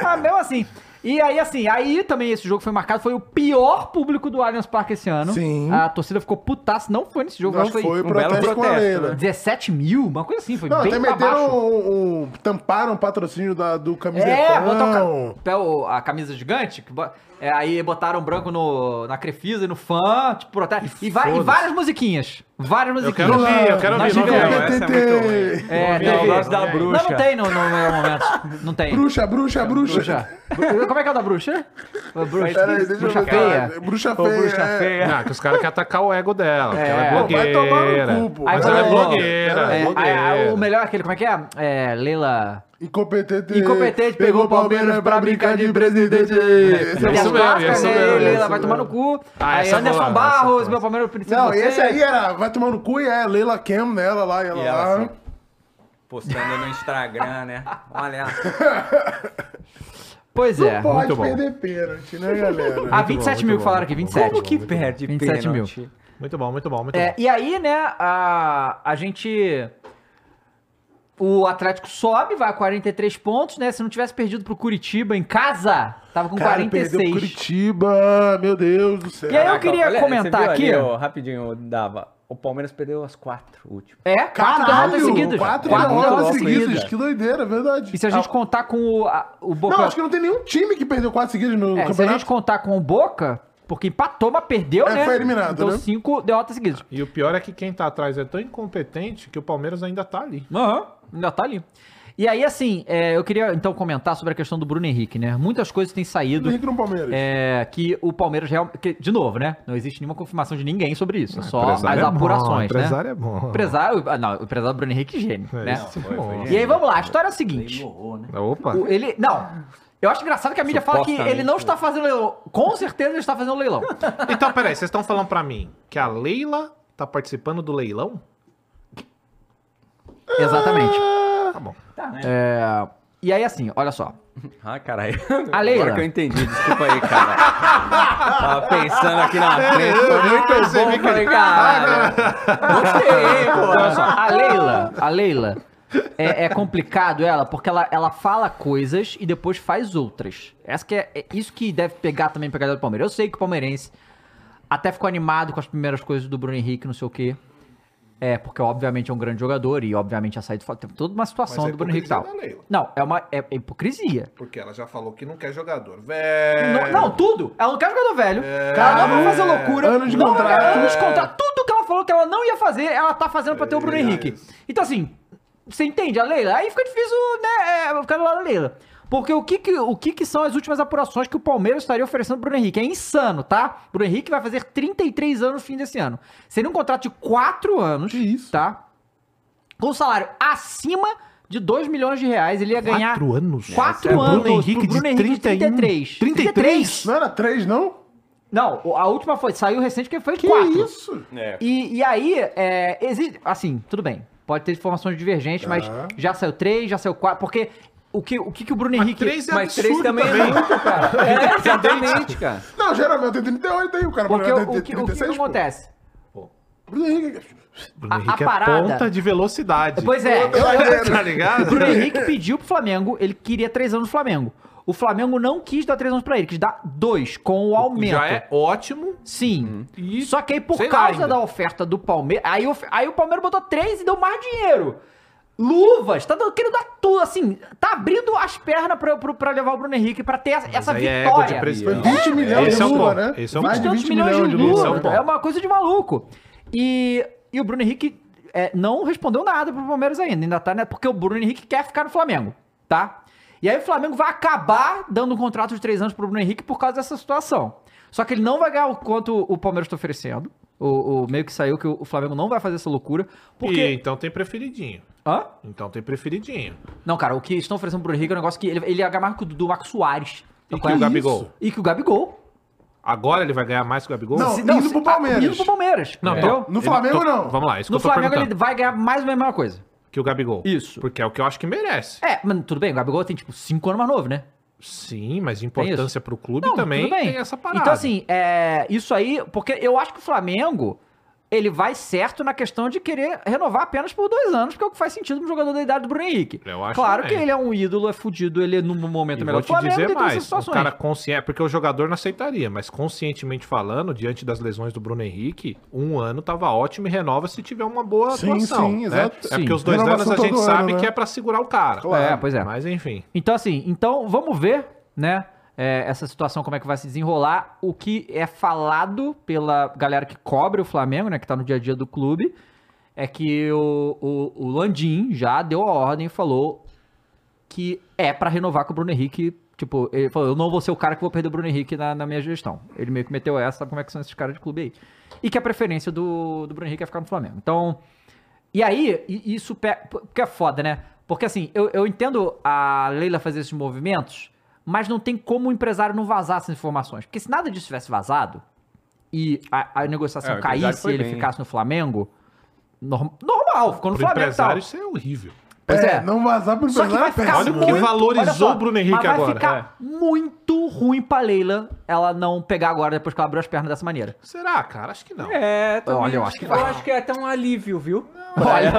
A: pô. Ah, mesmo assim. E aí, assim, aí também esse jogo foi marcado, foi o pior público do Allianz Parque esse ano.
B: Sim.
A: A torcida ficou putaça, não foi nesse jogo,
B: Não
A: acho que foi
B: foi
C: um belo
B: protesto com a
C: protesto,
B: Leila.
C: né?
A: 17 mil, uma coisa assim, foi
B: Não,
A: bem
B: até
A: pra
B: meteram
A: baixo.
B: um, um- Tamparam o patrocínio da, do camisetão.
A: É, botaram o ca- o- a camisa gigante, que bo- é, aí botaram branco no, na Crefisa e no fã, tipo, protesto. E, va- e
D: foda-se.
A: várias musiquinhas. Várias
D: Eu
A: musiquinhas.
D: quero ouvir, eu quero
A: Nós
D: ouvir. Não,
A: tivemos-
D: não, essa é muito ruim.
A: É,
D: Não,
A: teve-
C: Eu gosto da
D: não, não.
C: bruxa.
A: Não, não tem no, no melhor momento. Não tem.
B: Bruxa, bruxa,
A: É.
B: bruxa.
A: Bruxa. Bru- Como é que é o da bruxa? O Bruxa,
B: Peraí, deixa eu
A: bruxa
B: ver.
A: feia.
B: Bruxa feia.
C: bruxa
B: é.
C: feia.
D: Não, que os caras querem atacar o ego dela. que ela
A: É.
D: é
A: Pô,
B: vai tomar no
D: blogueira.
B: cu, pô.
D: Mas
A: Aí
D: ela é
A: falou-
D: blogueira.
A: É,
D: É,
A: aí,
D: blogueira.
A: o melhor é aquele, como é que é? É, Leila.
B: Incompetente.
A: Incompetente, pegou o Palmeiras pra brincar de presidente.
D: isso
A: As
D: mesmo,
A: clássicas,
D: isso
A: né?
D: mesmo,
A: Leila,
D: isso
A: vai tomar no cu.
D: Ah,
A: aí
D: essa é
A: Anderson
D: boa, essa é
A: Barros,
D: boa.
A: meu Palmeiras precisa de
B: Não,
A: você. é
B: esse aí é era. Vai tomar no cu e é Leila Cam nela lá e ela,
C: E ela
B: lá.
C: assim, postando no Instagram, né? Olha,
A: Pois é.
B: Pode
D: Muito bom.
B: perder pênalti, né, galera?
A: Ah, 27
D: muito
A: mil
D: bom,
A: que falaram aqui,
D: muito bom.
A: 27.
D: Como que
C: perde
A: 27 mil.
C: pênalti.
D: Muito bom, muito bom, muito
A: É,
D: bom.
A: e aí, né, a, a gente. O Atlético sobe, vai a 43 pontos, né? Se não tivesse perdido pro Curitiba em casa, tava com
B: Cara, perdeu
A: 46.
B: Curitiba, meu Deus do céu.
A: E aí eu queria
C: Ah, Olha,
A: comentar
C: você viu
A: aqui.
C: ali, ó, rapidinho, Dava. O Palmeiras perdeu as quatro últimas.
A: É, quatro derrotas seguidas.
B: Quatro,
C: Quatro
B: derrotas
C: derrotas
B: seguidas.
C: seguidas.
B: Que doideira, é verdade.
A: E se a gente contar com o, a- o Boca.
B: Não, acho que não tem nenhum time que perdeu quatro seguidas no
A: É, se a gente
B: campeonato.
A: contar com o Boca, porque empatou, mas perdeu,
B: É,
A: né?
B: foi eliminado,
A: então,
B: né?
A: cinco derrotas seguidas.
D: E o pior é que quem tá atrás é tão incompetente que o Palmeiras ainda tá ali.
A: Aham, ainda tá ali. E aí, assim, é, eu queria então comentar sobre a questão do Bruno Henrique, né? Muitas coisas têm saído.
B: Henrique no Palmeiras.
A: é, que o Palmeiras realmente. De novo, né? Não existe nenhuma confirmação de ninguém sobre isso. É só as
D: Empresário é bom,
A: apurações, né?
D: Empresário é bom.
A: Empresário. ah, Não, o empresário Bruno Henrique é gênio,
D: É
A: né?
D: isso,
C: Foi, foi,
D: bom.
A: E aí vamos lá, a história é a seguinte.
D: Opa.
A: O- ele. Não. Eu acho engraçado que a mídia fala que ele não está fazendo leilão. Com certeza ele está fazendo leilão.
D: Então, peraí, vocês estão falando pra mim que a Leila tá participando do leilão?
A: Exatamente.
D: Tá bom.
A: É, E aí, assim, olha só.
C: Ah, caralho.
A: A Leila.
C: Agora que eu entendi, desculpa aí, cara. Tava pensando aqui na frente. Foi muito bom, falei, caralho. Gostei, hein, pô.
A: Olha só, a Leila, a Leila é, é complicado ela, porque ela, ela fala coisas e depois faz outras. Essa que é, é isso que deve pegar também pra galera do Palmeiras. Eu sei que o palmeirense até ficou animado com as primeiras coisas do Bruno Henrique, não sei o quê. É, porque obviamente é um grande jogador e obviamente já saiu do Teve toda uma situação
D: Mas é
A: do Bruno Henrique e tal.
D: hipocrisia da Leila.
A: Não, é uma é, é hipocrisia.
D: Porque ela já falou que não quer jogador. Velho.
A: Não, não, tudo. Ela não quer jogador velho.
D: É.
A: Ela Ah, não vai fazer loucura.
B: Anos de
A: não,
B: contrato.
A: Ela anos de contrato. Tudo que ela falou que ela não ia fazer, ela tá fazendo pra ter o Bruno
D: É
A: Henrique. Então, assim, você entende a Leila? Aí fica difícil, né, é, ficar do lado da Leila. Porque o que, que- o que que são as últimas apurações que o Palmeiras estaria oferecendo pro Bruno Henrique? É insano, tá? Bruno Henrique vai fazer 33 anos no fim desse ano. Seria um contrato de 4 anos, tá? Com um salário acima de 2 milhões de reais. Ele ia ganhar...
D: Quatro anos?
A: Quatro
D: Pro
A: anos.
D: Bruno
A: pro
D: Henrique de 31.
A: 33.
D: 33?
B: Não era três, não?
A: Não, o- a última foi, saiu recente que foi quatro.
B: isso?
A: E, e aí, é, existe, assim, tudo bem. Pode ter informações divergentes, mas
B: Tá.
A: já saiu três, já saiu quatro, porque o que o, que, que o Bruno Henrique...
D: três é
C: Mas três
D: absurdo
C: também é
D: também.
C: muito, cara. É, exatamente, cara.
B: Não, geralmente tem 38 aí, o cara
A: Porque o,
B: vai
A: o que, o que que
B: pô.
A: acontece?
B: Bruno Henrique.
D: Bruno
A: A- a
D: Henrique é
A: parada-
D: ponta de velocidade.
A: Pois é, eu-
D: Tá
A: O
D: ligado?
A: Bruno Henrique pediu pro Flamengo, ele queria três anos no Flamengo. O Flamengo não quis dar três anos pra ele, quis dar dois, com o aumento.
D: Já é ótimo.
A: Sim.
D: E
A: Só que aí, por
D: sei lá
A: causa
D: ainda.
A: da oferta do Palmeiras. Aí, o- aí o Palmeiras botou três e deu mais dinheiro. Luvas, tá dando, querendo dar tudo, assim, tá abrindo as pernas pra, pro- pra levar o Bruno Henrique pra ter essa, essa
D: aí é ego de
A: vitória.
D: presidente.
B: Foi 20 milhões
D: Esse
B: de
D: é o
B: luva,
D: ponto,
B: né?
D: esse é o
B: Mais
D: ponto.
B: de 20
A: Tantos milhões de
B: luva.
D: Esse é o
A: luva.
D: ponto.
A: É uma coisa de maluco. E, e o Bruno Henrique é, não respondeu nada pro Palmeiras ainda. Ainda tá, né? Porque o Bruno Henrique quer ficar no Flamengo, tá? E aí o Flamengo vai acabar dando um contrato de três anos pro Bruno Henrique por causa dessa situação. Só que ele não vai ganhar o quanto o Palmeiras tá oferecendo. O, o meio que saiu que o o Flamengo não vai fazer essa loucura. Porque.
D: E então tem preferidinho.
A: Hã?
D: Então tem preferidinho.
A: Não, cara, o que estão oferecendo pro Bruno Henrique é um negócio que ele, ele ia ganhar mais que o do Marcos Soares.
D: E que
A: Qual é?
D: o Gabigol?
A: E que o Gabigol.
D: Agora ele vai ganhar mais que o Gabigol?
B: Não,
A: Se-
B: Indo
A: se-
B: pro Palmeiras.
A: ah, Indo pro Palmeiras.
D: Não,
A: entendeu?
D: tô-
B: No
D: ele-
B: Flamengo,
D: tô-
B: não.
D: Vamos lá, é isso que
A: No
D: eu tô
A: Flamengo
D: perguntando.
A: ele vai ganhar mais ou menos a mesma coisa.
D: Que o Gabigol.
A: Isso.
D: Porque é o que eu acho que merece.
A: É, mas tudo bem, o Gabigol tem tipo 5 anos mais novo, né?
D: Sim, mas
A: Tem isso.
D: importância
A: assim,
D: pro clube também tem essa parada.
A: Então assim, é, isso aí, porque eu acho que o Flamengo ele vai certo na questão de querer renovar apenas por dois anos, porque é o que faz sentido um jogador da idade do Bruno Henrique.
D: Eu acho
A: claro
D: também.
A: que ele é um ídolo, é fudido, ele é num momento
D: E
A: melhor
D: vou
A: do
D: te
A: Flamengo,
D: dizer
A: tem todas essas
D: mais, o
A: situações.
D: cara consciente, porque o jogador não aceitaria, mas conscientemente falando, diante das lesões do Bruno Henrique, um ano tava ótimo e renova se tiver uma boa
B: Sim,
D: atuação.
B: sim,
D: né?
B: exato.
D: É
A: Sim.
D: porque os dois
B: Renovação
D: anos a gente
B: todo ano,
D: sabe
B: né?
D: que é pra segurar o cara.
A: Claro. É, pois é.
D: ah, Mas enfim.
A: Então, assim, então vamos ver, né? é, essa situação, como é que vai se desenrolar. O que é falado pela galera que cobre o Flamengo, né? Que tá no dia a dia do clube, é que o, o, o Landim já deu a ordem e falou que é pra renovar com o Bruno Henrique. Tipo, ele falou, eu não vou ser o cara que vou perder o Bruno Henrique na, na minha gestão. Ele meio que meteu essa, sabe como é que são esses caras de clube aí. E que a preferência do, do Bruno Henrique é ficar no Flamengo. Então, e aí, e- isso pe- porque é foda, né? Porque assim, eu, eu entendo a Leila fazer esses movimentos, mas não tem como o empresário não vazar essas informações. Porque se nada disso tivesse vazado e a, a negociação
C: É, o empresário
A: caísse e
C: foi
A: ele
C: bem.
A: ficasse no Flamengo, norm- normal, ficou no
D: Pro
A: Flamengo então? e tal.
D: empresário, isso é horrível.
A: Pois é.
B: não vazar pro
A: Só que
B: empresário
A: vai
B: é
A: ficar
B: péssimo.
D: Olha o que
A: muito-
D: valorizou
A: olha só,
D: o Bruno Henrique
A: mas vai
D: agora. é.
A: ficar muito ruim pra Leila ela não pegar agora depois que ela abriu as pernas dessa maneira.
D: Será, cara? Acho que não.
C: É,
A: também Olha, eu
C: eu
A: acho
C: acho
A: que
C: que
A: vai.
C: Eu acho que é até um alívio, viu?
D: Olha,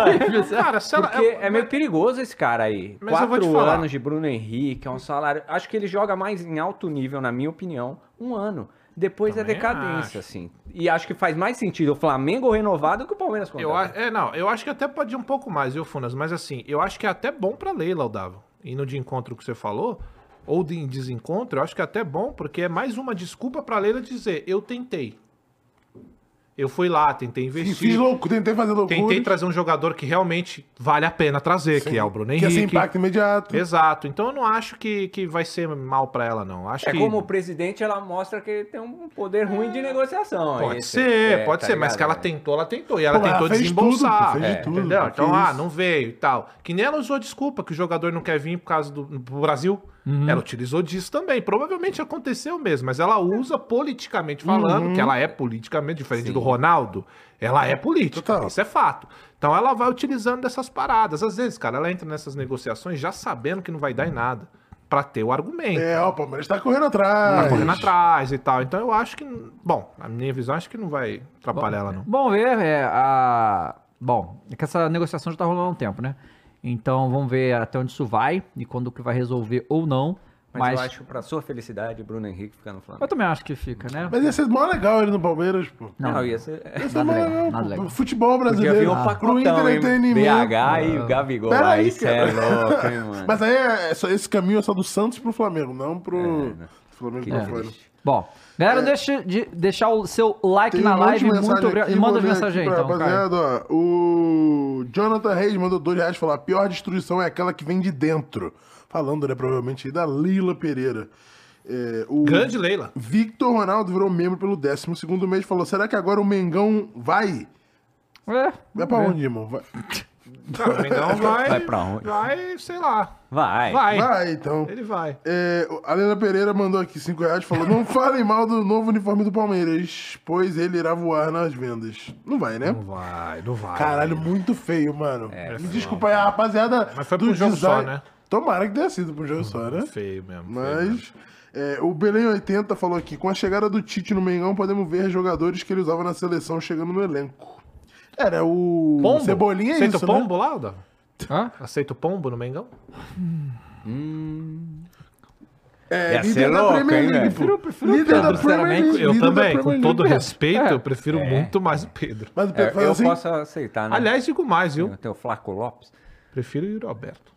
D: cara, se ela-
C: Porque é meio perigoso esse cara aí.
D: Tá, Mas eu vou te
C: Quatro
D: falar.
C: anos de Bruno Henrique, é um salário. Acho que ele joga mais em alto nível, na minha opinião, um ano. Depois é
D: Também acho.
C: decadência, assim. E acho que faz mais sentido o Flamengo renovar do que o Palmeiras
D: Eu,
C: contratar.
D: a- é, não, eu acho que até pode ir um pouco mais, viu, Funas? Mas assim, eu acho que é até bom pra Leila, Aldavo. Indo de encontro que você falou, ou de em desencontro, eu acho que é até bom, porque é mais uma desculpa pra Leila dizer, eu tentei. Eu fui lá, tentei investir.
B: Fiz louco, tentei fazer loucura.
D: Tentei trazer um jogador que realmente vale a pena trazer, que é o Bruno
B: Que é sem
D: Henrique.
B: impacto imediato.
D: Exato. Então eu não acho que, que vai ser mal pra ela, não. Acho
C: É
D: que É.
C: como o presidente, ela mostra que tem um poder ruim de negociação.
D: Pode
C: Esse-
D: ser,
C: é,
D: pode
C: tá
D: ser, mas
C: ligado?
D: que ela
C: É.
D: tentou, ela tentou. E ela
B: Pô, ela
D: tentou
B: fez
D: desembolsar.
B: tudo, pô, fez de
D: é,
B: tudo,
D: entendeu?
B: pô, que
D: Então, ah,
B: isso.
D: não veio e tal. Que nem ela usou desculpa que o jogador não quer vir por causa do pro Brasil. Ela utilizou disso também. Provavelmente aconteceu mesmo, mas ela usa politicamente falando, que ela é politicamente, diferente do Ronaldo, ela é política.
B: Total.
D: Isso é fato. Então ela vai utilizando dessas paradas. Às vezes, cara, ela entra nessas negociações já sabendo que não vai dar em nada. Pra ter o argumento
B: É, ó, o Palmeiras tá correndo atrás.
D: tá correndo atrás e tal. Então eu acho que. Bom, a minha visão acho que não vai atrapalhar ela, não.
A: Bom ver, é, a... Bom, é que essa negociação já tá rolando há um tempo, né? Então vamos ver até onde isso vai e quando que vai resolver ou não.
C: Mas,
A: Mas,
C: eu acho, pra sua felicidade, Bruno Henrique ficar no
A: eu
C: Flamengo.
A: também acho que fica, né?
B: Mas ia ser mó legal ele no Palmeiras, pô.
A: Não,
C: ia ser.
B: Ia ser mó
A: nada legal,
B: legal,
A: nada
B: pô.
A: legal.
B: Futebol
C: Podia vir
B: brasileiro.
C: um
B: pro
C: pacotão, hein?
B: entretenimento.
C: BH e o Gabigol.
B: Pera
C: aí,
B: aí,
C: cê é
B: cara.
C: louco, hein, mano.
B: Mas aí é- é só- esse caminho é só do Santos pro Flamengo, não pro Flamengo
C: É, né? Que
B: pra fora.
C: triste.
A: Bom, galera, não deixa de deixar o seu like na
B: É. um monte de
A: live. Muito
B: mensagem
A: obrigado. E
B: aqui,
A: manda
B: vou
A: as
B: ler
A: mensagens aí,
B: aqui pra
A: então. cara.
B: Rapaziada, ó, o Jonathan Reis mandou dois reais falar: a pior destruição é aquela que vem de dentro. Falando, né, provavelmente aí da Leila Pereira. É, o
D: Grande Leila.
B: Victor Ronaldo virou membro pelo 12 segundo mês e falou: será que agora o Mengão vai?
A: É,
B: Vai pra onde, irmão? Vai,
D: Cara, o Mengão vai.
C: Vai pra onde?
D: Vai, sei lá.
C: Vai.
D: Vai.
B: vai então.
D: Ele vai.
B: É, a Leila Pereira mandou aqui 5 reais e falou: Não falem mal do novo uniforme do Palmeiras, pois ele irá voar nas vendas. Não vai, né?
D: Não vai, não vai.
B: Caralho, muito feio, mano.
C: É,
B: Me desculpa aí, a rapaziada.
D: Mas foi
B: do
D: pro jogo só, né?
B: Tomara que tenha sido pro jogo só, né?
D: É Feio mesmo. feio mesmo.
B: Mas. é, o Belém 80 falou aqui: com a chegada do Tite no Mengão, podemos ver jogadores que ele usava na seleção chegando no elenco. Era o.
D: Pombo?
B: Cebolinha é
D: Aceita
B: isso,
D: o
B: né?
D: pombo lá, Aldão?
A: Hã?
D: Aceita o pombo no Mengão?
B: É,
C: Ia ser
B: líder da
C: louco,
B: Premier
C: hein,
B: League.
C: velho?
B: pô. Líder da Premier
A: sinceramente,
B: League.
D: Eu
B: líder da
D: também,
B: Premier
D: com todo
B: League.
D: respeito, eu prefiro muito mais o Pedro.
B: Mas o
C: É,
B: Pedro fala
C: eu
B: assim,
C: posso aceitar, né?
D: Aliás, digo mais, viu?
C: Tem o Flaco Lopes.
D: Prefiro o Roberto.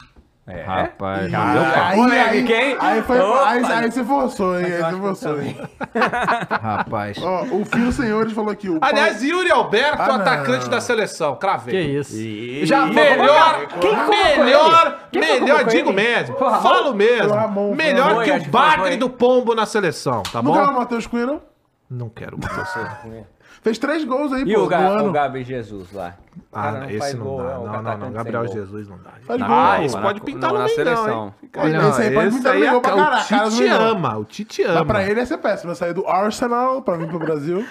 C: É.
A: Rapaz,
C: Caralho,
B: Aí,
C: moleque,
B: aí,
C: quem?
B: aí, foi,
C: Opa!
B: aí, aí você forçou, hein?
C: Mas eu
B: Aí
C: acho
B: você
C: que
B: forçou,
C: eu também.
B: hein?
A: rapaz.
B: Ó, o Fio Senhores falou aqui. O
D: Aliás, Yuri Alberto,
B: Ah, não.
D: atacante da seleção.
A: Que
D: Cravei.
A: isso?
D: Já
A: Ih,
D: melhor,
A: quem colocou ele?
D: melhor,
A: Quem colocou
D: melhor,
A: ele?
D: digo mesmo,
A: Foi o Ramon?
D: falo mesmo,
B: Foi o Ramon,
D: melhor
C: foi
D: que o
C: o Ramon. Foi, acho que
D: bagre
C: foi.
D: do pombo na seleção, tá
B: Não
D: bom?
B: ganhou o Matheus Cunha, não?
D: Não quero Matheus Cunha.
B: Fez três gols aí,
C: E
B: pô,
C: o, Ga
B: no ano.
C: o Gabi Jesus lá. O
D: Ah, não,
C: cara faz
D: esse não
C: gol, é
D: dá,
C: o
D: não, não,
C: atacante
D: não,
C: sem
D: Gabriel
C: gol.
D: Jesus não dá.
B: Faz gol.
D: Ah, esse
C: na-
D: pode pintar
C: na
D: no Mengão,
C: seleção.
D: hein?
C: Fica
D: Olha,
B: aí. Esse aí pode
D: esse
B: pintar no
D: aí
B: Mengão pra
D: é-
B: caralho, a cara
D: O
B: do
D: Tite
B: Mengão.
D: ama, o Tite
B: Mas pra
D: ama.
B: ele ia ser péssimo, sair do Arsenal pra vir pro Brasil.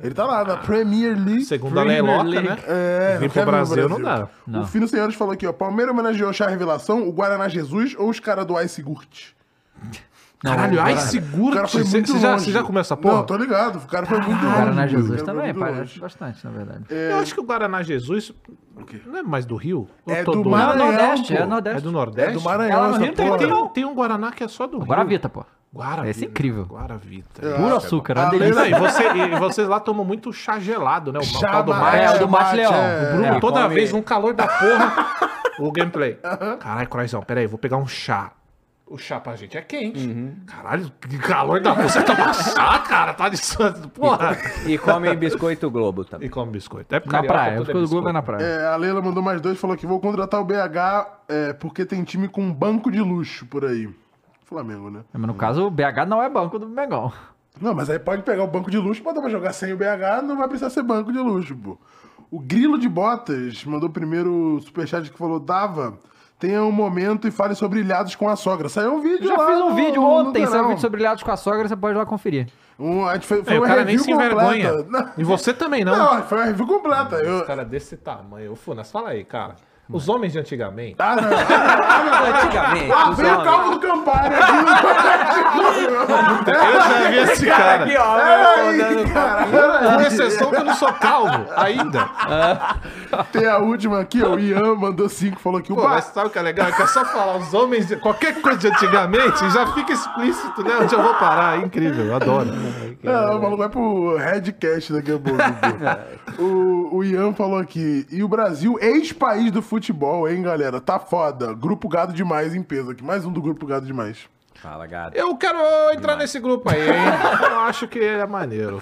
B: Ele tá lá na Premier League.
D: Segundo a
A: Premier
D: Leiloca,
A: League.
D: né?
B: É,
D: Vir
B: não
D: pro
B: quer vir
D: Brasil não dá.
A: Não.
B: O Fino Senhores falou aqui, ó. Palmeiras homenageou Chá Revelação, o Guaraná Jesus ou os caras do Ice Gurt?
D: Caralho, ai,
B: O
D: segura
B: cara
D: que
B: foi
D: você
B: muito
D: você já,
B: longe.
D: você já comeu essa porra?
B: Não, tô ligado. O cara foi muito longe.
A: Guaraná
B: mesmo,
A: Jesus
B: o cara foi
A: também
B: muito
A: parece
B: longe.
A: bastante, na verdade.
D: Eu acho que o Guaraná Jesus não é mais do Rio? Eu
B: É
D: tô
B: do
D: doido.
A: Não, é
B: Maranhão,
A: Nordeste,
B: pô.
A: é Nordeste.
D: É do
B: É
D: Nordeste?
B: do
A: Ela
B: Maranhão
A: no
B: essa
A: Rio tem-
B: porra.
A: tem
D: Tem um, tem um Guaraná que é só do Rio.
A: Guaravita, pô.
D: Guaravita.
A: Esse é incrível.
D: Guaravita.
B: Eu
A: Puro
B: acho,
A: açúcar,
B: é
A: é
B: bom.
A: uma
B: Ah,
A: delícia.
B: lembra-
D: Não, e, você- e vocês lá tomam muito chá gelado, né? O
B: Chá
D: tal do
B: gelado.
D: mate.
A: É, o do Mate
B: Mate,
A: Leão.
B: é.
A: O
D: Bruno,
A: Bruno.
C: É,
D: toda
C: come-
D: vez um calor da porra o gameplay. Caralho, Croizão, peraí, vou pegar um chá. O chá pra gente é quente. Caralho, que calor da porra. Você toma chá, cara, tá de santo. Porra.
C: Ah, E comem biscoito Globo também.
D: E come biscoito. É porque
A: Na
D: carioca
A: praia.
D: tudo é
A: Ficou do Globo é
D: biscoito.
A: na praia.
B: É, a Leila mandou mais dois, falou que vou contratar o BH é, porque tem time com banco de luxo por aí. Flamengo, né?
A: Mas no caso, o BH não é banco do Mengão.
B: Não, mas aí pode pegar o banco de luxo, botar pra jogar sem o BH, não vai precisar ser banco de luxo, pô. O Grilo de Botas mandou primeiro o superchat que falou, dava, tenha um momento e fale sobre ilhados com a sogra. Saiu um vídeo
A: Eu já
B: lá
A: fiz um
B: no-
A: vídeo
B: no
A: ontem, saiu um
B: canal.
A: vídeo sobre ilhados com a sogra, você pode lá conferir.
B: Um, a gente fez, foi
D: É,
B: uma
D: o cara nem
B: review
D: se
B: completa.
D: envergonha.
B: Não,
D: E você também não.
B: não, foi uma review completa. Eu...
D: Os caras desse tamanho. Ô, Funas, fala aí, cara. Os homens de antigamente.
B: Ah, não. Ah,
C: Antigamente,
B: não.
C: os
B: Veio o
C: homens-
B: calvo do Campari aqui.
D: Eu já vi esse cara.
C: tá Aqui, ó, né?
B: Peraí,
C: dando-
B: cara.
D: Com exceção que eu não sou calvo ainda.
B: Tem a última aqui, ó, o Ian mandou cinco, falou que o
D: Pô, mas
B: Barça.
D: sabe o que é legal? É que é só falar os homens, de- qualquer coisa de antigamente, já fica explícito, né? Onde eu vou parar, é incrível, eu adoro.
B: Não, o maluco vai pro Redcast daqui a pouco. pô. o, o Ian falou aqui, e o Brasil, ex-país do futebol, hein, galera? Tá foda. Grupo Gado Demais em peso aqui. Mais um do Grupo Gado Demais.
C: Fala, gato.
D: Eu quero entrar nesse grupo aí, hein? Eu acho que é maneiro.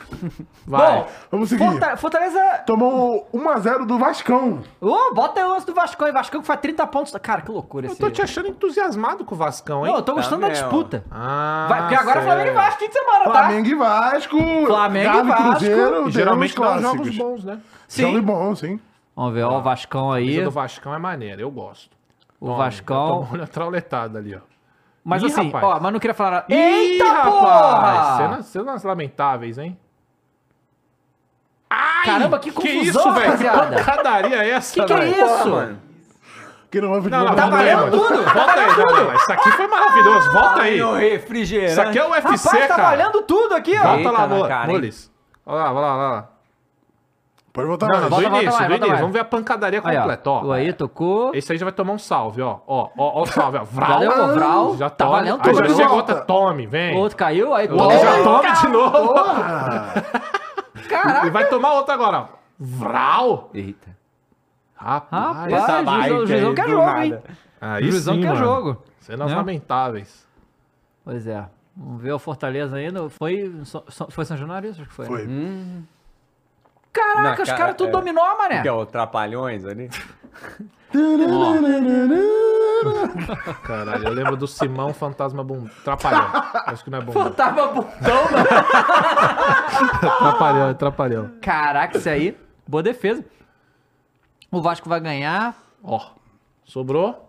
D: Vai.
B: Vamos seguir.
A: Forta- Fortaleza.
B: Tomou 1x0 do Vascão.
A: Ô, bota o lance do Vascão aí. Vascão que faz 30 pontos. Cara, que loucura
D: eu
A: esse.
D: tô te achando entusiasmado com o Vascão, hein?
A: Não, eu tô gostando
C: Tá,
A: da
C: meu.
A: disputa.
D: Ah,
A: Vai, porque agora é
D: sério.
A: Flamengo e Vasco, fim de semana, tá?
B: Flamengo e Vasco.
A: Flamengo e
B: Galo
A: Vasco.
B: Cruzeiro.
D: E
B: teremos
D: geralmente dá
B: clássicos.
D: jogos bons, né?
A: Sim.
B: Jogo bom, sim.
A: tá? Vamos ver, ó, o Vascão aí.
D: O do Vascão é maneiro, eu gosto.
A: O
D: Tomou
A: Vascão.
D: uma trauletada ali, ó.
A: Mas
D: Ih,
A: assim,
D: rapaz.
A: ó, mas não queria falar. nada.
D: Ih,
A: Eita
D: rapaz!
A: porra!
D: Cenas, cenas lamentáveis, hein?
A: Caramba, que
D: Que
A: confusão,
D: isso, velho? Que
A: rapaziada.
D: pancadaria é essa,
A: Que que é
D: velho?
A: isso?
B: Quem não vai
D: Não, não,
A: Tá
D: volta
A: valendo
D: aí,
A: tudo,
D: mano.
A: tá
D: Volta aí,
A: valendo
D: não,
A: tudo.
D: não, Isso aqui foi maravilhoso. Volta Tá aí.
C: Meu refrigerante.
D: Isso aqui é o UFC,
A: Rapaz, tá
D: cara.
A: valendo tudo aqui, ó.
D: Volta lá,
C: Eita, na
D: Mo-
C: cara, hein?
D: Molis. Olha lá, olha lá, olha lá.
B: Pode voltar
D: Não,
B: mais.
D: não, do
A: volta, volta
D: início,
A: mais,
D: do
A: volta
D: início.
A: mais.
D: Vamos ver a pancadaria
A: Aí, ó.
D: completa, é ó.
A: O aí tocou.
D: Esse aí já vai tomar um salve, ó. Ó, ó, ó o salve, ó. Vral.
A: Valeu, ó, Vral.
D: Já
A: Tá
D: toma.
A: valendo
D: Aí já
A: tudo.
D: chega
B: Volta.
D: outra, tome, vem.
A: O outro caiu, aí
D: O outro é. já
A: Eita,
D: tome de novo. E
A: Caraca,
D: vai tomar outra agora, ó. Vral.
C: Eita.
D: Rapaz.
A: Rapaz. Ah, juizão- juizão quer jogo, hein?
D: Aí
A: visão que é
D: mano.
A: jogo.
D: Cenas
A: Né?
D: lamentáveis.
A: Pois é. Vamos ver o Fortaleza ainda. Foi, so- so- foi São Januário? Acho que foi. né? Hum.
B: Foi.
A: Caraca,
C: Na
A: os
C: cara-
A: caras tudo
C: é.
A: dominou, mané.
C: Que é o Trapalhões ali?
D: Caralho, eu lembro do Simão Fantasma Bum... Trapalhão. Acho que não é bom.
A: Tava botão, mano.
D: Trapalhão, é trapalhão.
A: Caraca, isso aí. Boa defesa. O Vasco vai ganhar.
D: Ó, sobrou.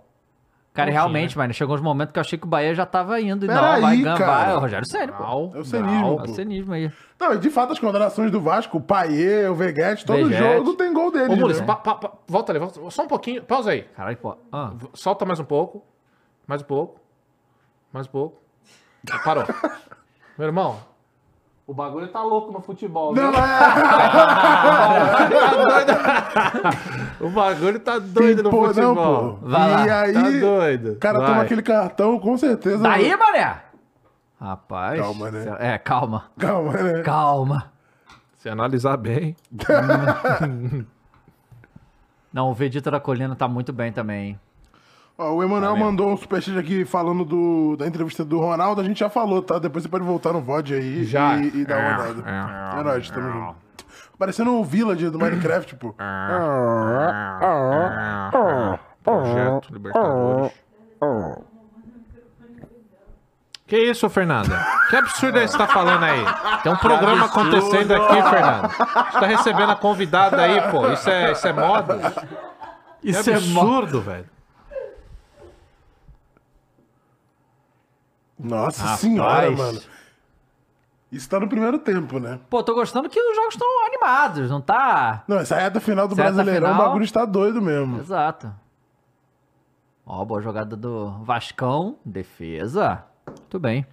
A: Cara,
D: Enfim,
A: realmente, mano, chegou uns momentos que eu achei que o Bahia já tava indo. e
B: Pera
A: não, vai
B: aí,
A: ganhar.
B: cara.
A: Vai. É o Rogério Ceni, pô.
D: Mal.
B: É o cenismo,
A: É
B: pô.
A: o cenismo aí.
B: Não, e de fato, as condenações do Vasco, o Paiê, o Veguete, todo
A: Veguete.
B: jogo tem gol dele.
D: Ô, Mules,
B: né?
D: pa- pa- pa- volta ali, volta. Só um pouquinho. Pausa aí.
A: Caralho, pô. Ah.
D: V- Solta mais um pouco. Mais um pouco. Mais um pouco. Ah, Parou. Meu irmão. O bagulho tá louco no futebol,
B: Não,
D: viu?
B: é...
D: O bagulho tá doido no
B: é, pô,
D: futebol.
B: não, pô.
A: Vai lá.
B: e aí,
D: Tá doido.
B: o cara
D: Vai.
B: toma aquele cartão, com certeza.
A: Daí, é mané! Rapaz.
B: Tá Calma, né?
A: cê- É, calma.
B: Calma, né?
A: Calma.
D: Se analisar bem.
A: Não, o Vegeta da Colina tá muito bem também, hein?
B: Ó, o Emanuel mandou um superchat aqui falando do, da entrevista do Ronaldo. A gente já falou, tá? Depois você pode voltar no VOD aí
D: Já.
B: E, e dar uma olhada. É nóis, tamo junto. Parecendo o Village do Minecraft, pô.
D: É. Projeto Libertadores. Que isso, Fernanda? Que absurdo é isso que você tá falando aí? Tem um programa acontecendo aqui, Fernanda. Você tá recebendo a convidada aí, pô. Isso é, isso é moda?
A: Isso
D: Que absurdo, velho.
B: Nossa senhora, mano. Isso tá no primeiro tempo, né?
A: Pô, tô gostando que os jogos estão animados, não tá?
B: Não, essa reta final do
A: Essa reta
B: Brasileirão,
A: final.
B: o bagulho está doido mesmo.
A: Exato. Ó, boa jogada do Vascão. Defesa. Muito bem.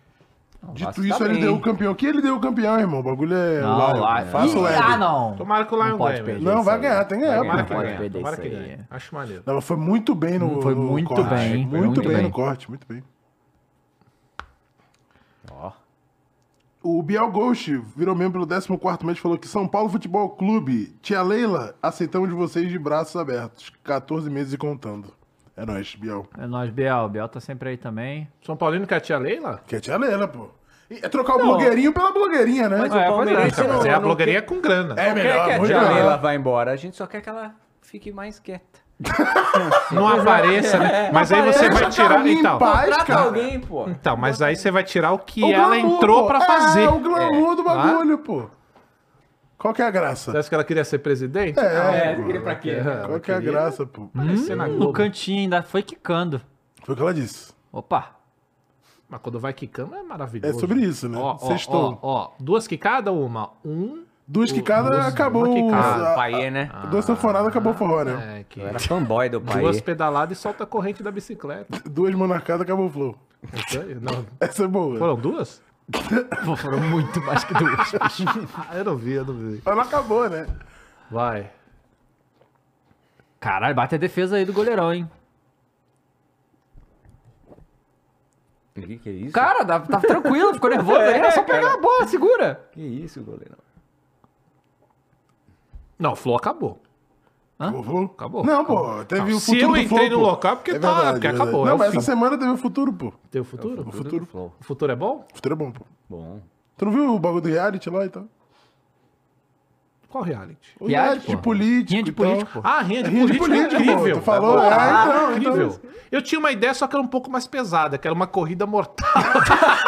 B: Dito
C: Vasco
B: isso,
C: tá
B: ele
C: bem.
B: deu o campeão. Que ele deu o campeão, irmão. O bagulho é.
A: Não,
B: Lion.
A: lá-
B: Faça o
A: Ih,
B: leve.
A: Ah, não.
D: Tomara que o Lion
A: Não pode
D: ganhe, velho.
A: perder. isso
B: Não,
A: é
B: vai
A: aí.
B: ganhar, tem que ganhar.
D: Tomara
A: Não
D: que
A: pode
D: ganhe.
A: perder
D: Tomara
A: isso
D: que
A: aí.
D: ganhe. Acho maneiro.
B: Ela foi muito bem no.
A: Foi
B: no
A: muito
B: corte.
A: bem,
B: Muito,
A: foi muito
B: bem,
A: bem.
B: no corte, muito bem.
C: Ó.
B: O Biel Ghost virou membro pelo 14 mês e falou que São Paulo Futebol Clube, tia Leila, aceitamos vocês de braços abertos. 14 meses e contando. É nóis, Biel.
A: É nóis, Biel. Biel tá sempre aí também.
D: São Paulino quer a tia Leila?
B: Que é tia Leila, pô. E é trocar o blogueirinho pela blogueirinha, né?
C: Mas o
A: É, pois é.
C: Palmeirense
A: Você
D: Mas
C: não,
D: é, a
C: não
D: blogueirinha com grana.
B: É
C: quer que a
B: muito
C: tia
B: melhor.
C: Leila vá embora. A gente só quer que ela fique mais quieta.
D: Não apareça, né? Mas aí você
B: Deixa
D: vai
B: a
D: tirar.
B: Carminha em
D: Então,
B: paz,
C: Trata
B: cara.
C: alguém, pô.
D: então, mas aí você vai tirar o que
B: O
D: ela
B: glamour,
D: entrou
B: pô.
D: pra
B: É,
D: fazer.
B: o glamour do
D: Ah.
B: bagulho, pô. Qual que é a
D: Você
B: graça?
D: acha que ela queria ser presidente?
B: É,
C: É,
B: pô.
C: queria pra quê?
B: Qual que é a graça, pô?
D: Aparecer na
A: No
D: Globo.
A: cantinho ainda foi quicando.
B: Foi o que ela disse.
A: Opa.
D: Mas quando vai quicando é
B: É
D: maravilhoso.
B: sobre isso, né?
D: Ó, ó, ó,
B: Sextou.
D: ó, duas quicadas ou uma? Um.
B: Duas quicadas,
D: duas-
B: acabou.
D: uma
B: o-
D: quicada.
B: a-
C: O Paiê, né?
B: Duas sanfonadas, acabou o forró, né?
D: É, que...
C: Eu era fanboy do Paiê.
D: ah. Duas pedaladas e solta a corrente da bicicleta.
B: Duas monarcadas, acabou o flow.
D: Isso aí, Não,
B: Essa é boa.
D: foram duas?
A: Foram muito mais que duas.
D: Ah, eu não vi, eu não vi.
B: Mas não acabou, né?
D: Vai.
A: Caralho, bate a defesa aí do goleirão, hein?
C: O que, que é isso?
A: Cara, tava tava tranquilo, ficou nervoso aí. Era só pegar a bola, segura.
C: Que isso, goleirão?
D: Não, o Flow acabou.
B: Acabou o flow?
D: Acabou.
B: Não, pô. Teve
D: Não,
B: o futuro.
D: se eu
B: do
D: entrei
B: flow,
D: no
B: pô.
D: local, porque tá- porque acabou, é
B: Não,
D: o
B: mas
D: fim.
B: essa semana teve o futuro, pô.
D: Tem o futuro?
B: O futuro.
C: Flow.
D: O futuro é bom?
B: O futuro é bom, pô.
C: Bom.
B: Tu não viu o bagulho do reality lá e tal?
D: Qual reality?
B: O
A: Reality,
B: reality, de
A: pô.
B: político.
A: Tinha de
B: e tal.
A: político.
D: Ah, renda de
B: Rinha de
D: política,
B: político,
D: é
B: pô,
D: incrível.
B: tu falou, é, então, então.
D: incrível. Eu tinha uma ideia, só que era um pouco mais pesada, que era uma corrida mortal.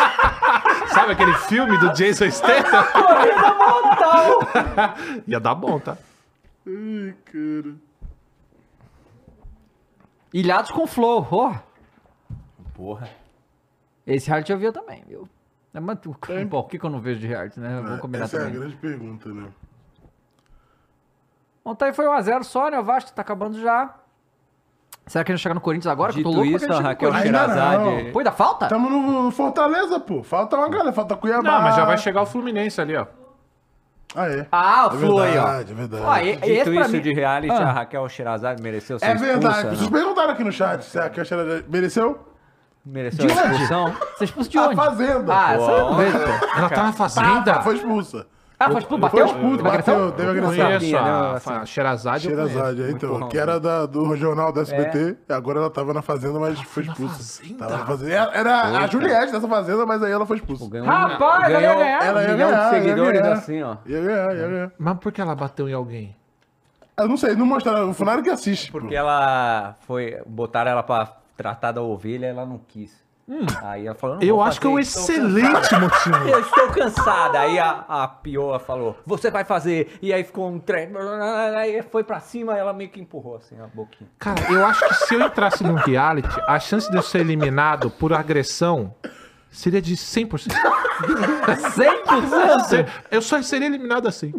D: Sabe aquele filme do Jason Statham? corrida mortal! Ia dar bom, tá?
B: Ai, cara.
A: Ilhados com flow. ó.
C: Porra.
A: Esse reality eu via também, viu? É, mas tu- Bom, o que, que eu não vejo de reality, né? Vamos combinar
B: essa é a
A: também.
B: grande pergunta, né?
A: Ontem foi 1x0 só, né? O Vasco tá acabando já. Será que a gente chegar no Corinthians agora? que eu tô
C: Dito
A: louco pra
C: isso,
A: que a
C: a
A: gente chegue no
C: Raquel
B: Corinthians. Ainda
C: Sherazade...
A: Corinthians. Pô, ainda falta?
B: Tamo no Fortaleza, pô. Falta uma galera, falta Cuiabá.
D: Não, mas já vai chegar o Fluminense ali, ó.
B: Ah, é.
A: Ah, o
B: é
A: Flu aí, ó.
B: verdade, é verdade.
A: Ó, e- e esse
C: Dito
A: pra
C: isso
A: mim...
C: de reality,
A: Ah.
C: a Raquel Sherazade mereceu ser
B: É
C: expulsa. né?
B: verdade. Vocês
C: não?
B: perguntaram aqui no chat se a Caixa mereceu?
C: Mereceu a
A: De onde?
C: expulsão.
A: Você é expulso de
B: A
A: onde?
B: Fazenda,
A: Ah,
B: pô.
A: essa eu não vejo, pô.
D: Ela tá na fazenda.
B: Foi expulsa.
A: Ah, foi expulso,
B: Foi
A: bateu?
B: expulso,
A: Vai agressão?
B: bateu, teve
D: Eu
B: agressão.
D: conheço
C: sabia,
D: a,
C: né,
D: a
C: assim.
D: Sherazade. eu conheço.
B: Cheirazade, é, então,
C: bom,
B: que era da- do jornal do SBT, agora ela tava na fazenda, mas foi
D: na
B: expulsa.
D: Fazenda?
B: É. Tava na fazenda. Era, era a
C: Eita.
B: Juliette dessa fazenda, mas aí ela foi expulsa.
C: Ganhou
A: Rapaz, ela ia
C: ganhou
A: ganhar.
B: Ela
C: um
B: ia
C: milhão
B: ganhar,
C: de
B: ia
C: seguidores
B: ganhar.
C: assim, ó.
B: Ia ganhar, ia ganhar.
D: Mas por que ela bateu em alguém?
B: Eu não sei, não mostraram, o Funari que assiste.
C: Porque
B: pô.
C: ela foi. Botaram ela pra tratar da ovelha ela não quis.
A: Hum.
C: Aí ela falou. "Não
D: Eu
C: vou então,
D: acho que é um
C: fazer, estou
D: excelente
C: cansada."
D: motivo.
C: Eu estou cansada. Aí a, a pioa falou: Você vai fazer. E aí ficou um trem. Aí foi pra cima ela meio que empurrou assim a boquinha.
D: Cara, eu acho que se eu entrasse num reality, a chance de eu ser eliminado por agressão seria de 100%.
A: 100%?
D: Se- Eu só seria eliminado assim.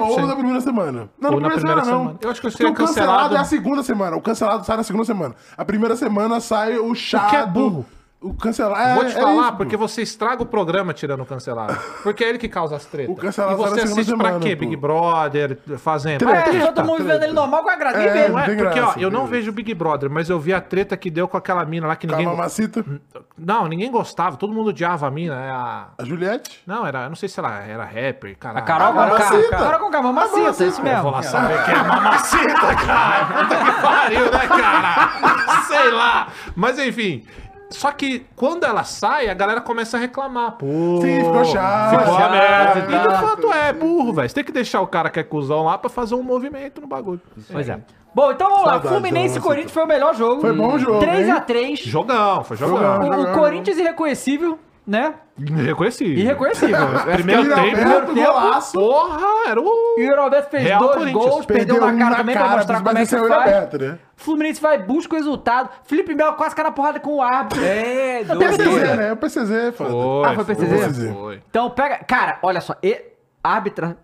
B: Ou na
D: 100%.
B: primeira semana. Não,
D: Ou na primeira semana.
B: não.
D: Eu acho que
B: Porque
D: eu seria
B: o cancelado.
D: cancelado.
B: é a segunda semana. O cancelado sai na segunda semana. A primeira semana sai o chá.
D: O que é
B: do-
D: burro.
B: O cancelado. é-
D: Vou te
B: é
D: falar,
B: isso,
D: porque
B: pô.
D: você estraga o programa tirando o cancelado. Porque é ele que causa as tretas.
B: O cancelado
D: e
B: tá
D: você
B: na segunda
D: assiste pra
B: semana,
D: quê?
B: pô.
D: Big Brother, Fazenda.
B: Treta.
D: Por quê?
A: É, todo mundo vendo ele normal com a graça. Nem
B: É,
A: vejo.
D: Não é,
B: tem
D: porque,
B: graça,
D: ó, eu não
B: beleza.
D: vejo Big Brother, mas eu vi a treta que deu com aquela mina lá que
B: Com a
D: ninguém.
B: mamacita,
D: Hum. Não, ninguém gostava, todo mundo odiava a mina. é a-
B: a Juliette.
D: Não, era. eu Não sei se ela era rapper, caralho.
A: A Carol
B: Ah,
A: com
B: mamacita.
A: K. Carol com K, mamacita, isso
D: Eu vou
A: mesmo.
D: lá saber que é mamacita, cara. Puta que pariu, né, cara? Sei lá. Mas enfim. Só que quando ela sai, a galera começa a reclamar. Pô,
B: Sim, ficou chato.
D: Ficou uma
B: chato,
D: merda. E de
A: exato.
D: fato é, burro, velho. Você tem que deixar o cara que é cuzão lá pra fazer um movimento no bagulho.
A: Pois é. Bom, então vamos lá.
B: Saudades da
A: Fluminense e
B: mamacita.
A: Corinthians foi o melhor jogo.
B: Foi bom o jogo, hein?
A: 3x3.
D: Jogão, foi jogão.
B: Jogão.
A: O, o Corinthians irreconhecível, né?
D: Irreconhecível.
A: Irreconhecível.
D: Primeiro
B: Vira
D: tempo,
B: aberto,
D: primeiro tempo.
B: golaço.
D: Porra, era o.
A: E o Roberto fez
D: Real
A: dois
D: Corinthians.
A: gols, perdeu,
B: um
A: na cara também pra mostrar
B: mas
A: como é que
B: esse olho
A: faz.
B: aberto, né?
A: Fluminense vai, busca o resultado. Felipe Melo quase cai na porrada com o árbitro.
C: É,
A: doido. Teve tudo.
B: PCZ, né? O PCZ, foda.
A: Ah, foi
B: PCZ?
D: Foi.
A: Então pega. Cara, olha só. E, árbitra.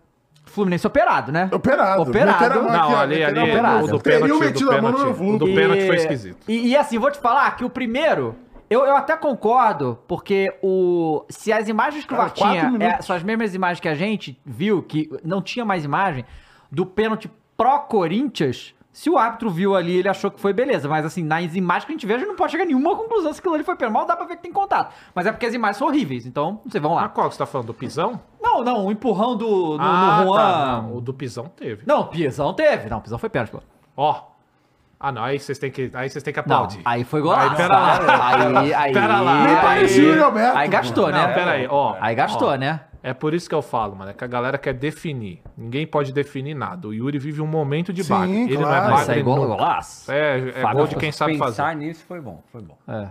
A: Fluminense operado, né?
B: Operado.
A: Operado.
B: Meteram a mão
D: Não,
B: aqui, ó,
D: ali,
B: meteram
D: ali,
B: a mão no
A: o
D: do
B: Teriam
D: pênalti, do
B: metido a mão no
D: pênalti.
B: meu
D: O do
B: vulto.
D: pênalti foi esquisito.
A: E, e assim, vou te falar que o primeiro. Eu, eu até concordo, porque o se as imagens que o
B: Cara,
A: Vartinha,
B: quatro minutos.
A: é, são as mesmas imagens que a gente viu, que não tinha mais imagem, do pênalti pró-Corinthians, se o árbitro viu ali, ele achou que foi beleza. Mas assim, nas imagens que a gente vê, a gente não pode chegar a nenhuma conclusão se aquilo ali foi pênalti. Mal dá pra ver que tem contato. Mas é porque as imagens são horríveis, então, não sei, vamos
D: Ah,
A: lá.
D: qual que você tá falando? Do pisão?
A: Não, não, o empurrão do, no, no
D: Ah,
A: Juan...
D: tá, não, o do pisão teve.
A: Não, Pisão teve. Não, Pisão foi pênalti, pô.
D: Ó. Ah, não, aí vocês têm que, aí vocês têm que
A: Não,
D: aplaudir.
A: aí foi golaço.
D: Aí, pera lá.
A: Aí, aí,
D: Pera lá.
A: aí,
D: Nem
B: parecia o Yuri Alberto,
A: Aí
B: pô.
A: gastou, né?
D: Não, pera aí, ó.
A: Aí gastou,
D: Ó.
A: né?
D: É por isso que eu falo, mano, é que a galera quer definir. Ninguém pode definir nada. O Yuri vive um momento de
B: Sim,
D: bagre. Ele não é
B: claro.
D: bagre
A: Mas isso aí gol-
D: nunca.
A: golaço.
D: É, é
A: Fábio
D: gol de quem sabe
C: Pensar
D: fazer.
C: nisso foi bom, foi bom.
A: É.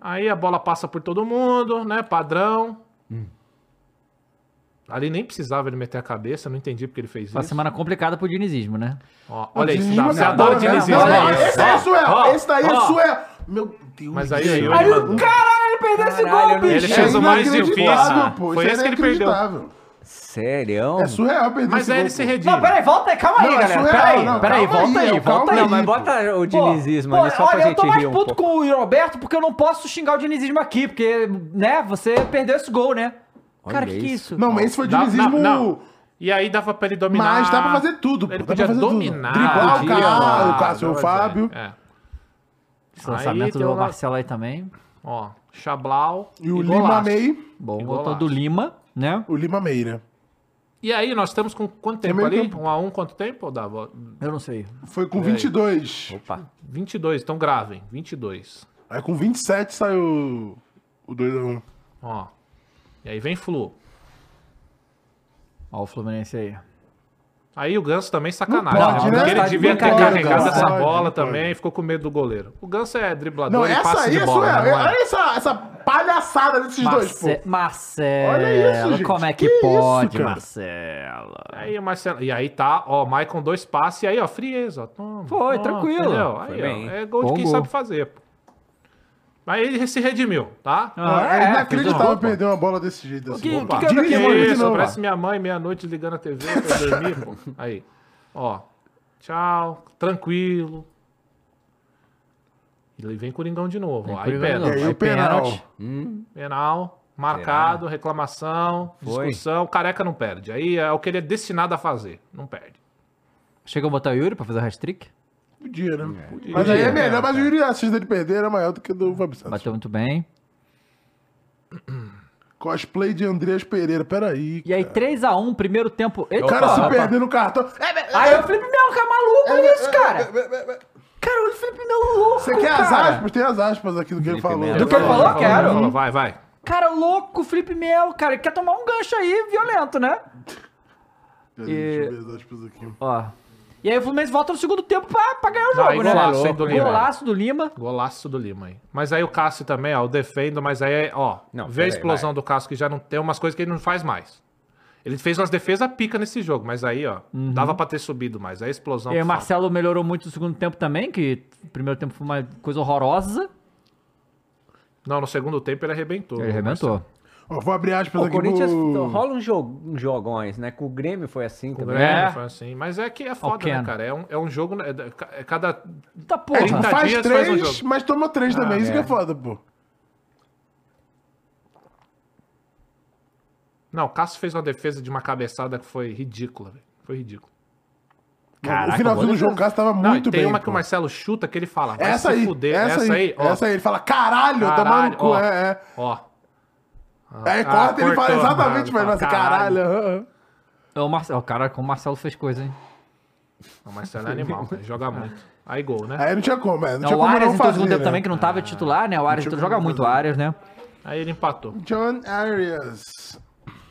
D: Aí a bola passa por todo mundo, né? Padrão.
A: Hum.
D: Ali nem precisava ele meter a cabeça, não entendi porque ele fez
A: Foi uma
D: isso.
A: semana complicada pro dinizismo, né?
D: Ó, olha
B: Diniz
D: isso,
B: não
D: tá? você
B: acaba,
D: adora o
B: né?
D: dinizismo.
B: Não,
D: né?
B: Esse daí é
D: Ó,
B: Sué. Esse daí é
D: ó.
B: Sué. Meu Deus.
D: Mas aí
B: do
D: o
B: céu.
D: Yuri Aí o mandou.
A: Caralho, ele perdeu esse
C: Caralho,
A: gol,
C: não-
A: bicho!
D: Ele fez o mais difícil.
B: é inacreditável, pô.
D: Foi
B: Isso
D: esse
B: é
D: que ele perdeu.
B: inacreditável.
C: Sério?
B: É surreal perder
D: Mas
B: esse
D: aí
B: gol,
D: ele se
B: pô.
D: redime.
A: Não, peraí, volta aí, calma aí,
B: Não, é
A: galera.
B: surreal,
A: Peraí,
B: não,
A: peraí,
B: calma
A: volta
B: aí,
A: aí,
B: calma
A: volta aí.
B: aí.
C: não, mas bota o dinizismo ali só pra
A: olha, eu tô
C: gente
A: mais
C: rir um
A: puto
C: pouco.
A: com o Roberto porque eu não posso xingar o dinizismo aqui, porque, né, você perdeu esse gol, né?
C: Olha
A: Cara, que que
C: isso.
A: isso?
B: Não, mas esse foi
D: Dá-
B: dinizismo...
D: não, não. E aí dava pra ele dominar.
B: Mas dá pra fazer tudo, pô.
D: Ele
B: Dá pra
D: podia
B: fazer tá tudo.
D: dominar.
B: Driblar o
D: podia,
B: cara,
D: mano.
B: o Cássio, o
D: Dá pra
B: Fábio.
D: fazer, é.
A: Esse lançamento
D: Aí tem
A: do
D: o-
A: Marcelo aí também.
D: Ó, Chablau
B: E o Lima
D: golaço.
B: May.
A: Bom,
D: E
A: voltou
D: golaço.
A: do Lima, né?
B: O Lima May, né?
D: E aí nós estamos com quanto
B: É
D: tempo
B: meio
D: ali?
B: campo.
D: Um a um quanto tempo, Dava?
A: Eu não sei.
B: Foi com 22.
C: Opa.
D: 22, então gravem, 22.
B: Aí com 27 saiu o 2x1.
D: Tá Ó. E aí vem Flu.
A: Ó o Fluminense aí. Aí
D: Aí o Ganso também
B: Não
D: sacanagem.
B: pode,
D: porque
B: né?
D: ele
B: Tá de
D: devia ter
A: brincadeira,
D: carregado
A: Ganso.
D: essa
B: Não
D: bola
B: pode, não
D: também
B: pode.
D: e ficou com medo do goleiro. O Ganso é driblador
B: Não,
D: e
B: essa
D: passe
B: aí
D: de
B: é
D: bola.
B: surreal.
D: não é?
B: Olha essa, essa palhaçada desses dois, pô.
A: Marce... Marcelo,
B: Olha isso, gente.
A: como é que,
B: Que
A: pode,
B: isso, cara?
A: Marcelo?
D: Aí o Marcelo. E aí tá, ó, Maicon dois passes e aí, ó, frieza, ó. Toma,
A: Foi,
D: toma,
A: tranquilo.
D: entendeu?
C: Foi
D: Aí,
C: bem.
D: ó, é gol
A: Bom
D: de quem
A: gol.
D: sabe fazer, pô. Mas ele se redimiu, tá?
A: Ah,
B: é,
A: é,
B: inacreditável
A: fez um gol,
B: perder uma bola desse jeito assim.
A: que-
B: Opa.
A: que que eu
B: Dirige
A: daquele
B: o
A: olho
B: olho de
D: Isso,
B: novo.
D: parece minha mãe meia-noite ligando a TV pra eu dormir, pô. Aí. Ó. Tchau, tranquilo. E aí vem Coringão de novo. ó. Aí
A: Coringão de
D: pena.
A: novo.
B: E aí
A: Vai
B: o penal.
A: pênalti.
D: Penal, marcado, reclamação,
C: Foi.
D: discussão. Careca não perde. Aí é o que ele é destinado a fazer. Não perde.
A: Chegou a botar o Yuri pra fazer o hat-trick?
B: Podia, né? Mas aí é
D: Podia.
B: melhor, mas o Yuri assista de perder era é maior do que o do Fábio Santos.
A: Bateu muito bem.
B: Cosplay de Andreas Pereira, peraí.
A: E aí, 3x1, primeiro tempo. Eita,
B: O É. cara
A: porra,
B: se
A: rapaz.
B: perdeu no cartão. É, é,
A: Aí o Felipe Melo, que é maluco, olha isso, cara.
B: é, é, é.
A: Cara, olha o Felipe Melo louco,
B: Você quer as
A: cara.
B: aspas? Tem as aspas aqui do que ele falou.
C: Melo.
A: Do que ele falou? Quero.
D: Vai, vai.
A: Cara, louco, o Felipe Melo, cara. Ele quer tomar um gancho aí, violento, né?
B: Peraí, Deixa eu ver as aspas aqui.
A: Ó. E aí o Fluminense volta no segundo tempo pra, pra ganhar o
D: Não,
A: jogo,
D: aí
A: né?
D: golaço, hein, do Lima.
A: Golaço do Lima.
D: Golaço do Lima aí. Mas aí o Cássio também, ó, eu defendo, mas aí, é, ó,
C: Não,
D: vê a
C: peraí,
D: explosão
C: vai.
D: do Cássio que já não tem umas coisas que ele não faz mais. Ele fez umas defesas pica nesse jogo, mas aí, ó, dava pra ter subido mais. Aí a explosão.
A: Uhum. E aí,
D: do
A: o Marcelo melhorou muito no segundo tempo também, que o primeiro tempo foi uma coisa horrorosa.
D: Fábio. Não, no segundo tempo ele arrebentou.
A: Ele arrebentou.
B: Ó, vou abrir aspas
C: O
B: aqui
C: Corinthians
B: pro...
G: um
C: rola uns jo- uns jogões, né? Com o Grêmio foi assim também.
D: Marcelo. É,
A: É.
D: foi assim. Mas é que é foda,
A: Ken.
D: né, cara? É um, é um jogo. é da- ca- É, cada.
A: Tá porra.
B: É, tipo,
D: Trinta
B: faz
D: dias, faz um
B: três,
D: jogo.
B: mas toma
A: Ah,
B: três também. Isso que é foda, pô.
D: Não, o Cássio fez uma defesa de uma cabeçada que foi ridícula, velho. Foi ridículo.
B: o finalzinho do jogo, o Cássio tava
D: Não, e
B: muito
D: tem
B: bem.
D: uma que
B: pô.
D: o Marcelo chuta que ele fala. Vai
B: Essa
D: se
B: aí,
D: fuder.
B: essa, aí,
D: ó.
B: essa aí. Ele fala, caralho, tá
D: Caralho,
B: maluco,
D: ó.
B: é, é.
D: Ó.
B: Aí
D: Ah,
B: É, corta, ele fala
D: cortou,
B: exatamente, mas
D: mano,
B: nossa, caralho. aham.
A: É O Marcelo, cara, como o Marcelo fez coisa, hein?
D: O Marcelo é animal, cara, joga muito. Aí gol, né?
B: Aí não tinha como, é. Não
A: Não,
B: tinha
A: o
B: como
A: Arias entrou
B: não
A: no
B: fazer,
A: segundo tempo também,
B: né?
A: que não tava titular, né? O Arias
B: tinha
A: entrou- joga
B: como
A: muito o
B: fazer.
A: Arias, né?
D: Aí ele empatou.
B: John Arias.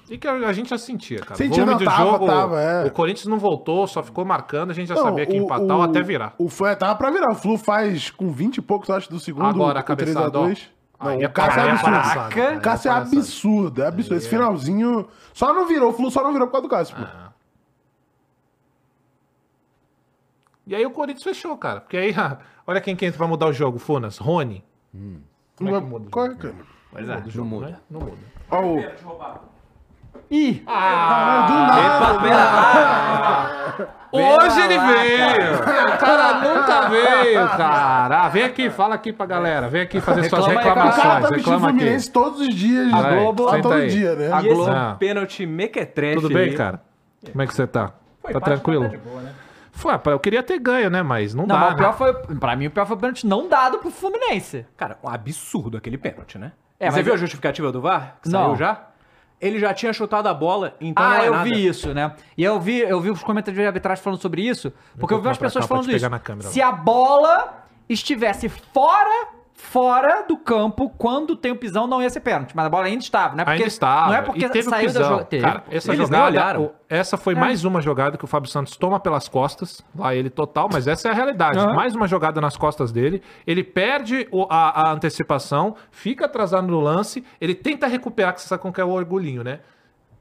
D: E que a gente já sentia, cara.
B: Sentia,
D: o volume
B: não, tava,
D: do jogo,
B: tava, é.
D: o Corinthians não voltou, só ficou marcando, a gente já
B: Não,
D: sabia que ia
B: o-
D: empatar ou
B: o-
D: até virar.
B: O Flu tava pra virar. O Flu faz com 20 e poucos, eu acho, do segundo.
D: Agora,
B: com
D: a
B: 3 a
D: cabeçada,
B: 2.
D: ó. Aí
B: Não,
D: é
B: o Cássio é
D: palhaçada,
B: absurdo.
D: palhaçada.
A: Saca?
B: O Cássio é
D: Aí é palhaçada.
B: absurdo, é absurdo. Esse finalzinho só não virou, o Flu só não virou por causa do Cássio, pô.
D: Ah, E aí o Corinthians fechou, cara. Porque aí, olha quem que entra pra mudar o jogo, Funas. Rony.
B: Não é- Qual é, cara?
C: Pois é, não muda.
D: né? Não muda.
B: Ó, o-
A: Ih,
B: Ah, do nada.
D: Hoje ele
C: lá,
D: veio! O cara nunca veio, cara. Ah, Vem aqui, fala aqui pra galera. Vem aqui fazer suas
A: Reclama aí, cara.
B: O cara
D: reclamações.
B: tá vestindo
D: Reclama
B: Fluminense
D: aqui.
B: todos os dias.
D: A Globo-
B: Tá todo
D: Senta aí.
B: dia, né?
D: A
G: E esse
D: Globo-
G: É. pênalti mequetrefe.
D: Tudo bem,
G: aí,
D: cara? Como é que você tá?
G: foi
D: tá
G: parte,
D: tranquilo?
G: mas tá de boa, né?
D: Foi, rapaz, eu queria ter ganho, né? Mas não,
A: Não,
D: dá.
A: mas o pior
D: né?
A: foi. Pra mim, o pior foi o pênalti não dado pro Fluminense.
G: Cara, um absurdo aquele pênalti, né?
A: É,
G: Você
A: mas-
G: viu a justificativa do VAR? Que
A: Não.
G: saiu já? Ele já tinha chutado a bola, então não
A: ah,
G: é
A: eu
G: nada.
A: vi isso, né? E eu vi, eu vi os comentários de arbitragem falando sobre isso, porque eu vi
D: vou
A: as
D: pra
A: pessoas
D: cá pra
A: falando
D: te pegar
A: isso.
D: na câmera.
A: Se a bola estivesse fora, fora do campo, quando tem o pisão, não ia ser pênalti. Mas a bola ainda estava, né?
D: Ainda está.
A: Não é porque
D: e teve
A: saiu
D: pisão.
A: da jogada.
D: Cara, é essa
G: Eles nem
D: jogada,
G: olharam.
D: o- essa
A: É.
D: foi mais uma jogada que o Fábio Santos toma pelas costas, lá ele total, mas essa é a realidade. Mais uma jogada nas costas dele, ele perde o- a, a antecipação, fica atrasado no lance, ele tenta recuperar com essa com que é o orgulhinho, né?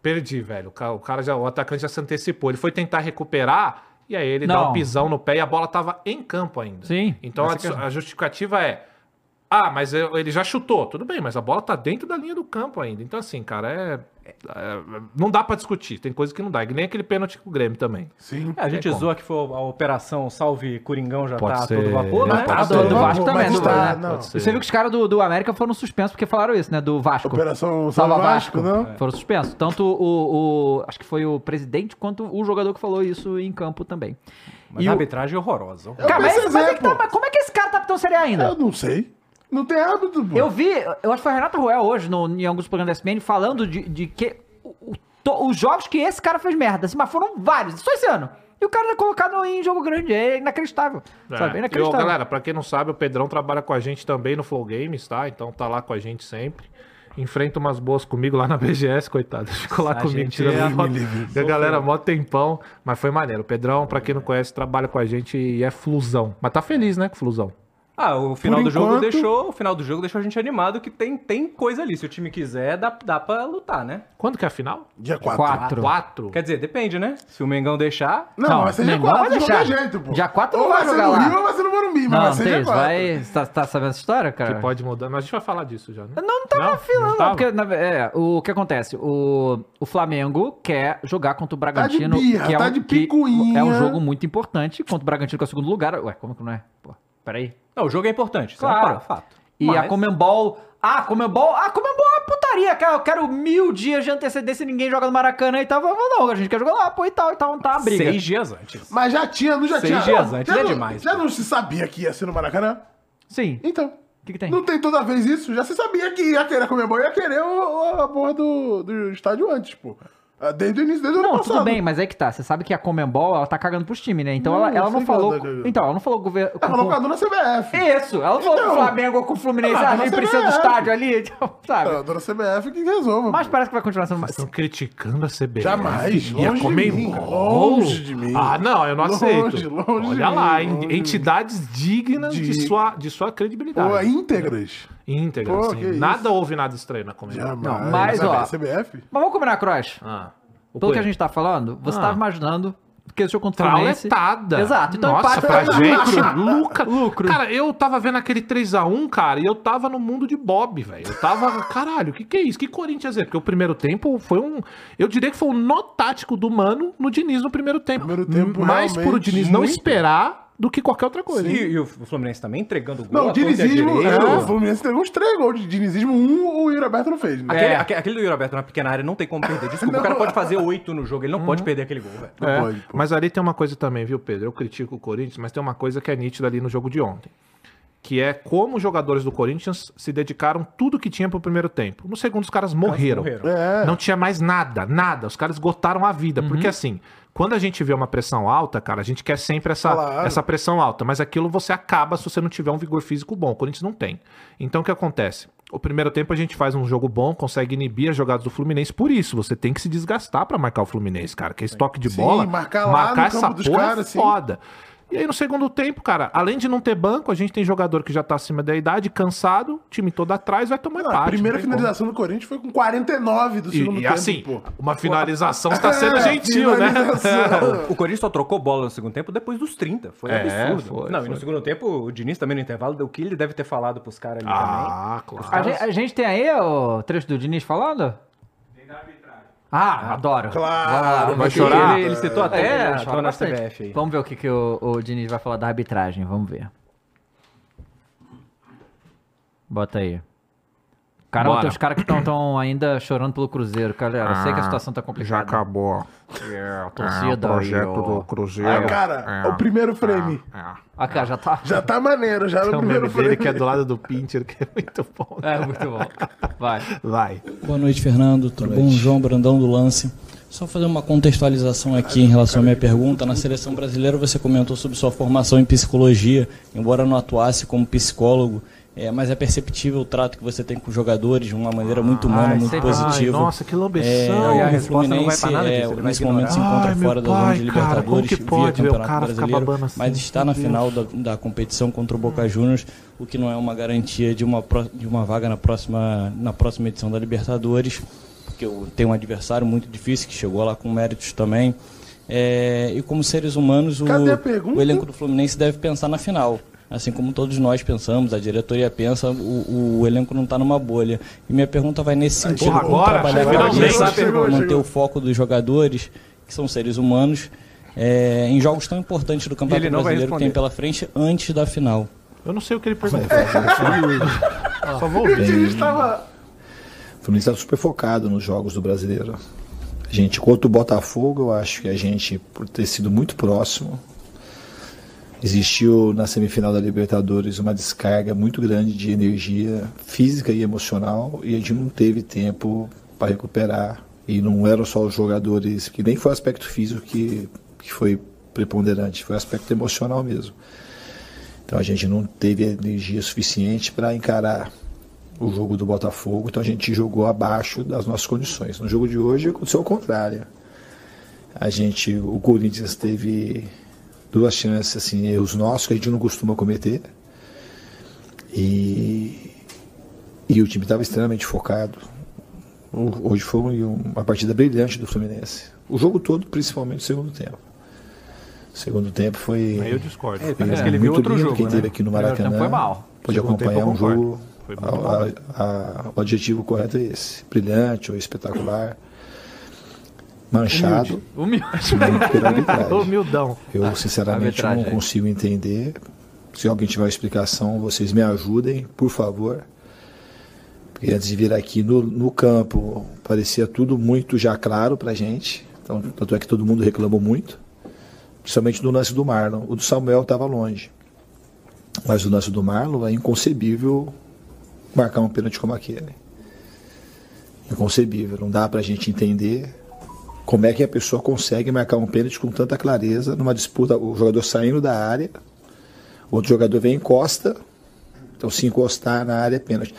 D: Perdi, velho. O cara, o cara já, o atacante já se antecipou. Ele foi tentar recuperar e aí ele dá
A: Não.
D: um pisão no pé e a bola tava em campo ainda.
A: Sim.
D: Então a, a justificativa é ah, mas eu- ele já chutou. Tudo bem, mas a bola tá dentro da linha do campo ainda. Então, assim, cara, é. é- não dá pra discutir. Tem coisa que não dá. E Nem aquele pênalti com o Grêmio também.
B: Sim.
G: É, a gente
D: Tem como.
G: zoa que foi a operação Salve Coringão já
D: Pode
G: tá
D: ser,
G: todo vapor, né?
D: pode
A: Ah,
B: Ah,
A: do, do
B: não,
A: Vasco
B: mas
A: também, do
B: está,
A: Vasco, né?
B: não.
A: E Você viu que os caras do, do América foram suspensos porque falaram isso, né? Do Vasco. É.
B: Operação Salva Vasco, não?
A: Foram suspensos. Tanto o, o- Acho que foi o presidente quanto o jogador que falou isso em campo também.
G: Mas
A: E
G: a
A: o-
G: arbitragem é horrorosa. horrorosa.
A: Cara, mas,
B: pensei
A: mas é
B: dizer,
A: que tá-
B: pô.
A: mas como é que esse cara tá tão sério ainda?
B: Eu não sei. Não tem hábito, pô.
A: Eu vi, eu acho que foi a Renata Ruel hoje, no, em alguns programas da SPN, falando de, de que o- o to- os jogos que esse cara fez merda, assim, mas foram vários, só esse ano. E o cara é colocado em jogo grande, é inacreditável. Sabe? É
D: É. E, ó,
A: inacreditável.
D: galera, pra quem não sabe, o Pedrão trabalha com a gente também no Flow Games, tá? Então tá lá com a gente sempre. Enfrenta umas boas comigo lá na BGS, coitado. Ficou lá
G: A
D: comigo
G: gente
D: tirando
G: é
D: foto.
B: livre.
D: E a galera, mó tempão. Mas foi maneiro. O Pedrão, pra quem não conhece, trabalha com a gente e é flusão. Mas tá feliz, né, com flusão.
G: Ah, o final do jogo
B: enquanto-
G: deixou. O final do jogo deixou a gente animado que tem, tem coisa ali. Se o time quiser, dá, dá pra lutar, né?
D: Quando que é a final?
B: Dia 4.
A: Quatro.
D: Quatro?
G: Quer dizer, depende, né? Se o Mengão deixar.
B: Não,
A: Não,
B: vai ser dia
A: Mengão
B: 4
A: vai
B: de qualquer
A: deixar.
B: jeito, pô.
A: Dia quatro não
B: ou
A: vai
B: vai ser
A: jogar
B: no
A: lá.
B: Rio ou vai ser no Morumbi, mas
A: Não,
B: vai
A: não
B: ser
A: tem
B: dia
A: isso.
B: 4.
A: Vai, tá, tá sabendo essa história, cara?
D: Que pode mudar, mas a gente vai falar disso já, né?
A: Não, não tava na fila, não,
D: tava?
A: porque na- é, o que acontece? O, o Flamengo quer jogar contra o Bragantino,
B: birra,
A: que, é
B: tá
A: um,
B: de
A: que
B: picuinha.
A: é um jogo muito importante contra o Bragantino, que é o segundo lugar. Ué, como que não é? Pô, peraí.
G: Não, o jogo é importante. isso é um
A: Claro.
G: fa- fato.
A: E
G: Mas-
A: a Comembol. Ah, Comembol. Ah, Comembol é uma putaria, cara. Eu quero mil dias de antecedência e ninguém joga no Maracanã e tal. Eu falo, Não, a gente quer jogar lá, pô, e tal, e tal, não tá uma briga.
G: Seis dias antes.
B: Mas já tinha, não já
G: Seis
B: tinha.
G: dias antes,
B: já
G: é
B: não,
G: demais,
B: Já
G: pô.
B: não se sabia que ia ser no Maracanã?
A: Sim.
B: Então.
A: O que, que tem?
B: Não tem toda vez isso? Já se sabia que ia querer comer bom, ia querer o- o- a porra do, do estádio antes, pô. Ah, Desde o início, desde o ano
A: Não,
B: passado.
A: tudo bem, mas é que tá. Você sabe que a Comembol, ela tá cagando pros times, né? Então
B: Não,
A: ela, ela não
B: sei que ela
A: falou.
B: tá cagando.
A: então, ela não falou governo.
B: Ela falou com a dona CBF.
A: Isso, ela não falou com o
B: Então.
A: Flamengo ou com o Fluminense, ah,
B: Ah, mas
A: nem
B: você
A: precisa do
B: merece.
A: estádio ali, então,
B: Então, A
A: sabe?
B: dona CBF que resolva.
A: Mas
B: pô.
A: parece que vai continuar sendo mais.
D: Estão criticando a CBF.
B: Jamais,
D: E a
B: longe de
D: Comembol.
B: mim, cara. Longe de mim.
D: Ah, não, eu não
B: Longe,
D: aceito.
B: longe
D: Olha
B: de
D: lá,
B: mim,
D: en-
B: longe de
D: entidades dignas de,
B: De-
D: sua, de sua credibilidade.
A: tá.
B: Pô, íntegras.
D: Íntegra,
B: Pô,
D: assim.
B: que isso.
D: Nada houve nada estranho na Comembol.
B: Jamais.
A: Não, mas,
B: Sabe,
A: ó.
B: a CBF?
A: Mas vamos combinar, Cross.
D: Ah, o
A: Pelo que a
D: Coelho.
A: gente tá falando, você
D: Ah.
A: tava imaginando que esse jogo contra o Fluminense...
B: tá,
D: Trauletada.
A: Exato, então
D: Nossa,
A: empate-
D: pra gente, lucro. lucro. Cara, eu tava vendo aquele 3x1, cara, e eu tava no mundo de Bob, velho. Eu tava, caralho, o que que é isso? Que Corinthians é? Porque o primeiro tempo foi um... Eu diria que foi um nó tático do Mano no Diniz no primeiro tempo.
B: Primeiro tempo,
D: Mais
B: realmente,
D: por o Diniz não
B: muito.
D: esperar do que qualquer outra coisa.
G: E, e o Fluminense também entregando gol.
B: Não, o
G: à torta e à
B: dinizismo.
G: direita.
B: É, o Fluminense teve uns três gols de dinizismo. Um o Yuri Aberto não fez, né?
G: Aquele,
A: É.
G: aque- aquele do Yuri Alberto na pequena área não tem como perder. Desculpa, o
B: Não.
G: cara pode fazer oito no jogo, ele não pode perder aquele gol, velho.
B: Não
D: É,
B: pode, pô.
D: mas ali tem uma coisa também, viu, Pedro? Eu critico o Corinthians, mas tem uma coisa que é nítida ali no jogo de ontem. Que é como os jogadores do Corinthians se dedicaram tudo que tinha pro primeiro tempo. No segundo, os caras morreram.
G: morreram.
B: É. Uhum.
D: Não tinha mais nada, nada. Os caras esgotaram a vida. Porque assim, quando a gente vê uma pressão alta, cara, a gente quer sempre essa,
B: Claro.
D: essa pressão alta. Mas aquilo você acaba se você não tiver um vigor físico bom. O Corinthians não tem. Então o que acontece? O primeiro tempo a gente faz um jogo bom, consegue inibir as jogadas do Fluminense. Por isso, você tem que se desgastar pra marcar o Fluminense, cara. Que esse toque de
B: Sim,
D: bola,
B: marcar lá no campo
D: essa
B: dos
D: porra
B: caras,
D: é
B: sim.
D: foda. E aí no segundo tempo, cara, além de não ter banco, a gente tem jogador que já tá acima da idade, cansado, time todo atrás, vai tomar
B: a
D: empate.
B: Ah, primeira
D: não tem como.
B: finalização do Corinthians foi com 49 do
D: E,
B: segundo
D: e
B: tempo,
D: assim,
B: pô.
D: uma finalização está sendo
B: É,
D: gentil, né?
B: finalização.
G: O Corinthians só trocou bola no segundo tempo depois dos 30. Foi
D: É,
G: absurdo.
D: foi,
G: não, e
D: foi.
G: no segundo tempo, o Diniz também no intervalo deu o que ele deve ter falado pros caras ali também.
D: Ah,
A: A
D: claro.
A: gente, a gente tem aí o trecho do Diniz falando? Ah, adoro.
B: Claro.
D: Vai
G: Ele-
D: chorar?
G: Ele, ele citou até
A: É,
G: a
A: chora
G: dona
A: bastante.
G: CBF aí.
A: Vamos ver o que, que o, o Diniz vai falar da arbitragem, vamos ver. Bota aí. Cara,
D: Bora.
A: tem os caras que estão ainda chorando pelo Cruzeiro, galera. Eu sei que a situação tá
D: Já
A: complicada.
D: acabou.
A: É, a
D: É, o
A: torcida aí,
D: projeto do
A: ó.
D: Cruzeiro.
B: Ah, cara,
D: É,
B: o primeiro frame.
D: é, é.
A: Ah, cara, já tá.
B: Já tá maneiro, já
D: Tem
B: no
D: um meme
B: primeiro
D: dele
B: frame.
D: que é do lado do Pinter, que é muito bom. né?
A: É, muito bom. Vai.
D: Vai.
H: Boa noite, Fernando. Tudo bom? João Brandão do Lance. Só fazer uma contextualização aqui em relação à minha pergunta. Na seleção brasileira, você comentou sobre sua formação em psicologia, embora não atuasse como psicólogo, é, mas é perceptível o trato que você tem com os jogadores de uma maneira muito humana,
A: Ai,
H: muito
A: sei-
H: positiva.
D: Ai, nossa, que
H: É,
D: lambeção.
H: o
G: E a resposta não vai
H: Fluminense,
G: pra nada
H: é,
G: disso, ele vai
H: nesse
G: ignorar.
H: momento se encontra
D: Ai,
H: fora
D: meu
H: da zona
D: pai,
H: de
D: cara, como
H: Libertadores
D: que pode,
H: via
D: meu? O
H: Campeonato
D: cara ficar
H: Brasileiro,
D: babando assim,
H: mas está na
D: meu
H: final da, da competição contra o Boca Juniors, o que não é uma garantia de uma, pró- de uma vaga na próxima, na próxima edição da Libertadores, porque o- tem um adversário muito difícil que chegou lá com méritos também. É, e como seres humanos, o,
B: Cadê a pergunta?
H: o elenco do Fluminense deve pensar na final. Assim como todos nós pensamos, a diretoria pensa, o, o elenco não está numa bolha. E minha pergunta vai nesse sentido.
D: porra,
H: como
D: agora?
H: trabalhar
D: Chegou,
H: para
D: finalmente.
H: isso?
B: Chegou, chegou,
H: manter
B: chegou.
H: o foco dos jogadores, que são seres humanos, é, em jogos tão importantes do Campeonato
G: Ele não vai
H: Brasileiro que tem
G: responder.
H: pela frente antes da final.
D: Eu não sei o que ele perguntou. Eu Só vou ouvir.
B: Ele estava.
I: O Fluminense está super focado nos jogos do brasileiro. A gente, quanto o Botafogo, eu acho que a gente, por ter sido muito próximo, existiu na semifinal da Libertadores uma descarga muito grande de energia física e emocional e a gente não teve tempo para recuperar. E não eram só os jogadores, que nem foi o aspecto físico que, que foi preponderante, foi o aspecto emocional mesmo. Então a gente não teve energia suficiente para encarar o jogo do Botafogo, então a gente jogou abaixo das nossas condições. No jogo de hoje aconteceu o contrário. A gente, o Corinthians teve duas chances, assim, erros nossos que a gente não costuma cometer. E, e o time estava extremamente focado. O- Hoje foi um, uma partida brilhante do Fluminense. O jogo todo, principalmente o segundo tempo. O segundo tempo foi.
D: Aí eu discordo.
G: Parece que ele viu
I: muito
G: outro
I: lindo
G: jogo,
I: quem
G: né?
I: teve aqui no
A: Primeiro tempo
I: Maracanã.
A: foi mal.
I: Pôde
D: Segundo tempo eu
I: acompanhar um
D: concordo.
I: jogo.
D: Foi muito
I: a-
D: mal mesmo.
I: a- a- o adjetivo correto é esse: brilhante ou espetacular, manchado
A: Humilde.
I: muito pela arbitragem.
D: Humildão.
I: Eu sinceramente não
A: Arbitragem.
I: consigo entender. Se alguém tiver uma explicação, vocês me ajudem, por favor. Porque antes de vir aqui no, no campo, parecia tudo muito já claro pra gente. Então, tanto é que todo mundo reclamou muito. Principalmente do lance do Marlon. O do Samuel estava longe. Mas o lance do Marlon é inconcebível marcar um pênalti como aquele. Inconcebível. Não dá pra gente entender como é que a pessoa consegue marcar um pênalti com tanta clareza numa disputa, o jogador saindo da área, outro jogador vem e encosta, então se encostar na área é pênalti.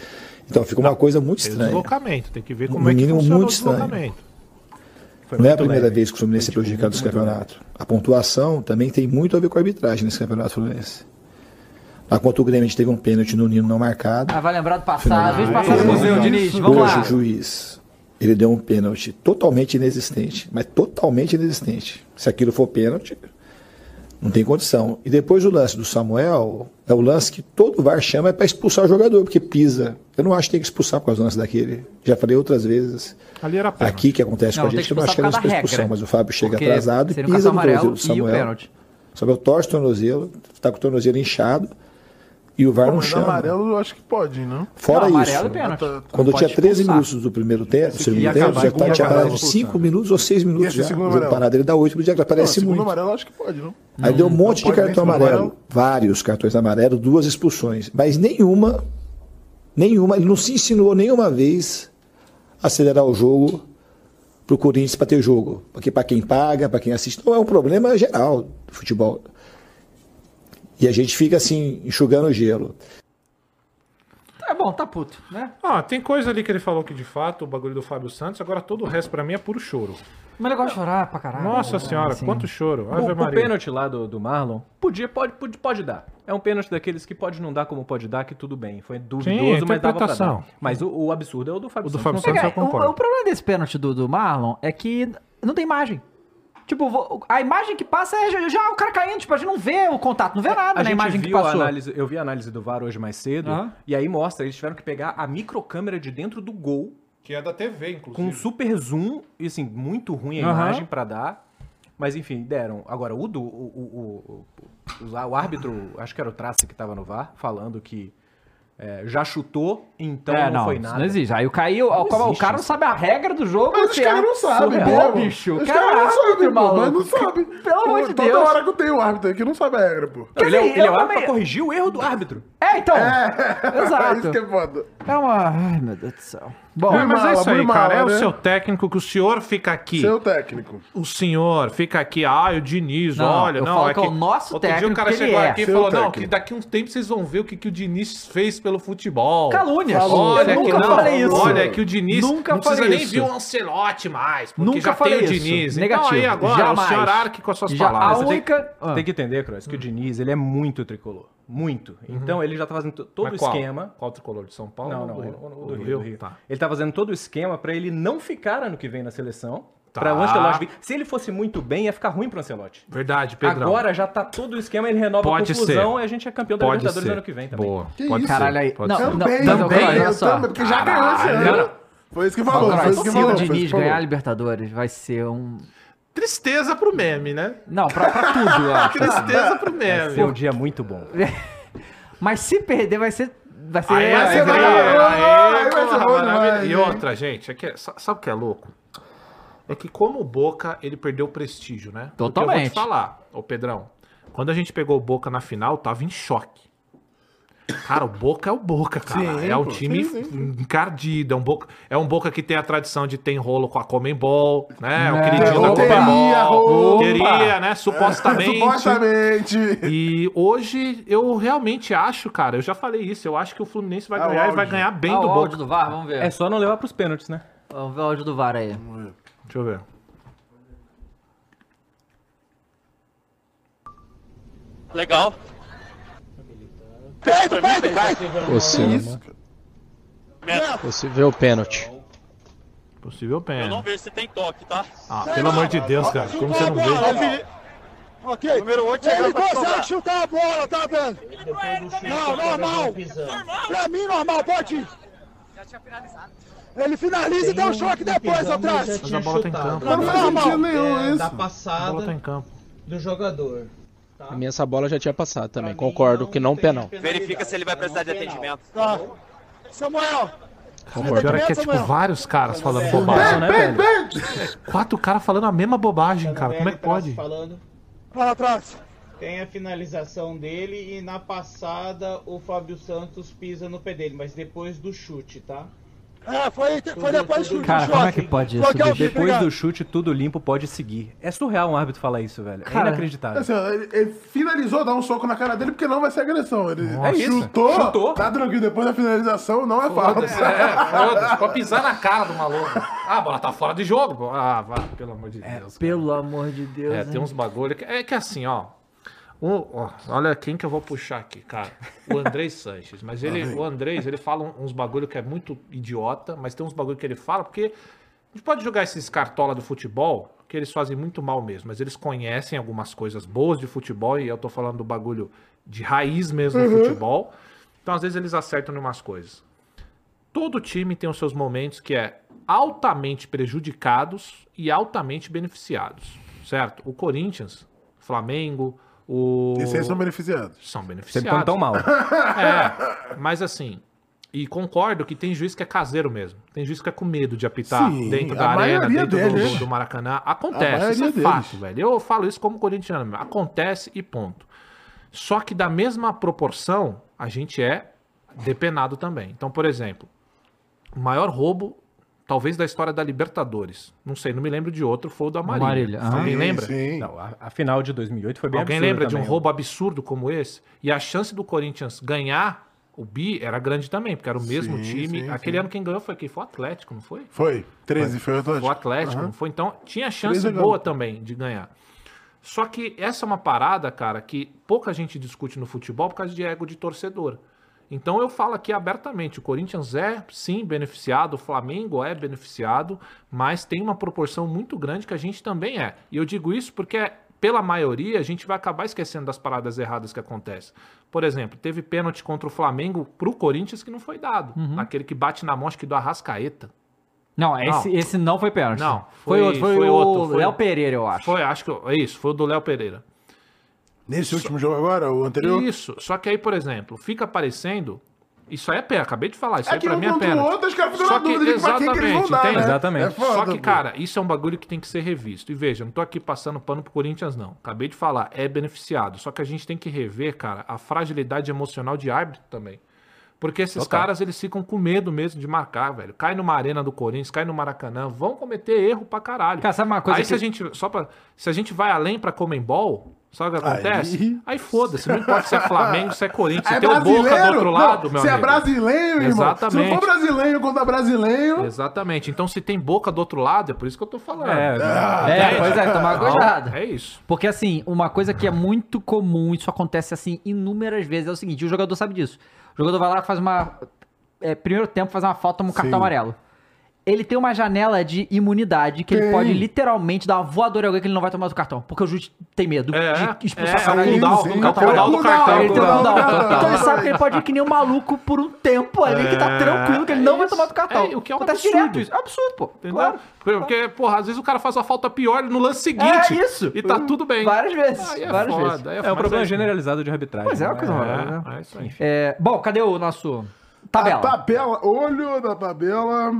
I: Então fica uma coisa muito
D: Tem o
I: estranha.
D: deslocamento. Tem que ver
I: No
D: como é que
I: mínimo,
D: funciona o
I: muito estranho.
D: deslocamento.
I: Não é
H: né?
I: a primeira vez que o Fluminense é prejudicado nesse campeonato. A pontuação também tem muito a ver com a arbitragem nesse campeonato fluminense. Lá contra o Grêmio, a gente teve um pênalti no Nino não marcado.
A: Ah, vai lembrar do passado. Vem
I: Finalmente.
A: passar no museu,
I: Isso.
A: Diniz. Vamos
I: Hoje o
A: lá.
I: juiz, ele deu um pênalti totalmente inexistente, mas totalmente inexistente. Se aquilo for pênalti, não tem condição. E depois o lance do Samuel, é o lance que todo VAR chama é para expulsar o jogador, porque pisa. Eu não acho que tem que expulsar por causa do lance daquele. Já falei outras vezes.
D: Ali era pênalti.
I: Aqui que acontece
A: Não,
I: com a
A: tem
I: gente,
A: que
I: eu não acho que
A: expulsar por
I: era
A: causa da
I: expulsão,
A: regra.
I: mas o Fábio chega
A: Porque
I: atrasado e
A: seria um
I: pisa
A: cartão
I: no
A: amarelo
I: tornozelo
A: e
I: do
A: o
I: Samuel.
A: pênalti.
I: Samuel torce o tornozelo, tá com o tornozelo inchado e o VAR não
B: Mas
I: É um chama.
B: amarelo eu acho que pode, não?
I: Fora
A: Não,
I: isso,
A: amarelo e
B: Tá,
A: pênalti.
I: quando
A: Pode
I: tinha 13
A: expulsar.
I: minutos do primeiro tempo, do
G: ia
I: segundo tempo,
G: acabar,
I: já
G: segundo
I: tá, tinha
G: acabar,
I: parado
G: expulsar.
I: 5 minutos ou 6
B: E
I: minutos
B: esse é
I: já.
B: segundo
I: O jogo
B: amarelo?
I: parado ele dá 8 minutos, já
B: Não,
I: aparece
B: segundo
I: muito.
B: amarelo eu acho que pode, não?
I: Aí deu um monte de
B: pode nem
I: cartão
B: segundo
I: amarelo,
B: amarelo.
I: vários cartões amarelos, duas expulsões, mas nenhuma, nenhuma, ele não se insinuou nenhuma vez a acelerar o jogo pro Corinthians para ter jogo, porque para quem paga, para quem assiste, não é um problema geral do futebol. E a gente fica assim enxugando o gelo.
A: É bom, tá puto, né?
D: Ah, tem coisa ali que ele falou que de fato, o bagulho do Fábio Santos, agora todo o resto pra mim é puro choro.
A: Mas ele gosta de chorar pra caralho.
D: Nossa
A: né?
D: senhora,
A: Assim.
D: quanto choro.
G: O,
D: Ave
G: o
D: Maria.
G: pênalti lá do, do Marlon, podia, pode, pode, pode dar. É um pênalti daqueles que pode não dar como pode dar, que tudo bem. Foi duvidoso, mas dava pra
D: interpretação.
G: dar. Mas o, o absurdo é o do Fábio
D: O do
G: Santos.
D: Fábio
G: não
D: Santos
G: tem-
A: É,
D: eu concordo.
A: o, o problema desse pênalti do, do Marlon é que não tem imagem. Tipo, vo- a imagem que passa é já, já o cara caindo, tipo, a gente não vê o contato, não vê nada
G: É, a
A: na
G: gente
A: imagem
G: viu
A: que passou.
G: A análise, eu vi a análise do VAR hoje mais cedo,
A: Aham.
G: e aí mostra, eles tiveram que pegar a microcâmera de dentro do gol
D: Que é da TV, inclusive.
G: com um super zoom, e assim, muito ruim a
A: Aham.
G: imagem pra dar. Mas enfim, deram. Agora, o, do, o, o, o, o, o- o árbitro, acho que era o Trace que tava no VAR, falando que é, já chutou, então
A: é,
G: não,
A: não,
G: foi
A: isso
G: nada.
A: não existe. Aí o caiu, o, cara- o
G: existe
A: cara não sabe a regra do jogo.
B: Mas os
A: você
B: caras
A: acha-
B: não sabem,
A: Pô,
B: pô.
A: bicho,
B: Os
A: cara,
B: caras não sabem, pô.
A: maluco.
B: Mas não sabem.
A: Pelo amor de
B: Toda
A: Deus.
B: hora que eu tenho árbitro aqui, não sabe a regra, pô.
G: Não, ele é,
A: Quer
G: ele
A: dizer,
G: é
A: eu
G: o árbitro
A: também-
G: pra corrigir o erro do árbitro.
A: É, então.
B: É isso
A: Exato.
B: que é foda.
A: É uma. Ai, meu Deus do céu. Bom,
D: É, mas é
B: mala,
D: isso aí,
B: muito
D: cara.
B: mala,
D: É o
B: né?
D: seu técnico que o senhor fica aqui.
B: Seu técnico.
D: O senhor fica aqui. Ah, o Diniz,
A: Não,
D: olha.
A: eu
D: não,
A: falo
D: é
A: que é o nosso
D: Outro dia o
A: técnico
D: cara
A: que ele
D: chegou
A: é.
D: aqui e
B: Seu
D: falou: não,
B: técnico.
D: que daqui a um tempo vocês vão ver o que, que o Diniz fez pelo futebol.
A: calúnias.
B: Falou,
D: Olha
A: eu
D: que
A: nunca
D: não,
A: falei isso.
D: olha que o Diniz
A: Nunca
D: não precisa
A: falei
D: nem
A: isso.
D: ver o Ancelotti mais, porque
A: Nunca
D: já
A: falei
D: tem o
A: isso.
D: Diniz.
A: Negativo.
D: Então aí agora
A: Jamais.
D: o senhor arque com as suas
A: Já, a
D: palavras.
G: Você tem-
A: única.
D: Ah.
G: Você tem que entender, Cross, que o Diniz, ele é muito tricolor. Muito. Então ele já tá fazendo to- todo o
D: Mas qual?
G: esquema.
D: Qual tricolor de São Paulo?
G: Não,
D: ou
G: não,
D: do
G: o-
D: Rio?
G: o- o
D: O
G: do Rio. do Rio.
D: Tá.
G: Ele tá fazendo todo o esquema pra ele não ficar ano que vem na seleção.
D: Tá.
G: Pra o Ancelotti. vir. Se ele fosse muito bem, ia ficar ruim pro Ancelotti.
D: Verdade, Pedrão.
G: Agora já tá todo o esquema, ele renova
D: Pode
G: a confusão
D: ser.
G: e a gente é campeão da
D: pode
G: Libertadores
D: ser.
G: ano que vem também.
D: Boa.
B: Que
D: pode
B: isso?
D: ser,
A: Caralho aí.
D: pode
A: Não,
D: ser.
A: não,
B: Também,
A: não,
B: também,
A: olha
B: eu
A: só.
B: também, porque já né? ganhou esse
D: Caralho.
B: ano. Foi isso que falou,
A: Agora,
B: foi isso
A: se
B: que
A: o
B: falou. foi isso
A: Diniz
B: que falou.
A: ganhar a Libertadores, vai ser um.
D: Tristeza pro meme, né?
A: Não, pra, pra tudo, eu acho.
D: Tristeza pro
G: Vai ser um
D: meme.
G: dia muito bom.
A: Mas se perder, vai ser. Vai ser.
D: Aí vai ser
B: vai-
D: maneiro,
B: vai
D: aí,
B: ser
D: porra,
B: bom
D: maravilha.
B: demais,
D: E
B: hein?
D: outra, gente, é que- sa- sabe o que é louco? É que como o Boca, ele perdeu o prestígio, né? Porque Eu vou
A: Totalmente.
D: te falar, ô Pedrão, quando a gente pegou o Boca na final, tava em choque. Cara, o Boca é o Boca, cara.
B: Sim,
D: é o
B: pô,
D: time
B: sim,
D: encardido. É um, Boca, é um Boca que tem a tradição de ter enrolo com a Comembol, né? O
A: É.
D: queridinho da
B: Opa.
D: Comembol.
B: Opa.
D: Queria, né? Supostamente.
B: É, Supostamente.
D: E hoje eu realmente acho, cara, eu já falei isso, eu acho que o Fluminense vai
B: Ah, o
D: ganhar e
B: áudio.
D: vai ganhar bem
A: Ah,
D: do
A: o
D: Boca.
A: áudio do VAR, vamos ver.
G: É só não levar pros pênaltis, né?
A: Vamos ver o áudio do VAR aí.
D: Deixa eu ver.
J: Legal.
B: Isso, cara.
H: Possível pênalti.
D: Possível
J: Eu não
D: pena.
J: vejo se tem toque, tá?
D: Ah, pelo amor de Deus, cara, como você não vê?
J: Ok. Número 8 chegando pra sobrar.
K: chutar a bola, tá vendo? Não, normal. Pra mim, normal, pode ir. Ele finaliza e dá um choque depois atrás.
D: Mas a bola tá em campo.
B: Não faz sentido nenhum
K: Da
B: isso.
D: A bola tá em
K: passada
D: campo.
K: do jogador. tá?
H: A minha essa bola já tinha passado também,
K: Pra mim,
H: concordo que não
K: tem
H: penal.
J: Verifica se ele vai precisar de atendimento.
K: Samuel,
D: O pior é que é tipo vários caras falando bobagem.
G: né, velho?
D: Quatro caras falando a mesma bobagem, cara. Como é que pode?
K: tá Falando.
B: Lá atrás.
K: Tem a finalização dele e na passada o Fábio Santos pisa no pé dele, mas depois do chute, tá?
I: Ah,
B: É, foi, foi
K: depois do
A: Cara, como é que pode isso?
B: Bloquear o
A: bicho?
G: Depois do chute, tudo limpo pode seguir. É surreal um árbitro falar isso, velho.
A: Cara,
G: é inacreditável.
B: Assim, ó, ele, ele finalizou, dá um soco na cara dele, porque não vai ser agressão. Ele
G: É isso.
B: chutou,
G: Chutou.
B: tá tranquilo. Depois da finalização, não é falta.
D: É, foda-se, pode pisar na cara do maluco. Ah, a bola tá fora de jogo. pô. Ah, vá, pelo amor de Deus. cara.
A: Pelo amor de Deus.
D: É,
A: né?
D: tem uns bagulho. que- É que assim, ó. O- ó, olha quem que eu vou puxar aqui, cara. O Andrei Sanches. Mas ele, o Andrés, ele fala um- uns bagulho que é muito idiota, mas tem uns bagulho que ele fala, porque a gente pode jogar esses cartola do futebol, que eles fazem muito mal mesmo, mas eles conhecem algumas coisas boas de futebol, e eu tô falando do bagulho de raiz mesmo do
A: Uhum.
D: futebol. Então, às vezes, eles acertam em umas coisas. Todo time tem os seus momentos que é altamente prejudicados e altamente beneficiados, certo? O Corinthians, Flamengo, o...
B: Esses aí são beneficiados.
D: São
G: Sempre
C: tá
G: quando tão
D: beneficiados.
G: mal.
D: É, mas assim, e concordo que tem juiz que é caseiro mesmo. Tem juiz que é com medo de apitar
B: Sim,
D: dentro
B: a
D: da arena,
B: maioria
D: dentro do-
B: deles. né?
D: do, Maracanã. Acontece,
B: A
D: isso é
B: maioria
D: fato,
B: deles.
D: velho. Eu falo isso como corintiano mesmo. Acontece e ponto. Só que da mesma proporção, a gente é depenado também. Então, por exemplo, o maior roubo, talvez da história da Libertadores. Não sei, não me lembro de outro, foi o da Marília.
A: Marília, aham.
D: Alguém
B: Sim,
D: lembra?
B: Ah, Sim.
G: Não, a, a final de 2008 foi bem
D: Alguém
G: absurda
D: lembra de um
G: também. né?
D: roubo absurdo como esse? E a chance do Corinthians ganhar o bi era grande também, porque era o mesmo
B: Sim,
D: time.
B: sim,
D: Aquele
B: sim.
D: ano quem ganhou foi quem? Foi o Atlético, não foi?
B: Foi, 13, foi o Atlético.
D: O Atlético, não foi? Então tinha chance
B: Três a zero.
D: boa também de ganhar. Só que essa é uma parada, cara, que pouca gente discute no futebol por causa de ego de torcedor. Então eu falo aqui abertamente, o Corinthians é sim beneficiado, o Flamengo é beneficiado, mas tem uma proporção muito grande que a gente também é. E eu digo isso porque pela maioria a gente vai acabar esquecendo das paradas erradas que acontecem. Por exemplo, teve pênalti contra o Flamengo pro Corinthians que não foi dado, naquele que bate na mão acho que do Arrascaeta.
A: Não, esse não, esse não foi pênalti.
D: Não,
A: foi,
D: foi-
A: outro. Foi,
D: foi
A: o
D: outro, foi-
A: Léo Pereira, eu acho.
D: Foi, acho que é isso, foi o do Léo Pereira.
B: Nesse último jogo agora, o anterior?
D: Isso, só que aí, por exemplo, fica aparecendo. Isso aí é pé, acabei de falar, isso
B: É
D: aí
B: que
D: pra
B: um
D: mim é
B: contra o
D: pênalti.
B: outro, os caras ficam
D: Só
B: na dúvida de pra quem que eles vão dar,
D: entende?
B: né?
D: Exatamente.
B: É foda,
D: Só que,
B: pô.
D: cara, isso é um bagulho que tem que ser revisto. E veja, não tô aqui passando pano pro Corinthians, não. Acabei de falar, é beneficiado. Só que a gente tem que rever, cara, a fragilidade emocional de árbitro também. Porque esses
C: Total.
D: caras, eles ficam com medo mesmo de marcar, velho. Cai numa arena do Corinthians, cai no Maracanã, vão cometer erro pra caralho.
A: Cara, sabe uma coisa
D: Aí
A: que-
D: se a gente, só pra, se a gente vai além pra Comembol, sabe o que
B: Aí-
D: acontece? Aí, foda-se, não importa se é Flamengo, se é Corinthians, se
B: É
D: tem o Boca do
B: brasileiro?
D: outro
B: Não,
D: lado, meu
B: Se é
D: amigo.
B: brasileiro, irmão. Se não
D: Exatamente.
B: for brasileiro contra brasileiro.
D: Exatamente. Então, se tem boca do outro lado, é por isso que eu tô falando.
A: É,
D: Ah,
A: é,
D: entende?
A: pois é, tomar
D: Então,
A: cuidado.
D: É isso.
A: Porque assim, uma coisa que é muito comum, isso acontece assim inúmeras vezes, é o seguinte, e o jogador sabe disso. O jogador vai lá, faz uma... é, primeiro tempo, faz uma falta, toma um cartão
B: Sim.
A: amarelo. Ele tem uma janela de imunidade que ele
B: Tem.
A: pode literalmente dar uma voadora em alguém que ele não vai tomar do cartão. Porque o juiz tem medo
D: É,
A: de expulsar
D: é,
A: essa
D: é o
A: cara.
D: cooldown,
B: Sim,
D: o
B: sim,
D: cooldown
B: é o
D: do
B: cooldown,
D: cartão.
A: Ele tem um
B: cooldown,
A: cooldown.
B: cooldown.
A: Então ele sabe que ele pode ir que nem um maluco por um tempo ali que tá
D: É,
A: tranquilo, que ele não vai tomar do cartão.
D: é, o que é um
A: Acontece
D: absurdo.
A: direto isso. É um absurdo, pô.
D: Entendeu?
A: Claro.
D: Porque, porra, às vezes o cara faz uma falta pior no lance seguinte.
A: É isso.
D: E tá tudo bem.
A: Várias vezes.
D: Aí é
A: várias
D: foda,
A: vezes.
D: aí
G: É um
D: foda.
G: problema
D: Mas
G: generalizado de arbitragem.
A: Pois é, uma coisa maravilhosa, né?
D: É, é isso aí.
A: É, bom, cadê o nosso tabela?
B: A tabela, olho da tabela.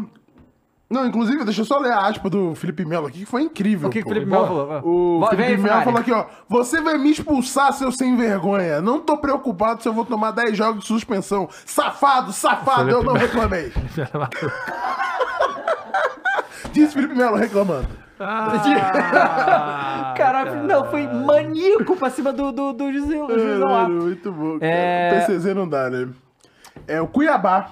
B: Não, inclusive, deixa eu só ler a aspa do Felipe Melo aqui, que foi incrível.
A: O que que
B: pô.
A: o Felipe Melo falou? Vai.
B: O
A: Vai, vem aí,
B: Felipe Melo
A: Funari.
B: falou aqui, ó. Você vai me expulsar, seu sem vergonha. Não tô preocupado se eu vou tomar 10 jogos de suspensão. Safado, safado, eu não reclamei. Disse Felipe Melo reclamando.
A: Caralho, não, foi maníaco pra cima do, do, do Juizão do
B: É.
A: Juizão lá.
B: Caralho, muito bom. cara.
A: É.
B: O PCZ não dá, né? É o Cuiabá.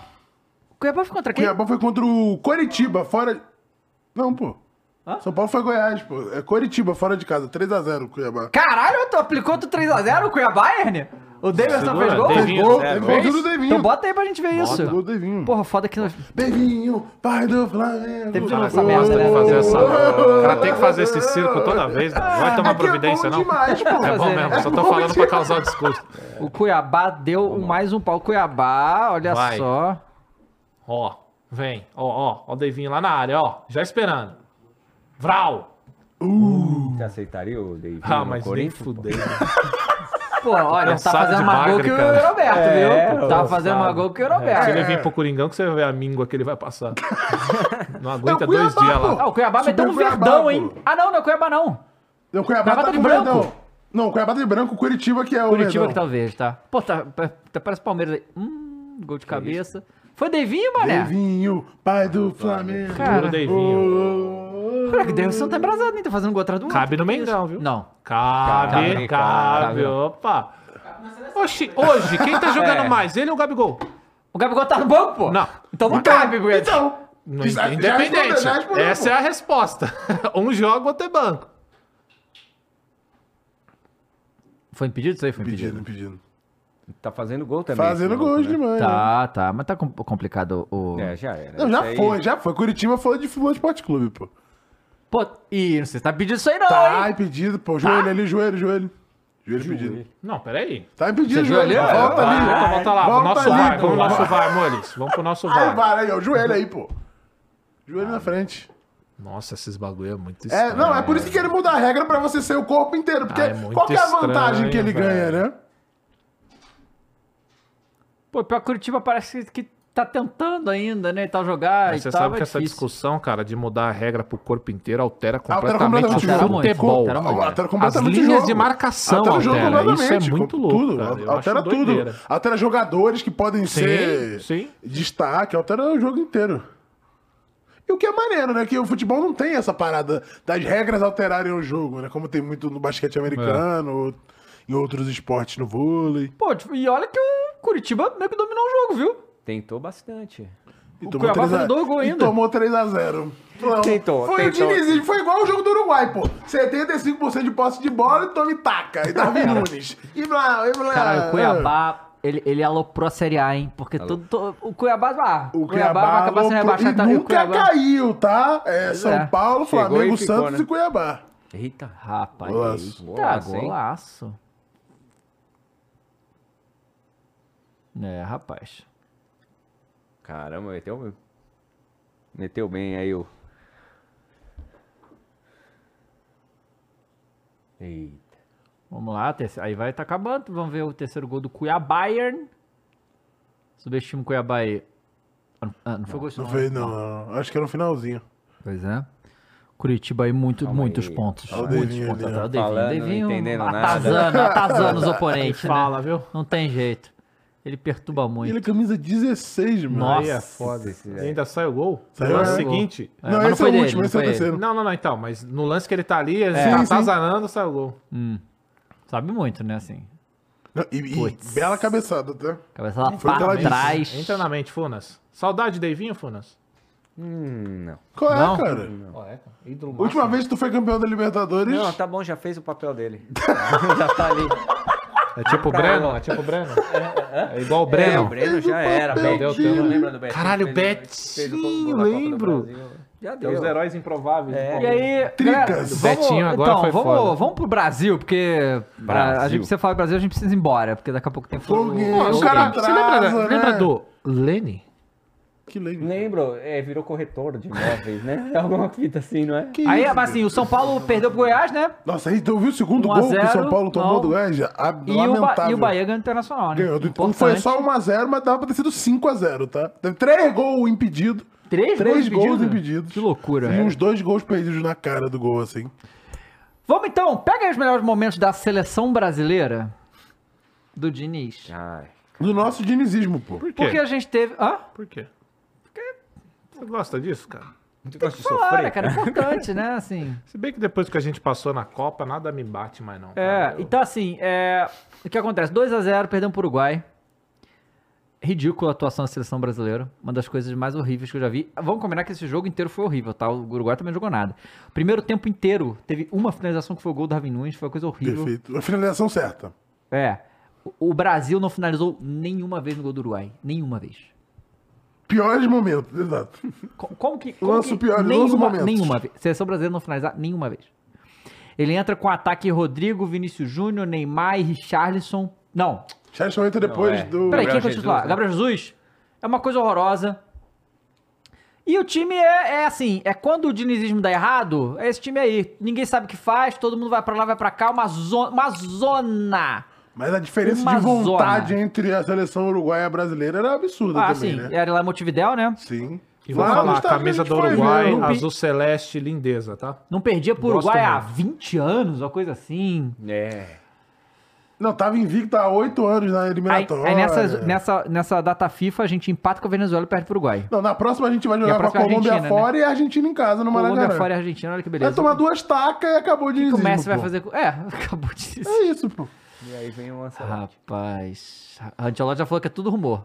A: Cuiabá foi contra quem?
B: Cuiabá foi contra o Coritiba, fora. Não, pô.
A: Hã?
B: São Paulo foi Goiás, pô. É Coritiba, fora de casa. 3x0 Cuiabá.
A: Caralho, tu aplicou tu 3x0 o Cuiabá, Ernie? O Davidson
D: Segura,
A: fez tá gol?
D: Davidson.
B: Gol,
D: zero,
B: gol
D: fez?
B: do Devinho.
A: Então bota aí pra gente ver isso.
B: Gol do Devinho.
A: Porra, foda que... nós-
B: Devinho, pai do Flamengo.
A: Teve que falar essa
D: Essa merda, tem que fazer essa. O cara tem que fazer esse circo toda vez. né? Não vai tomar providência,
B: é bom
D: não.
B: Demais, pô.
D: É bom mesmo, só tô falando pra causar o discurso.
A: O Cuiabá deu um- mais um pau. Cuiabá, olha
D: Vai.
A: só.
D: Ó, vem. Ó, ó, ó o Devinho lá na área, ó. Já esperando. Vral!
C: Você aceitaria o David?
D: Ah,
C: no
D: mas nem
C: Corinthians, pô?
D: fudei.
A: Pô, olha, tá
D: Cansado
A: fazendo
D: de
A: mais gol
D: bagre,
A: que o
D: cara.
A: Roberto, viu?
C: É,
A: Tá
C: cansado.
A: fazendo mais gol que o
D: Se ele
A: Roberto.
D: vir pro Coringão, que você vai ver a míngua que ele vai passar. Não aguenta
B: É o
D: dois
B: Cuiabá,
D: dias lá.
A: Ah, o Cuiabá
B: Subiu
A: meteu um
B: o Cuiabá,
A: verdão,
B: pô.
A: hein? Ah, não, não é Cuiabá, não.
B: Não, o Cuiabá
A: Cuiabá
B: tá
A: tá
B: de
A: de branco.
B: branco. Não, o Cuiabá tá de branco, o Curitiba que é o
A: Curitiba
B: verdão.
A: que talvez, tá? Pô, tá, tá- parece Palmeiras aí. Hum, gol de cabeça. Foi Devinho,
D: tá
A: mané?
B: Devinho, pai do Flamengo.
A: Cara.
D: Segura o Devinho.
A: Caraca, o Devinho tá embrasado, nem tá fazendo gol atrás do outro.
D: Cabe no Mengão, viu?
A: Não.
D: Cabe,
C: Cabe,
D: cabe, opa. Oxi, hoje, quem tá jogando
A: É.
D: mais? Ele ou o Gabigol?
A: O Gabigol tá no banco, pô?
D: Não.
A: Então não cabe, Guedes.
B: Então,
D: No-
B: já- já respondeu,
D: Independente.
B: já respondeu, pô.
D: Essa é a resposta. Um joga, outro é banco.
A: Foi impedido isso aí? Foi impedido.
B: Pedindo, pedindo.
C: Tá fazendo gol também.
B: Fazendo
C: esse maluco,
B: gols
C: né?
B: demais. né?
A: Tá, tá, mas tá com- complicado o...
C: É, já era.
B: Não, já
C: Isso aí-
B: foi, já foi. Curitiba foi de Futebol Esporte Clube, pô.
A: Pô, e não sei se tá pedindo isso aí não,
B: Tá
A: hein?
B: impedido, pô. Joelho ali, joelho, joelho. Joelho impedido.
D: Não, peraí.
B: Tá impedido,
A: viu ali,
B: joelho.
A: ó?
B: Volta
D: Vai,
B: ali.
D: volta, volta lá.
B: Volta
D: Volta nosso
B: ali,
D: VAR,
B: pô.
D: vamos no nosso VAR, Molis. Vamos pro nosso
B: Aí,
D: VAR.
B: vara aí, ó. O joelho aí, pô. Joelho na frente.
D: Nossa, esses bagulho é muito
B: É,
D: estranho.
B: não, é por isso que ele muda a regra pra você ser o corpo inteiro. Porque
D: Ah, é muito
B: qual que é a
D: estranho,
B: vantagem que ele
D: velho.
B: ganha, né?
A: Pô, pior que Curitiba parece que tá tentando ainda, né? Tá jogar
D: Mas
A: e
D: você
A: tal,
D: sabe
A: é
D: que essa
A: difícil.
D: discussão, cara, de mudar a regra pro corpo inteiro altera
B: Altera
D: completamente,
B: completamente
D: o
B: o jogo.
D: futebol.
A: Altera muito, altera
B: Altera
D: As
B: completamente o
D: linhas
B: jogo.
D: de marcação altera,
B: o jogo
D: Isso é
B: completamente,
D: muito
B: com
D: louco,
B: Tudo,
D: cara. Eu
B: altera
D: acho
B: tudo.
D: doideira.
B: Altera jogadores que podem
D: Sim,
B: ser
D: sim.
B: destaque, altera o jogo inteiro. E o que é maneiro, né? Que o futebol não tem essa parada das regras alterarem o jogo, né? Como tem muito no basquete americano,
D: É.
B: ou em outros esportes no vôlei.
A: Pô, tipo, e olha que o Curitiba meio que dominou o jogo, viu?
C: Tentou bastante.
B: E
A: O Cuiabá
B: 3 a-
A: fez dois gols
B: e
A: ainda.
B: tomou 3x0.
C: Tentou,
B: foi o
C: tentou.
B: Dinizinho, foi igual o jogo do Uruguai, pô. 75% de posse de bola e tome taca. E Darwin Nunes. E blá, e blá.
A: Caralho, o Cuiabá, ele, ele aloprou a Série A, hein? Porque todo, todo- o Cuiabá, ah,
B: O Cuiabá,
A: vai acabar sendo
B: aloprou-
A: rebaixado.
B: e
A: tá? E o
B: nunca
A: Cuiabá-
B: caiu, tá? É, São
A: é.
B: Paulo,
C: Chegou
B: Flamengo,
C: e ficou,
B: Santos
C: né?
B: e Cuiabá.
C: Eita,
A: Rapaz,
B: Golaço.
A: eita,
C: Golaço, hein?
A: golaço. É, rapaz.
C: caramba, meteu. Meteu bem aí o. Eita.
A: Vamos lá, terce- aí vai tá acabando. Vamos ver o terceiro gol do Cuiabaiern. Subestima o Cuiabá aí. Ah, não- ah, não foi gol isso
B: Não
A: não,
B: veio,
A: né?
B: não, não, não. Acho que era no finalzinho.
A: Pois é. Curitiba aí, muito, muitos pontos.
B: Olha o
A: muitos
B: Devinho
A: pontos.
B: ali,
A: atrás.
B: ó.
A: O Devinho,
C: Falando, não
A: Devinho
C: entendendo nada.
A: atazana, atazana os oponentes.
D: Ele fala,
A: né? viu? Não tem jeito. Ele perturba
B: E
A: muito.
B: ele é camisa 16, mano.
A: Nossa.
D: Aí é foda.
C: Esse
D: E
C: velho.
D: ainda sai o gol.
B: Saiu
D: no lance
B: o
A: gol.
D: seguinte.
A: É,
B: não,
A: mas não
B: esse
A: foi
B: é o
A: dele,
B: último,
A: não
B: esse é o
A: foi ele.
B: terceiro.
D: Não, não, não, então. Mas no lance que ele tá ali, ele
B: Sim,
D: tá
B: sim.
D: atazanando, sai o gol.
A: Sabe muito, né? Assim.
B: Não, e, e
A: Putz.
B: bela cabeçada, tá?
A: Cabeça lá
B: Foi o que ela
A: para
B: disse.
A: trás.
D: Entra na mente, Funas. Saudade de Deivinho, Funas?
C: Hum, não.
B: Qual
D: Não.
B: é, cara?
D: Ó, é, cara. Ídolo
B: Última
D: máximo.
B: vez que tu foi campeão da Libertadores.
C: Não, tá bom, já fez o papel dele. já tá ali.
D: É tipo o
C: Pra
D: Breno?
C: lá.
D: É tipo o Breno? É igual o Breno.
C: É, o Breno já era.
D: Não deu
C: Betinho,
D: tempo.
C: lembra do Betinho?
D: Caralho,
C: Fez o- fez o
D: Betinho,
C: gol na Copa do
D: lembro.
C: Brasil. Já
D: É os
C: deu.
D: heróis improváveis. né?
C: É.
D: do
A: E aí, galera,
B: Tricas.
D: Betinho agora
A: então,
D: foi
A: vamos,
D: foda.
A: vamos pro Brasil, porque é,
C: Brasil.
A: a gente precisa falar do Brasil, a gente precisa ir embora, porque daqui a pouco tem fogo.
B: Foguinho.
A: Fogo.
B: Os
D: Você
B: cara
D: lembra- você lembra, da-
B: atrasa,
D: lembra
B: né?
D: do Lenny?
B: Que legal.
C: Lembro, é, virou corretor de imóveis, né? É alguma fita assim, não é?
B: Que
A: Aí,
B: isso,
A: mas assim, o São Paulo perdeu pro Goiás, né?
B: Nossa, aí tu viu o segundo
A: 1 a
B: gol que o
A: 0,
B: São Paulo tomou
A: não.
B: do Goiás? Já, Ah,
A: E o, Ba-
B: lamentável.
A: e o Bahia ganhou o Internacional, né?
B: Ganhou. Então foi só 1x0, mas dava pra ter sido 5x0, tá? Teve 3 gols impedidos.
A: Três,
B: Três
A: gols,
B: gols
A: impedidos.
B: impedidos.
A: Que loucura. né?
B: E
A: velho.
B: uns dois gols perdidos na cara do gol, assim.
A: Vamos então, pega aí os melhores momentos da seleção brasileira do Diniz.
C: Ai,
B: Do nosso dinizismo, pô.
D: Ah, Por quê?
A: Porque a gente teve... Hã?
D: Por quê? Você gosta disso, cara?
C: tu gosta de
A: Claro,
C: sofrer?
A: cara, é importante, né? Assim...
D: Se bem que depois que a gente passou na Copa, nada me bate mais, não.
A: É,
D: cara. Eu-
A: então assim, é, o que acontece? 2x0, perdemos pro Uruguai. Ridícula a atuação da seleção brasileira. Uma das coisas mais horríveis que eu já vi. Vamos combinar que esse jogo inteiro foi horrível, tá? O Uruguai também não jogou nada. Primeiro tempo inteiro, teve uma finalização que foi o gol do Darwin Nunes, foi uma coisa horrível.
B: Perfeito. A finalização certa.
A: É. O o Brasil não finalizou nenhuma vez no gol do Uruguai. Nenhuma vez.
B: Piores momentos, exato.
A: Co- Como que. Como
B: Lança
A: que
B: o pior, lança o
A: nenhuma,
B: momento.
A: nenhuma vez. Seleção brasileira não finalizar nenhuma vez. Ele entra com ataque Rodrigo, Vinícius Júnior, Neymar e Richarlison. Não,
B: Charleston entra depois
C: é.
B: do.
A: Peraí, quem
C: Gabriel
A: que é o
C: Jesus,
A: titular?
C: né?
A: Gabriel Jesus? É uma coisa horrorosa. E o time é, é assim, é quando o dinizismo dá errado, é esse time aí. Ninguém sabe o que faz, todo mundo vai pra lá, vai pra cá, uma zona. Uma zona.
B: Mas a diferença
A: Uma
B: de vontade
A: zona.
B: entre a seleção uruguaia e a brasileira era absurda
A: Ah,
B: também,
A: sim,
B: né?
A: era lá em Montevidéu, né?
B: Sim.
D: E vou
B: Lá nos
D: falar, a
B: Estados
D: camisa
B: Unidos
D: do
B: foi
D: Uruguai,
B: mesmo.
D: azul celeste, lindeza, tá?
A: Não perdia pro
D: Gosto
A: Uruguai há
D: muito.
A: 20 anos, uma coisa assim.
C: É.
B: Não, tava invicta há oito anos na
A: Aí,
B: eliminatória.
A: aí nessa, nessa, nessa data FIFA a gente empata com a Venezuela e perde pro Uruguai.
B: Não, na próxima a gente vai
A: E a
B: jogar com a
A: próxima é a
B: Colômbia
A: Argentina,
B: fora e a Argentina em casa, no Maracanã.
A: Colômbia fora e Argentina, olha que beleza.
B: Vai tomar duas tacas e acabou
A: o
B: de
A: que o
B: desismo,
A: Messi vai
B: pô.
A: fazer. com- É, acabou de dizer.
B: É isso, pô.
C: E aí vem um o Ancelotti.
A: Rapaz, a Antelote já falou que é tudo rumor.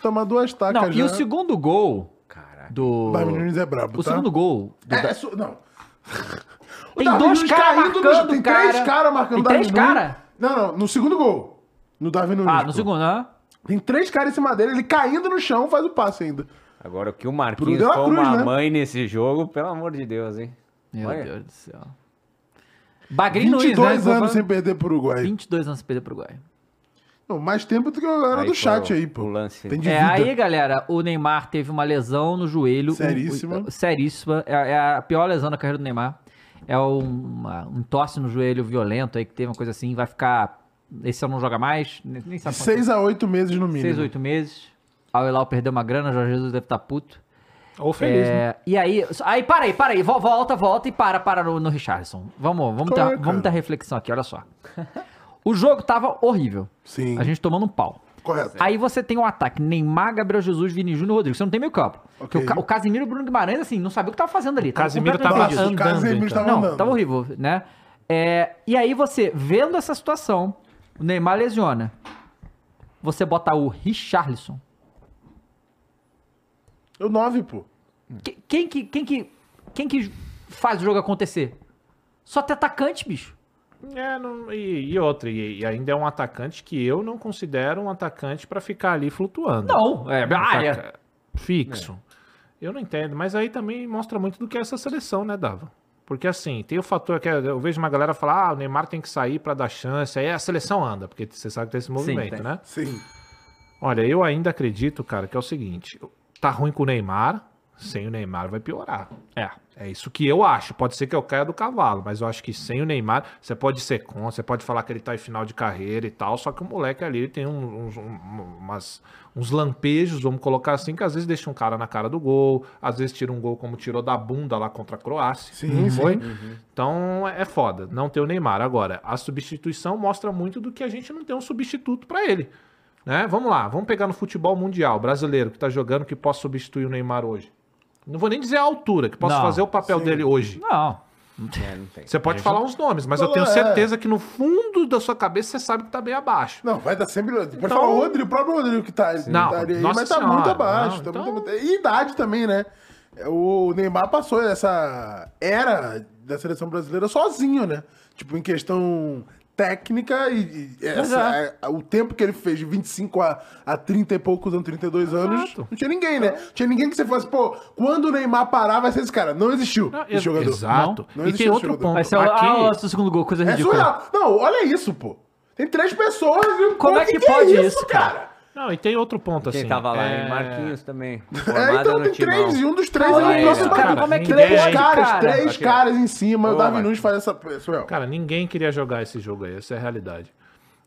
B: Tomar duas tacas
A: Não,
B: já.
A: e o segundo gol
C: Caraca.
A: do.
B: O Darwin Nunes é brabo,
A: O
B: tá?
A: segundo gol. do
B: É,
A: Da-
B: é su- Não. O
A: Tem
B: Darwin
A: dois
B: Nunes
A: cara
B: caído no-
A: marcando,
B: Tem
A: cara.
B: três caras marcando
A: Tem
B: o Darwin
A: três
B: Nunes.
A: cara?
B: Não, não. No segundo gol. No Darwin Nunes.
A: Ah, no
B: pô.
A: segundo, né?
B: Tem três caras em cima dele, ele caindo no chão faz o passe ainda.
C: Agora, o que o
B: Pro
C: Marquinhos
B: De La
C: foi
B: Cruz,
C: uma
B: né? Tipo
C: mãe nesse jogo, pelo amor de Deus, hein?
A: Meu
C: Olha.
A: Deus do céu. Bagri Nunes, né?
B: 22
A: Vou
B: anos
A: falar-
B: sem perder pro Uruguai.
A: 22 anos sem perder pro Uruguai.
B: Não, mais tempo do que a galera
C: Aí
B: do
C: foi
B: chat
C: o-
B: aí, pô.
C: o lance.
B: Tem de
A: É,
B: vida.
A: aí, galera, o Neymar teve uma lesão no joelho.
B: Seríssima.
A: Um- seríssima. É, é a pior lesão na carreira do Neymar. É uma- um tosse no joelho violento aí que teve uma coisa assim. Vai ficar. Esse ano não joga mais. Nem nem sabe quanto tempo.
B: 6 a 8 meses no mínimo.
A: 6, 8 meses. Ao Elau perdeu uma grana, Jorge Jesus deve estar puto.
D: Ou feliz, né?
A: É, E aí, aí, para aí, para aí. Vo- Volta, volta e para, para no, no Richardson. Vamos, vamos,
B: Claro,
A: ter,
B: cara.
A: vamos ter reflexão aqui, olha só. O jogo tava horrível.
B: Sim,
A: A gente tomando um pau.
B: correto.
A: Aí você tem um ataque Neymar, Gabriel Jesus, Vini Júnior, Rodrigo. Você não tem meio campo. Porque o,
B: Ok.
A: Ca- o Casimiro e o Bruno Guimarães, assim, não sabia o que tava fazendo ali. Tava
D: Casimiro
A: completamente
D: tava
A: perdido.
B: Nossa, o
D: andando,
B: Casemiro
D: então.
B: estava
A: Não,
B: andando.
A: tava horrível, né? É, e aí você, vendo essa situação, o Neymar lesiona. Você bota o Richarlison.
B: Eu 9, pô.
A: Que- Quem que, quem que, quem que faz o jogo acontecer? Só tem atacante, bicho.
D: É, não- e, e outra, e, e ainda é um atacante que eu não considero um atacante pra ficar ali flutuando.
A: Não, é,
D: Um
A: ah, é.
D: ataca- Fixo. Eu não entendo, mas aí também mostra muito do que é essa seleção, né, Dava? Porque assim, tem o fator que eu vejo uma galera falar, ah, o Neymar tem que sair pra dar chance, aí a seleção anda, porque você sabe que tem esse movimento,
A: tem.
D: né?
B: Sim.
D: Olha, eu ainda acredito, cara, que é o seguinte: tá ruim com o Neymar, Sem o Neymar vai piorar. É. É isso que eu acho. Pode ser que eu caia do cavalo, mas eu acho que sem o Neymar, você pode ser contra, você pode falar que ele tá em final de carreira e tal, só que o moleque ali tem um- uns, um- umas- uns lampejos, vamos colocar assim, que às vezes deixa um cara na cara do gol, às vezes tira um gol como tirou da bunda lá contra a Croácia.
B: Sim,
A: Hum,
D: não
B: sim.
D: foi?
B: Uhum.
D: Então é foda, não ter o Neymar. Agora, a substituição mostra muito do que a gente não tem um substituto pra ele. Né? Vamos lá, vamos pegar no futebol mundial brasileiro que tá jogando que possa substituir o Neymar hoje. Não vou nem dizer a altura, que possa
A: Não,
D: fazer o papel
A: sim.
D: dele hoje.
A: Não.
D: Você pode falar uns nomes, mas eu
B: Não,
D: tenho
B: é.
D: certeza que no fundo da sua cabeça você sabe que tá bem abaixo.
B: Não, vai dar sempre. Pode falar o Rodrigo, o próprio Rodrigo que tá,
D: Não,
B: tá ali, aí,
D: nossa
B: mas tá
D: senhora,
B: muito abaixo.
D: não,
B: tá
D: então-
B: muito- E idade também, né? O Neymar passou essa era da seleção brasileira sozinho, né? Tipo, em questão técnica e, e essa- a- o tempo que ele fez de 25 a, a 30 e poucos anos, 32 anos, não tinha ninguém, né? Tinha ninguém que você fosse, pô, quando o Neymar parar vai ser esse cara. Não existiu esse
D: ex-
B: jogador.
D: exato.
B: Não,
D: E
B: existiu
D: tem
B: esse
D: outro
B: jogador.
D: ponto.
A: Vai ser o,
D: Aqui-
A: ah, o lance do segundo gol, coisa
B: É
A: ridícula.
B: surreal. Não, olha isso, pô. Tem três pessoas e
A: Como
B: pô,
A: é que pode isso,
D: Não, e tem outro ponto
C: Quem
D: assim.
C: tava lá,
D: é-
C: hein? Marquinhos também.
B: É,
C: Formado
B: então
C: no
B: tem
C: timão.
B: três, e um dos três
A: Olha
B: é o nosso
A: isso, cara, como é que
B: Três
A: pode,
B: caras,
A: cara?
B: três
C: Aqui, ó.
B: caras em cima. o
C: Ô,
B: Darwin
C: Marcos.
B: Nunes faz essa. Isso é.
D: Cara, ninguém queria jogar esse jogo aí, essa é a realidade.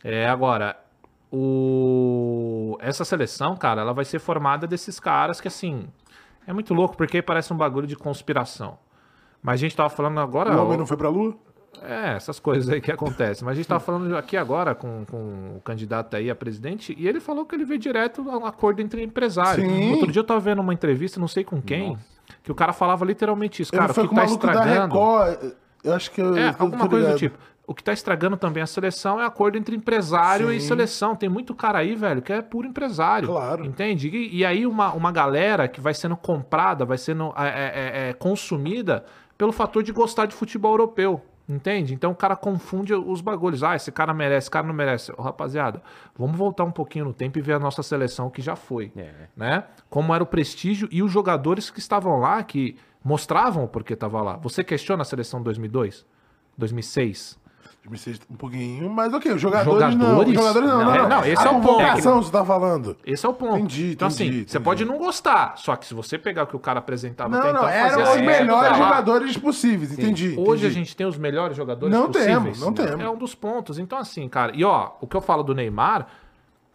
D: É, agora, o... essa seleção, cara, ela vai ser formada desses caras que, assim, é muito louco porque parece um bagulho de conspiração. Mas a gente tava falando agora.
B: O homem não foi pra lua?
D: É, essas coisas aí que acontecem. Mas a gente tava falando aqui agora com, com o candidato aí a presidente e ele falou que ele vê direto um acordo entre empresários.
B: Sim.
D: Outro dia eu tava vendo uma entrevista, não sei com quem, que o cara falava literalmente isso. Cara,
B: Ele
D: o que
B: foi com o
D: tá
B: maluco da
D: estragando.
B: Record. eh, Eu acho que. eu-
D: É,
B: eu tô
D: alguma coisa do
B: ligado.
D: tipo. O que tá estragando também a seleção é acordo entre empresário e
B: Sim.
D: seleção. Tem muito cara aí, velho, que é puro empresário.
B: Claro.
D: Entende? E, e aí uma, uma galera que vai sendo comprada, vai sendo é, é, é, é, consumida pelo fator de gostar de futebol europeu. Entende? Então o cara confunde os bagulhos. Ah, esse cara merece, esse cara não merece. Ô, rapaziada, vamos voltar um pouquinho no tempo e ver a nossa seleção que já foi
C: É.
D: né? Como era o prestígio e os jogadores que estavam lá, que mostravam o porquê tava lá. Você questiona a seleção 2002? 2006?
B: Me sei Um pouquinho, mas ok, os jogadores, não. Os
D: Jogadores?
B: jogadores não, não,
D: Não, não, esse
B: a
D: é o ponto.
B: convocação, você tá falando.
D: Esse é o ponto.
B: Entendi,
D: então, assim,
B: entendi,
D: você
B: entendi.
D: pode não gostar, só que se você pegar o que o cara apresentava,
B: Não,
D: tentar
B: não,
D: fazer
B: eram
D: a
B: os
D: época
B: melhores
D: lá,
B: jogadores possíveis, entendi.
D: Hoje a
B: entendi.
D: gente tem os melhores jogadores
B: Não
D: possíveis.
B: temos, não temos.
D: É um dos pontos. Então, assim, cara, e ó, o que eu falo do Neymar,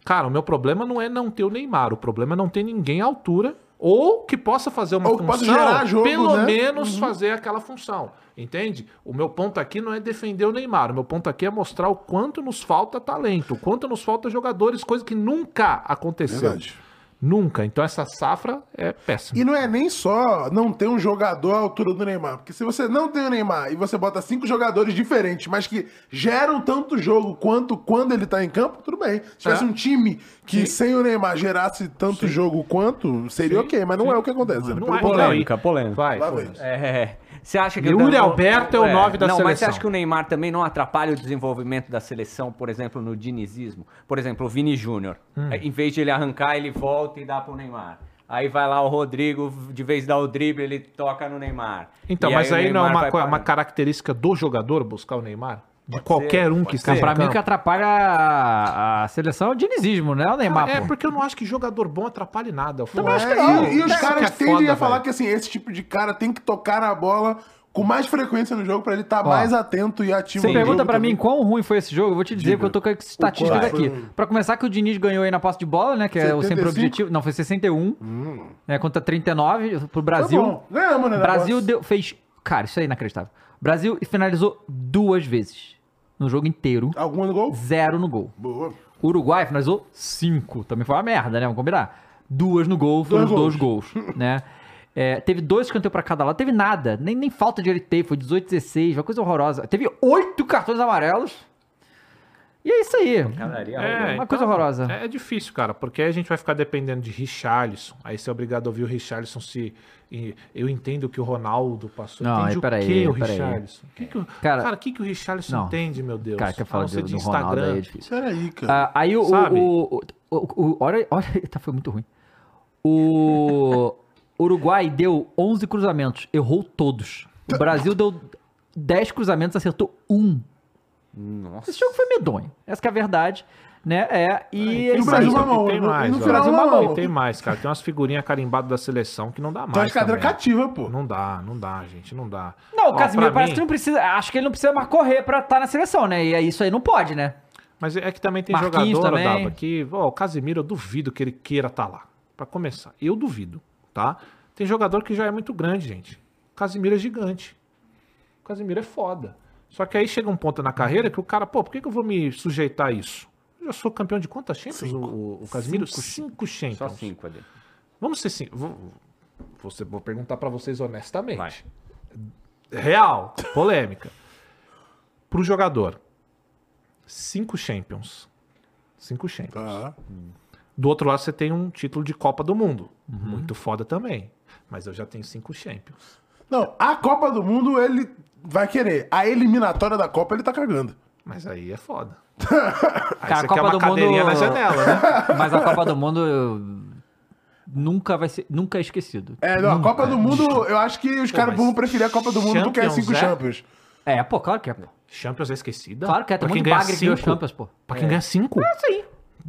D: cara, o meu problema não é não ter o Neymar, o problema é não ter ninguém à altura ou que possa fazer uma
B: Ou que possa
D: função,
B: gerar jogo,
D: pelo
B: né?
D: menos fazer aquela função, entende? O meu ponto aqui não é defender o Neymar, o meu ponto aqui é mostrar o quanto nos falta talento, o quanto nos falta jogadores, coisa que nunca aconteceu.
B: Verdade.
D: Nunca. Então essa safra é péssima.
B: E não é nem só não ter um jogador à altura do Neymar. Porque se você não tem o Neymar e você bota cinco jogadores diferentes, mas que geram tanto jogo quanto quando ele tá em campo, tudo bem. Se tivesse
D: É.
B: um time que sem o Neymar gerasse tanto jogo quanto, seria
D: Sim,
B: ok. Mas não
D: sim.
B: é o que acontece, né?
D: Não
B: Pelo
D: é-
B: contrário.
C: Polêmica, polêmica.
D: Vai,
B: Lá
D: foda-se.
B: vem.
C: É. Você acha que
D: Yuri Alberto é o nove da
C: não, Não, mas você
D: seleção.
C: acha que o Neymar também não atrapalha o desenvolvimento da seleção, por exemplo, no dinizismo? Por exemplo, o Vini Júnior.
D: Hum.
C: É, Em vez de ele arrancar, ele volta e dá pro Neymar. Aí vai lá o Rodrigo, de vez de dar o drible, ele toca no Neymar.
D: Então,
C: E
D: mas
C: o
D: aí, não é
C: Neymar
D: uma,
C: vai
D: co- uma
C: parando.
D: característica do jogador buscar o Neymar? De qualquer um que
A: Cara,
D: seja.
A: pra mim, o
D: Não.
A: que é atrapalha a, a seleção é o dinizismo, né? O Neymar,
D: É
A: pô.
D: porque eu não acho que jogador bom atrapalhe nada.
B: É,
D: Também
B: e, e os
D: É
A: é
B: caras tendem a falar que assim, esse tipo de cara tem que tocar a bola com mais frequência no jogo pra ele estar mais atento e ativo.
A: Você
B: no
A: pergunta
B: jogo
A: pra mim
B: também.
A: quão ruim foi esse jogo, eu vou te dizer, porque eu tô com a estatística
B: quanto
A: daqui.
B: foi?
A: Pra começar, que o Diniz ganhou aí na posse de bola, né? Que é o sempre
B: 75?
A: objetivo. Não, foi 61, né? Contra 39 pro Brasil.
B: Tá bom, ganhamos, né? na
A: Brasil
B: bosta.
A: deu, fez. Cara, isso é inacreditável. Brasil finalizou duas vezes no jogo inteiro,
B: Algum no gol?
A: zero no gol.
B: Boa.
A: Uruguai finalizou cinco. Também foi uma merda, né? Vamos combinar. Duas no gol, foram
B: Dois
A: dois gols, né? É, teve dois escanteios pra cada lado, teve nada. Nem, nem falta de ele teve, foi 18, 16, uma coisa horrorosa. Teve oito cartões amarelos. E é isso aí.
C: Cadaria,
D: É,
A: uma
D: então,
A: coisa horrorosa.
D: É difícil, cara, porque aí a gente vai ficar dependendo de Richarlison. Aí você é obrigado a ouvir o Richarlison se. e- Eu entendo que o Ronaldo passou.
A: Não,
D: Entende
A: aí,
D: o
A: peraí,
D: que o
A: peraí.
D: Richarlison? O que que o-
A: Cara-
D: Cara, o que, que o Richarlison
A: Não.
D: entende, meu Deus?
A: Cara, quer falar
D: A não ser
A: do, do Ronaldo aí, é difícil.
B: Peraí, cara.
A: Ah, aí o,
D: Sabe?
A: o, o, o- o- Olha, olha, tá, foi muito ruim. O Uruguai deu 11 cruzamentos, errou todos. O Brasil deu 10 cruzamentos, acertou um.
C: Nossa.
A: Esse jogo foi medonho. Essa que é a verdade. né? É, e
D: tem
A: ele
D: mais
A: saiu-
D: uma mão,
A: e
D: tem mais,
A: ó.
D: ó.
A: Brasil uma mão.
D: E tem mais, cara. Tem umas figurinhas carimbadas da seleção que não dá mais.
A: as cadeiras
B: Então é cativa, pô.
D: Não dá, não dá, gente, não dá.
A: Não, o
D: Ó,
A: Casimiro
D: pra
A: parece
D: mim-
A: que um não precisa. Acho que ele não precisa mais correr pra estar na seleção, né? E aí isso aí não pode, né?
D: Mas é que também tem
A: Marquinhos
D: jogador,
A: também.
D: Dava, que ó, o Casimiro, eu duvido que ele queira estar lá. Pra começar, eu duvido, tá? Tem jogador que já é muito grande, gente. O Casimiro é gigante. O Casimiro é foda. Só que aí chega um ponto na carreira que o cara, pô, por que, que eu vou me sujeitar a isso? Eu já sou campeão de quantas Champions? O, o- o Casimiro? Cinco, Champions.
C: Só cinco
B: Um
C: ali.
D: Vamos ser sim. Vou, vou ser- vou perguntar pra vocês honestamente. Real, polêmica. Pro jogador, cinco Champions. Cinco
B: Tá.
D: Champions. Do outro lado, você tem um título de Copa do Mundo.
A: Uhum.
D: Muito foda também. Mas eu já tenho cinco Champions.
B: Não, a Copa do Mundo ele vai querer. A eliminatória da Copa ele tá cagando.
D: Mas aí é foda. Aí
A: Cara,
D: você
A: a Copa
D: quer uma
A: do
D: cadeirinha
A: Mundo.
D: na janela, né?
A: Mas a Copa do Mundo eu- nunca vai ser. Nunca é esquecido.
B: É, não, a
A: Nunca.
B: Copa do Mundo, eu acho que os
A: Pô,
B: caras
A: mas
B: vão preferir a Copa do Mundo do que as cinco
D: Champions, é?
B: Champions.
A: É, pô, claro que é, pô.
D: Champions é esquecida?
A: Claro que é, tem
D: Pra
A: um monte de
D: quem ganha
A: bagre que ganhou
D: cinco?
A: Champions, pô.
D: Pra quem
A: É.
D: ganha cinco?
A: É isso aí.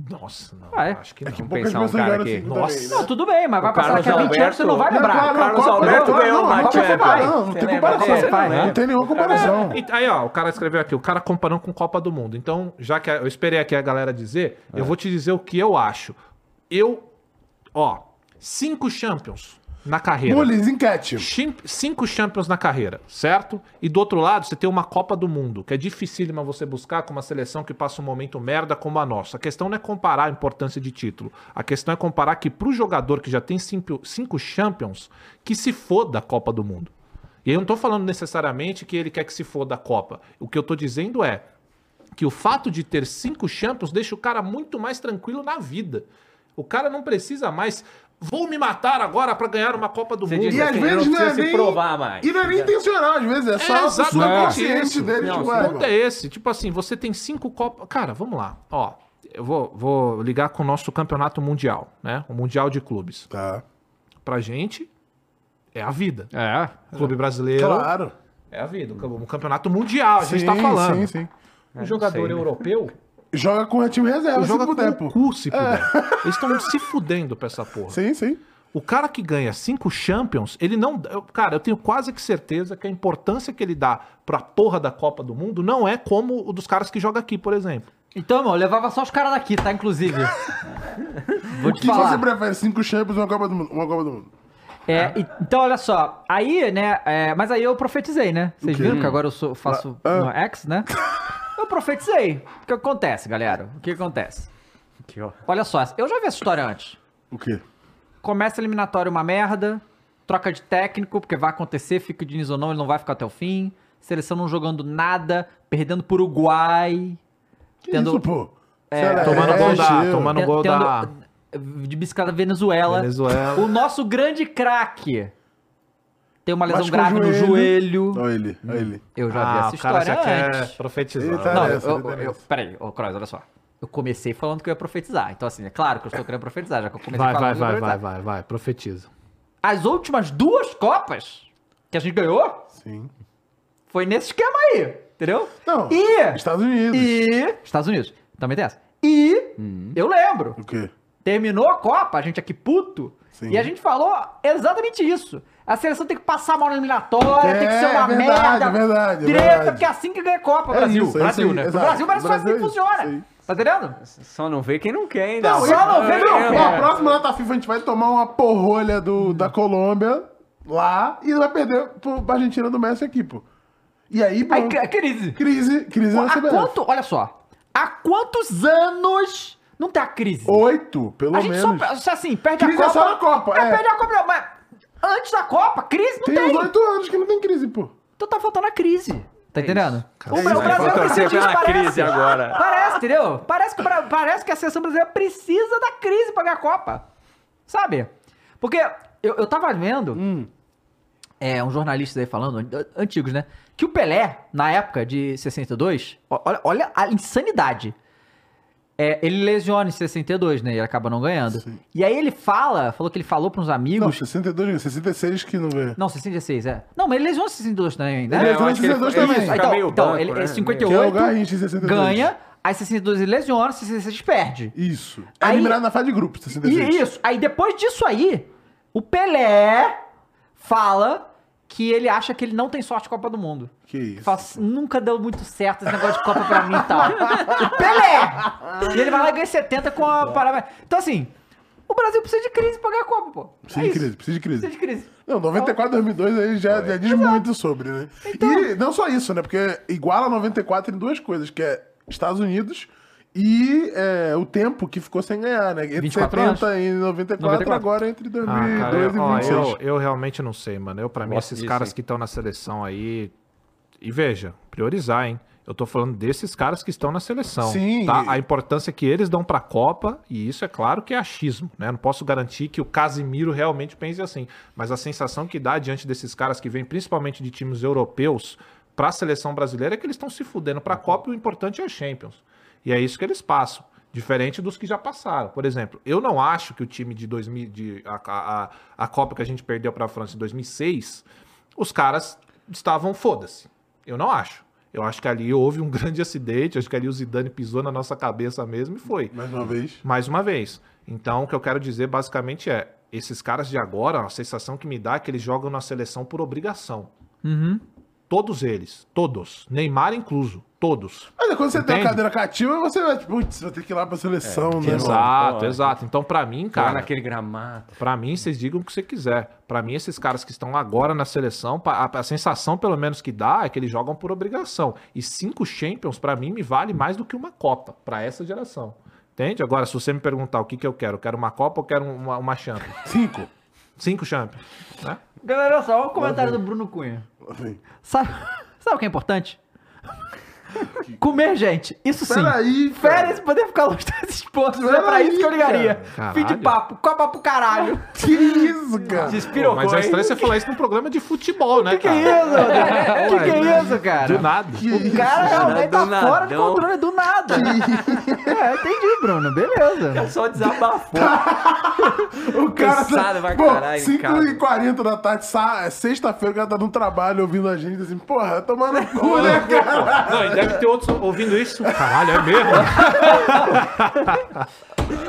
D: Nossa, não.
A: Ah, é?
D: Acho que não.
C: Vamos
B: poucas
C: pensar um
B: pessoas
C: cara
B: ganharam
C: aqui.
B: cinco
D: Nossa.
B: também, né?
A: Não, tudo bem, mas vai
C: O
A: passar
C: Carlos
A: daqui a 20 anos,
C: Alberto-
A: você não vai
C: Não,
A: lembrar.
C: claro,
A: Não,
C: Carlos Alberto ganhou uma Champions.
B: Não, não
C: Você
B: tem
C: lembra
B: comparação.
C: dele?
B: você-
C: Vai,
B: Não
C: né?
B: tem nenhuma comparação.
D: E- Aí, ó, o cara escreveu aqui, o cara comparou com Copa do Mundo. Então, já que a- eu esperei aqui a galera dizer, eu vou te dizer o que eu acho. Eu, ó, cinco Champions na carreira.
B: Mules, enquete.
D: Chim- Cinco Champions na carreira, certo? E do outro lado, você tem uma Copa do Mundo, que é dificílima você buscar com uma seleção que passa um momento merda como a nossa. A questão não é comparar a importância de título. A questão é comparar que pro jogador que já tem cinco, cinco Champions, que se foda a Copa do Mundo. E eu não tô falando necessariamente que ele quer que se foda a Copa. O que eu tô dizendo é que o fato de ter cinco Champions deixa o cara muito mais tranquilo na vida. O cara não precisa mais... Vou me matar agora pra ganhar uma Copa do
C: Você
D: Mundo.
C: diz
B: E às
C: assim, não
B: vezes não
C: precisa
B: é
C: se
B: nem...
C: provar mais.
B: E não é nem intencional, às vezes. É só
D: É
B: o
D: exatamente
B: subconsciente
D: isso.
B: dele.
D: Não,
B: tipo,
D: o
B: é,
D: ponto é esse. Tipo assim, você tem cinco copas. Cara, vamos lá. Ó, eu vou, vou ligar com o nosso campeonato mundial, né? O mundial de clubes.
B: Tá.
D: Pra gente é a vida.
A: É.
D: Clube brasileiro
B: Claro.
D: é a vida. Um campeonato mundial, a gente
B: Sim,
D: tá falando.
B: Sim, sim.
D: Um jogador europeu
B: Joga É. com o time reserva, se
D: joga
B: puder,
D: com
B: pô.
D: o cu, se puder. Eles estão se fudendo pra essa porra.
B: Sim, sim.
D: O cara que ganha cinco Champions, ele não. eu- cara, eu tenho quase que certeza que a importância que ele dá pra porra da Copa do Mundo não é como o dos caras que joga aqui, por exemplo.
A: Então, irmão, eu levava só os caras daqui, tá? Inclusive. Vou
B: O
A: te
B: que
A: falar.
B: você prefere? Cinco Champions ou uma Copa do Mundo? Uma Copa do Mundo.
A: É, e- então, olha só. Aí, né? é, mas aí eu profetizei, né? Vocês viram
C: Hum.
A: que agora eu sou- faço
C: Ah,
A: no X, né? Eu profetizei. O que acontece, galera? O que acontece?
C: Aqui, ó.
A: Olha só, eu já vi essa história antes.
B: O quê?
A: Começa a eliminatória uma merda, troca de técnico, porque vai acontecer, fica o Diniz ou não, ele não vai ficar até o fim. Seleção não jogando nada, perdendo pro Uruguai.
B: Que isso, pô?
A: É,
B: é, Celeste,
D: Tomando gol da.
B: eu.
D: Tomando gol
A: tendo-
D: da.
A: De bicicleta Venezuela.
D: Venezuela.
A: O nosso grande craque tem uma lesão
B: Machucou
A: grave
B: o
A: no joelho.
B: Olha é, ele, olha ele.
A: Eu já vi
D: Ah,
A: essa história antes. né?
D: profetizar.
B: Ele tá-
A: Não,
B: Essa,
A: eu,
B: ele tá
A: eu-
B: nessa.
A: eu- peraí, ô Croz, olha só. Eu comecei falando que eu ia profetizar. Então, assim, é claro que eu estou querendo profetizar, já que eu comecei
D: Vai, vai,
A: falando. que eu ia
D: vai, vai,
A: profetizar.
D: vai, vai, profetiza.
A: As últimas duas Copas que a gente ganhou
B: Sim.
A: foi nesse esquema aí, entendeu?
B: Não,
A: E.
B: Estados Unidos.
A: E. Estados Unidos. Também tem essa. E. Eu lembro.
B: O quê?
A: Terminou a Copa, a gente aqui puto.
B: Sim.
A: E a gente falou exatamente isso. A seleção tem que passar mal na eliminatória, tem que ser uma
B: verdade,
A: merda.
B: é verdade, é
A: treta,
B: verdade.
A: porque é assim que ganha Copa,
B: É
A: Brasil.
B: isso, é
A: Brasil,
B: isso aí,
A: né?
B: exato.
A: Brasil, mas só assim
B: Brasil
A: que
B: é isso,
A: funciona.
B: sim.
A: Tá entendendo?
C: Só não vê quem não quer ainda.
A: Não, só não vê
C: É,
A: quem não
C: é,
A: quer.
B: Ó, a
C: é.
B: próxima Lata FIFA a gente vai tomar uma porrolha do, da Colômbia lá e vai perder pro pra Argentina do Messi aqui, pô. E aí, pô,
A: Aí, cri- crise.
B: crise, crise na
A: Há
B: CBF.
A: quanto, olha só, há quantos anos não tem a crise?
B: Oito, pelo
A: a gente
B: menos.
A: só, só assim, perde
B: Crise
A: a
B: é
A: Copa.
B: só na Copa,
A: É,
B: é.
A: perde a Copa, não, mas antes da Copa, crise não
B: Tem
A: tem.
B: uns oito anos que não tem crise, pô.
A: Então tá faltando a crise. Tá entendendo? O,
B: É isso aí,
A: Brasil
B: vou
A: precisa
C: torcer
A: disso,
C: pela
A: parece.
C: crise agora.
A: Parece, entendeu? Parece que, o Bra- parece que a seleção brasileira precisa da crise pra ganhar a Copa. Sabe? Porque eu, eu tava vendo
B: Hum.
A: é, um jornalista aí falando, an- antigos, né? Que o Pelé, na época de 62, ó- olha, olha a insanidade. é, ele lesiona em 62, né? E ele acaba não ganhando. E aí ele fala, falou que ele falou para uns
B: Não,
A: amigos.
B: 62, 66 que não ganha.
A: Não, 66, é. Não, mas ele lesionou 62 também, né?
C: é,
B: Ele lesionou Eu acho que ele- 62 ele também. fica
A: Então,
B: meio
A: então
B: banco,
A: ele
B: né?
A: é
D: um,
B: Que é
A: 58,
B: o Garrincha em 62.
A: ganha, aí 62 ele lesiona, 66 perde.
B: Isso. É eliminado na fase de assim grupos, 66.
A: E isso. Aí depois disso aí, o Pelé fala que ele acha que ele não tem sorte de Copa do Mundo.
B: Que isso.
A: Fala, assim, nunca deu muito certo esse negócio de Copa pra mim e tal. O Pelé! E ele vai lá e ganha 70 com a parada. Então assim, o Brasil precisa de crise pra ganhar a Copa, pô. É
B: Precisa de crise, precisa de crise.
A: Precisa de crise.
B: Não, 94, 2002 aí já, já diz muito sobre, né? E não só isso, né? Porque iguala 94 em duas coisas, que é Estados Unidos e é, o tempo que ficou sem ganhar, né? Entre
D: 24
B: 70
D: anos.
B: e 94,
D: 94.
B: agora entre 2002
D: Ah, cara, eu, ó,
B: e 26.
D: eu, eu realmente não sei, mano. Eu, pra mim,
B: Gosto
D: esses
B: disso,
D: caras
B: hein?
D: que estão na seleção aí. E veja, priorizar, hein? Eu tô falando desses caras que estão na seleção.
B: Sim.
D: Tá? A importância que eles dão pra Copa, e isso é claro que é achismo, né? Não posso garantir que o Casimiro realmente pense assim. Mas a sensação que dá diante desses caras que vêm principalmente de times europeus pra seleção brasileira é que eles estão se fudendo pra Copa e o importante é a Champions. E é isso que eles passam. Diferente dos que já passaram. Por exemplo, eu não acho que o time de 2000, de, a, a, a- a Copa que a gente perdeu para a França em 2006, os caras estavam foda-se. Eu não acho. Eu acho que ali houve um grande acidente, acho que ali o Zidane pisou na nossa cabeça mesmo e foi.
B: Mais uma vez.
D: Mais uma vez. Então, o que eu quero dizer basicamente é, esses caras de agora, a sensação que me dá é que eles jogam na seleção por obrigação.
A: Uhum.
D: Todos eles, todos, Neymar incluso, todos.
B: Mas é, quando você tem
D: Entende? É,
B: a cadeira cativa, você vai, tipo, putz, vai ter que ir lá pra seleção, né?
D: Exato,
B: mano?
D: exato. Então, pra mim,
C: Lá
D: cara.
C: naquele gramado.
D: Pra mim, vocês digam o que você quiser. Pra mim, esses caras que estão agora na seleção, pa- a, a sensação, pelo menos, que dá é que eles jogam por obrigação. E cinco Champions, pra mim, me vale mais do que uma Copa, pra essa geração. Entende? Agora, se você me perguntar o que, que eu quero, eu quero uma Copa ou quero uma, uma Champions?
B: Cinco.
D: Cinco Champions. Né?
A: Galera, só um comentário do Bruno Cunha.
B: Assim.
A: Sabe, sabe o que é importante? Comer, gente. Isso sim.
B: Peraí, cara.
A: Férias e poder ficar longe das esposas. É pra
B: Peraí,
A: isso que eu ligaria.
D: cara.
A: Fim de
D: Caralho.
A: papo. Copa pro caralho.
B: Que isso, cara?
D: Pô, mas é estranho você falar isso num programa de futebol, né,
A: Que que é isso, André? Que que é isso, cara?
D: Do nada.
A: O cara realmente tá fora de controle do nada. é, entendi, Bruno. Beleza.
C: Só desabafou.
B: O cara tá-
C: Cansado pra
B: Pô,
C: caralho em
B: 5
C: casa.
B: e 40 da tarde, sa- sexta-feira, o cara tá no trabalho ouvindo a gente, assim, porra, tomando cu, né, cara?
D: Não, e deve ter outros ouvindo isso. Caralho, é mesmo?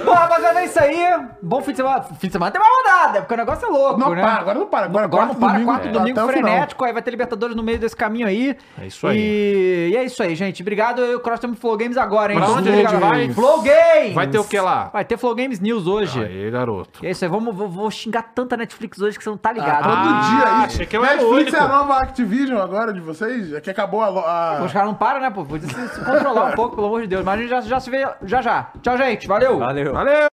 A: Bom, rapaziada, é isso aí. Bom fim de semana. Fim de semana tem uma rodada, porque o negócio é louco,
B: Não
A: né?
B: para, agora não para. Agora,
A: Agora
B: quarto
A: não para,
B: domingo,
A: quarto
B: é,
A: domingo
B: até o final.
A: frenético, aí vai ter Libertadores no meio desse caminho aí. É
D: isso aí.
A: E, e é isso aí, gente. Obrigado. Eu cross temos Flow Games agora, hein?
D: Pra onde a
A: Obrigado.
D: gente vai?
A: Flow Games!
D: Vai ter o que lá?
A: Vai ter Flow Games News hoje.
D: Aí, garoto.
A: E é isso aí, vamos, vou, vou xingar tanta Netflix hoje que você não tá ligado.
B: Todo dia aí.
D: achei que eu era o
B: Netflix
D: único.
B: é a nova Activision agora de vocês? É que acabou a. lo- a...
A: Os caras não param, né, pô? Podia se se controlar um pouco, pelo amor de Deus. Mas a gente já, já se vê já já. Tchau, gente. Valeu.
C: Valeu.
D: Valeu!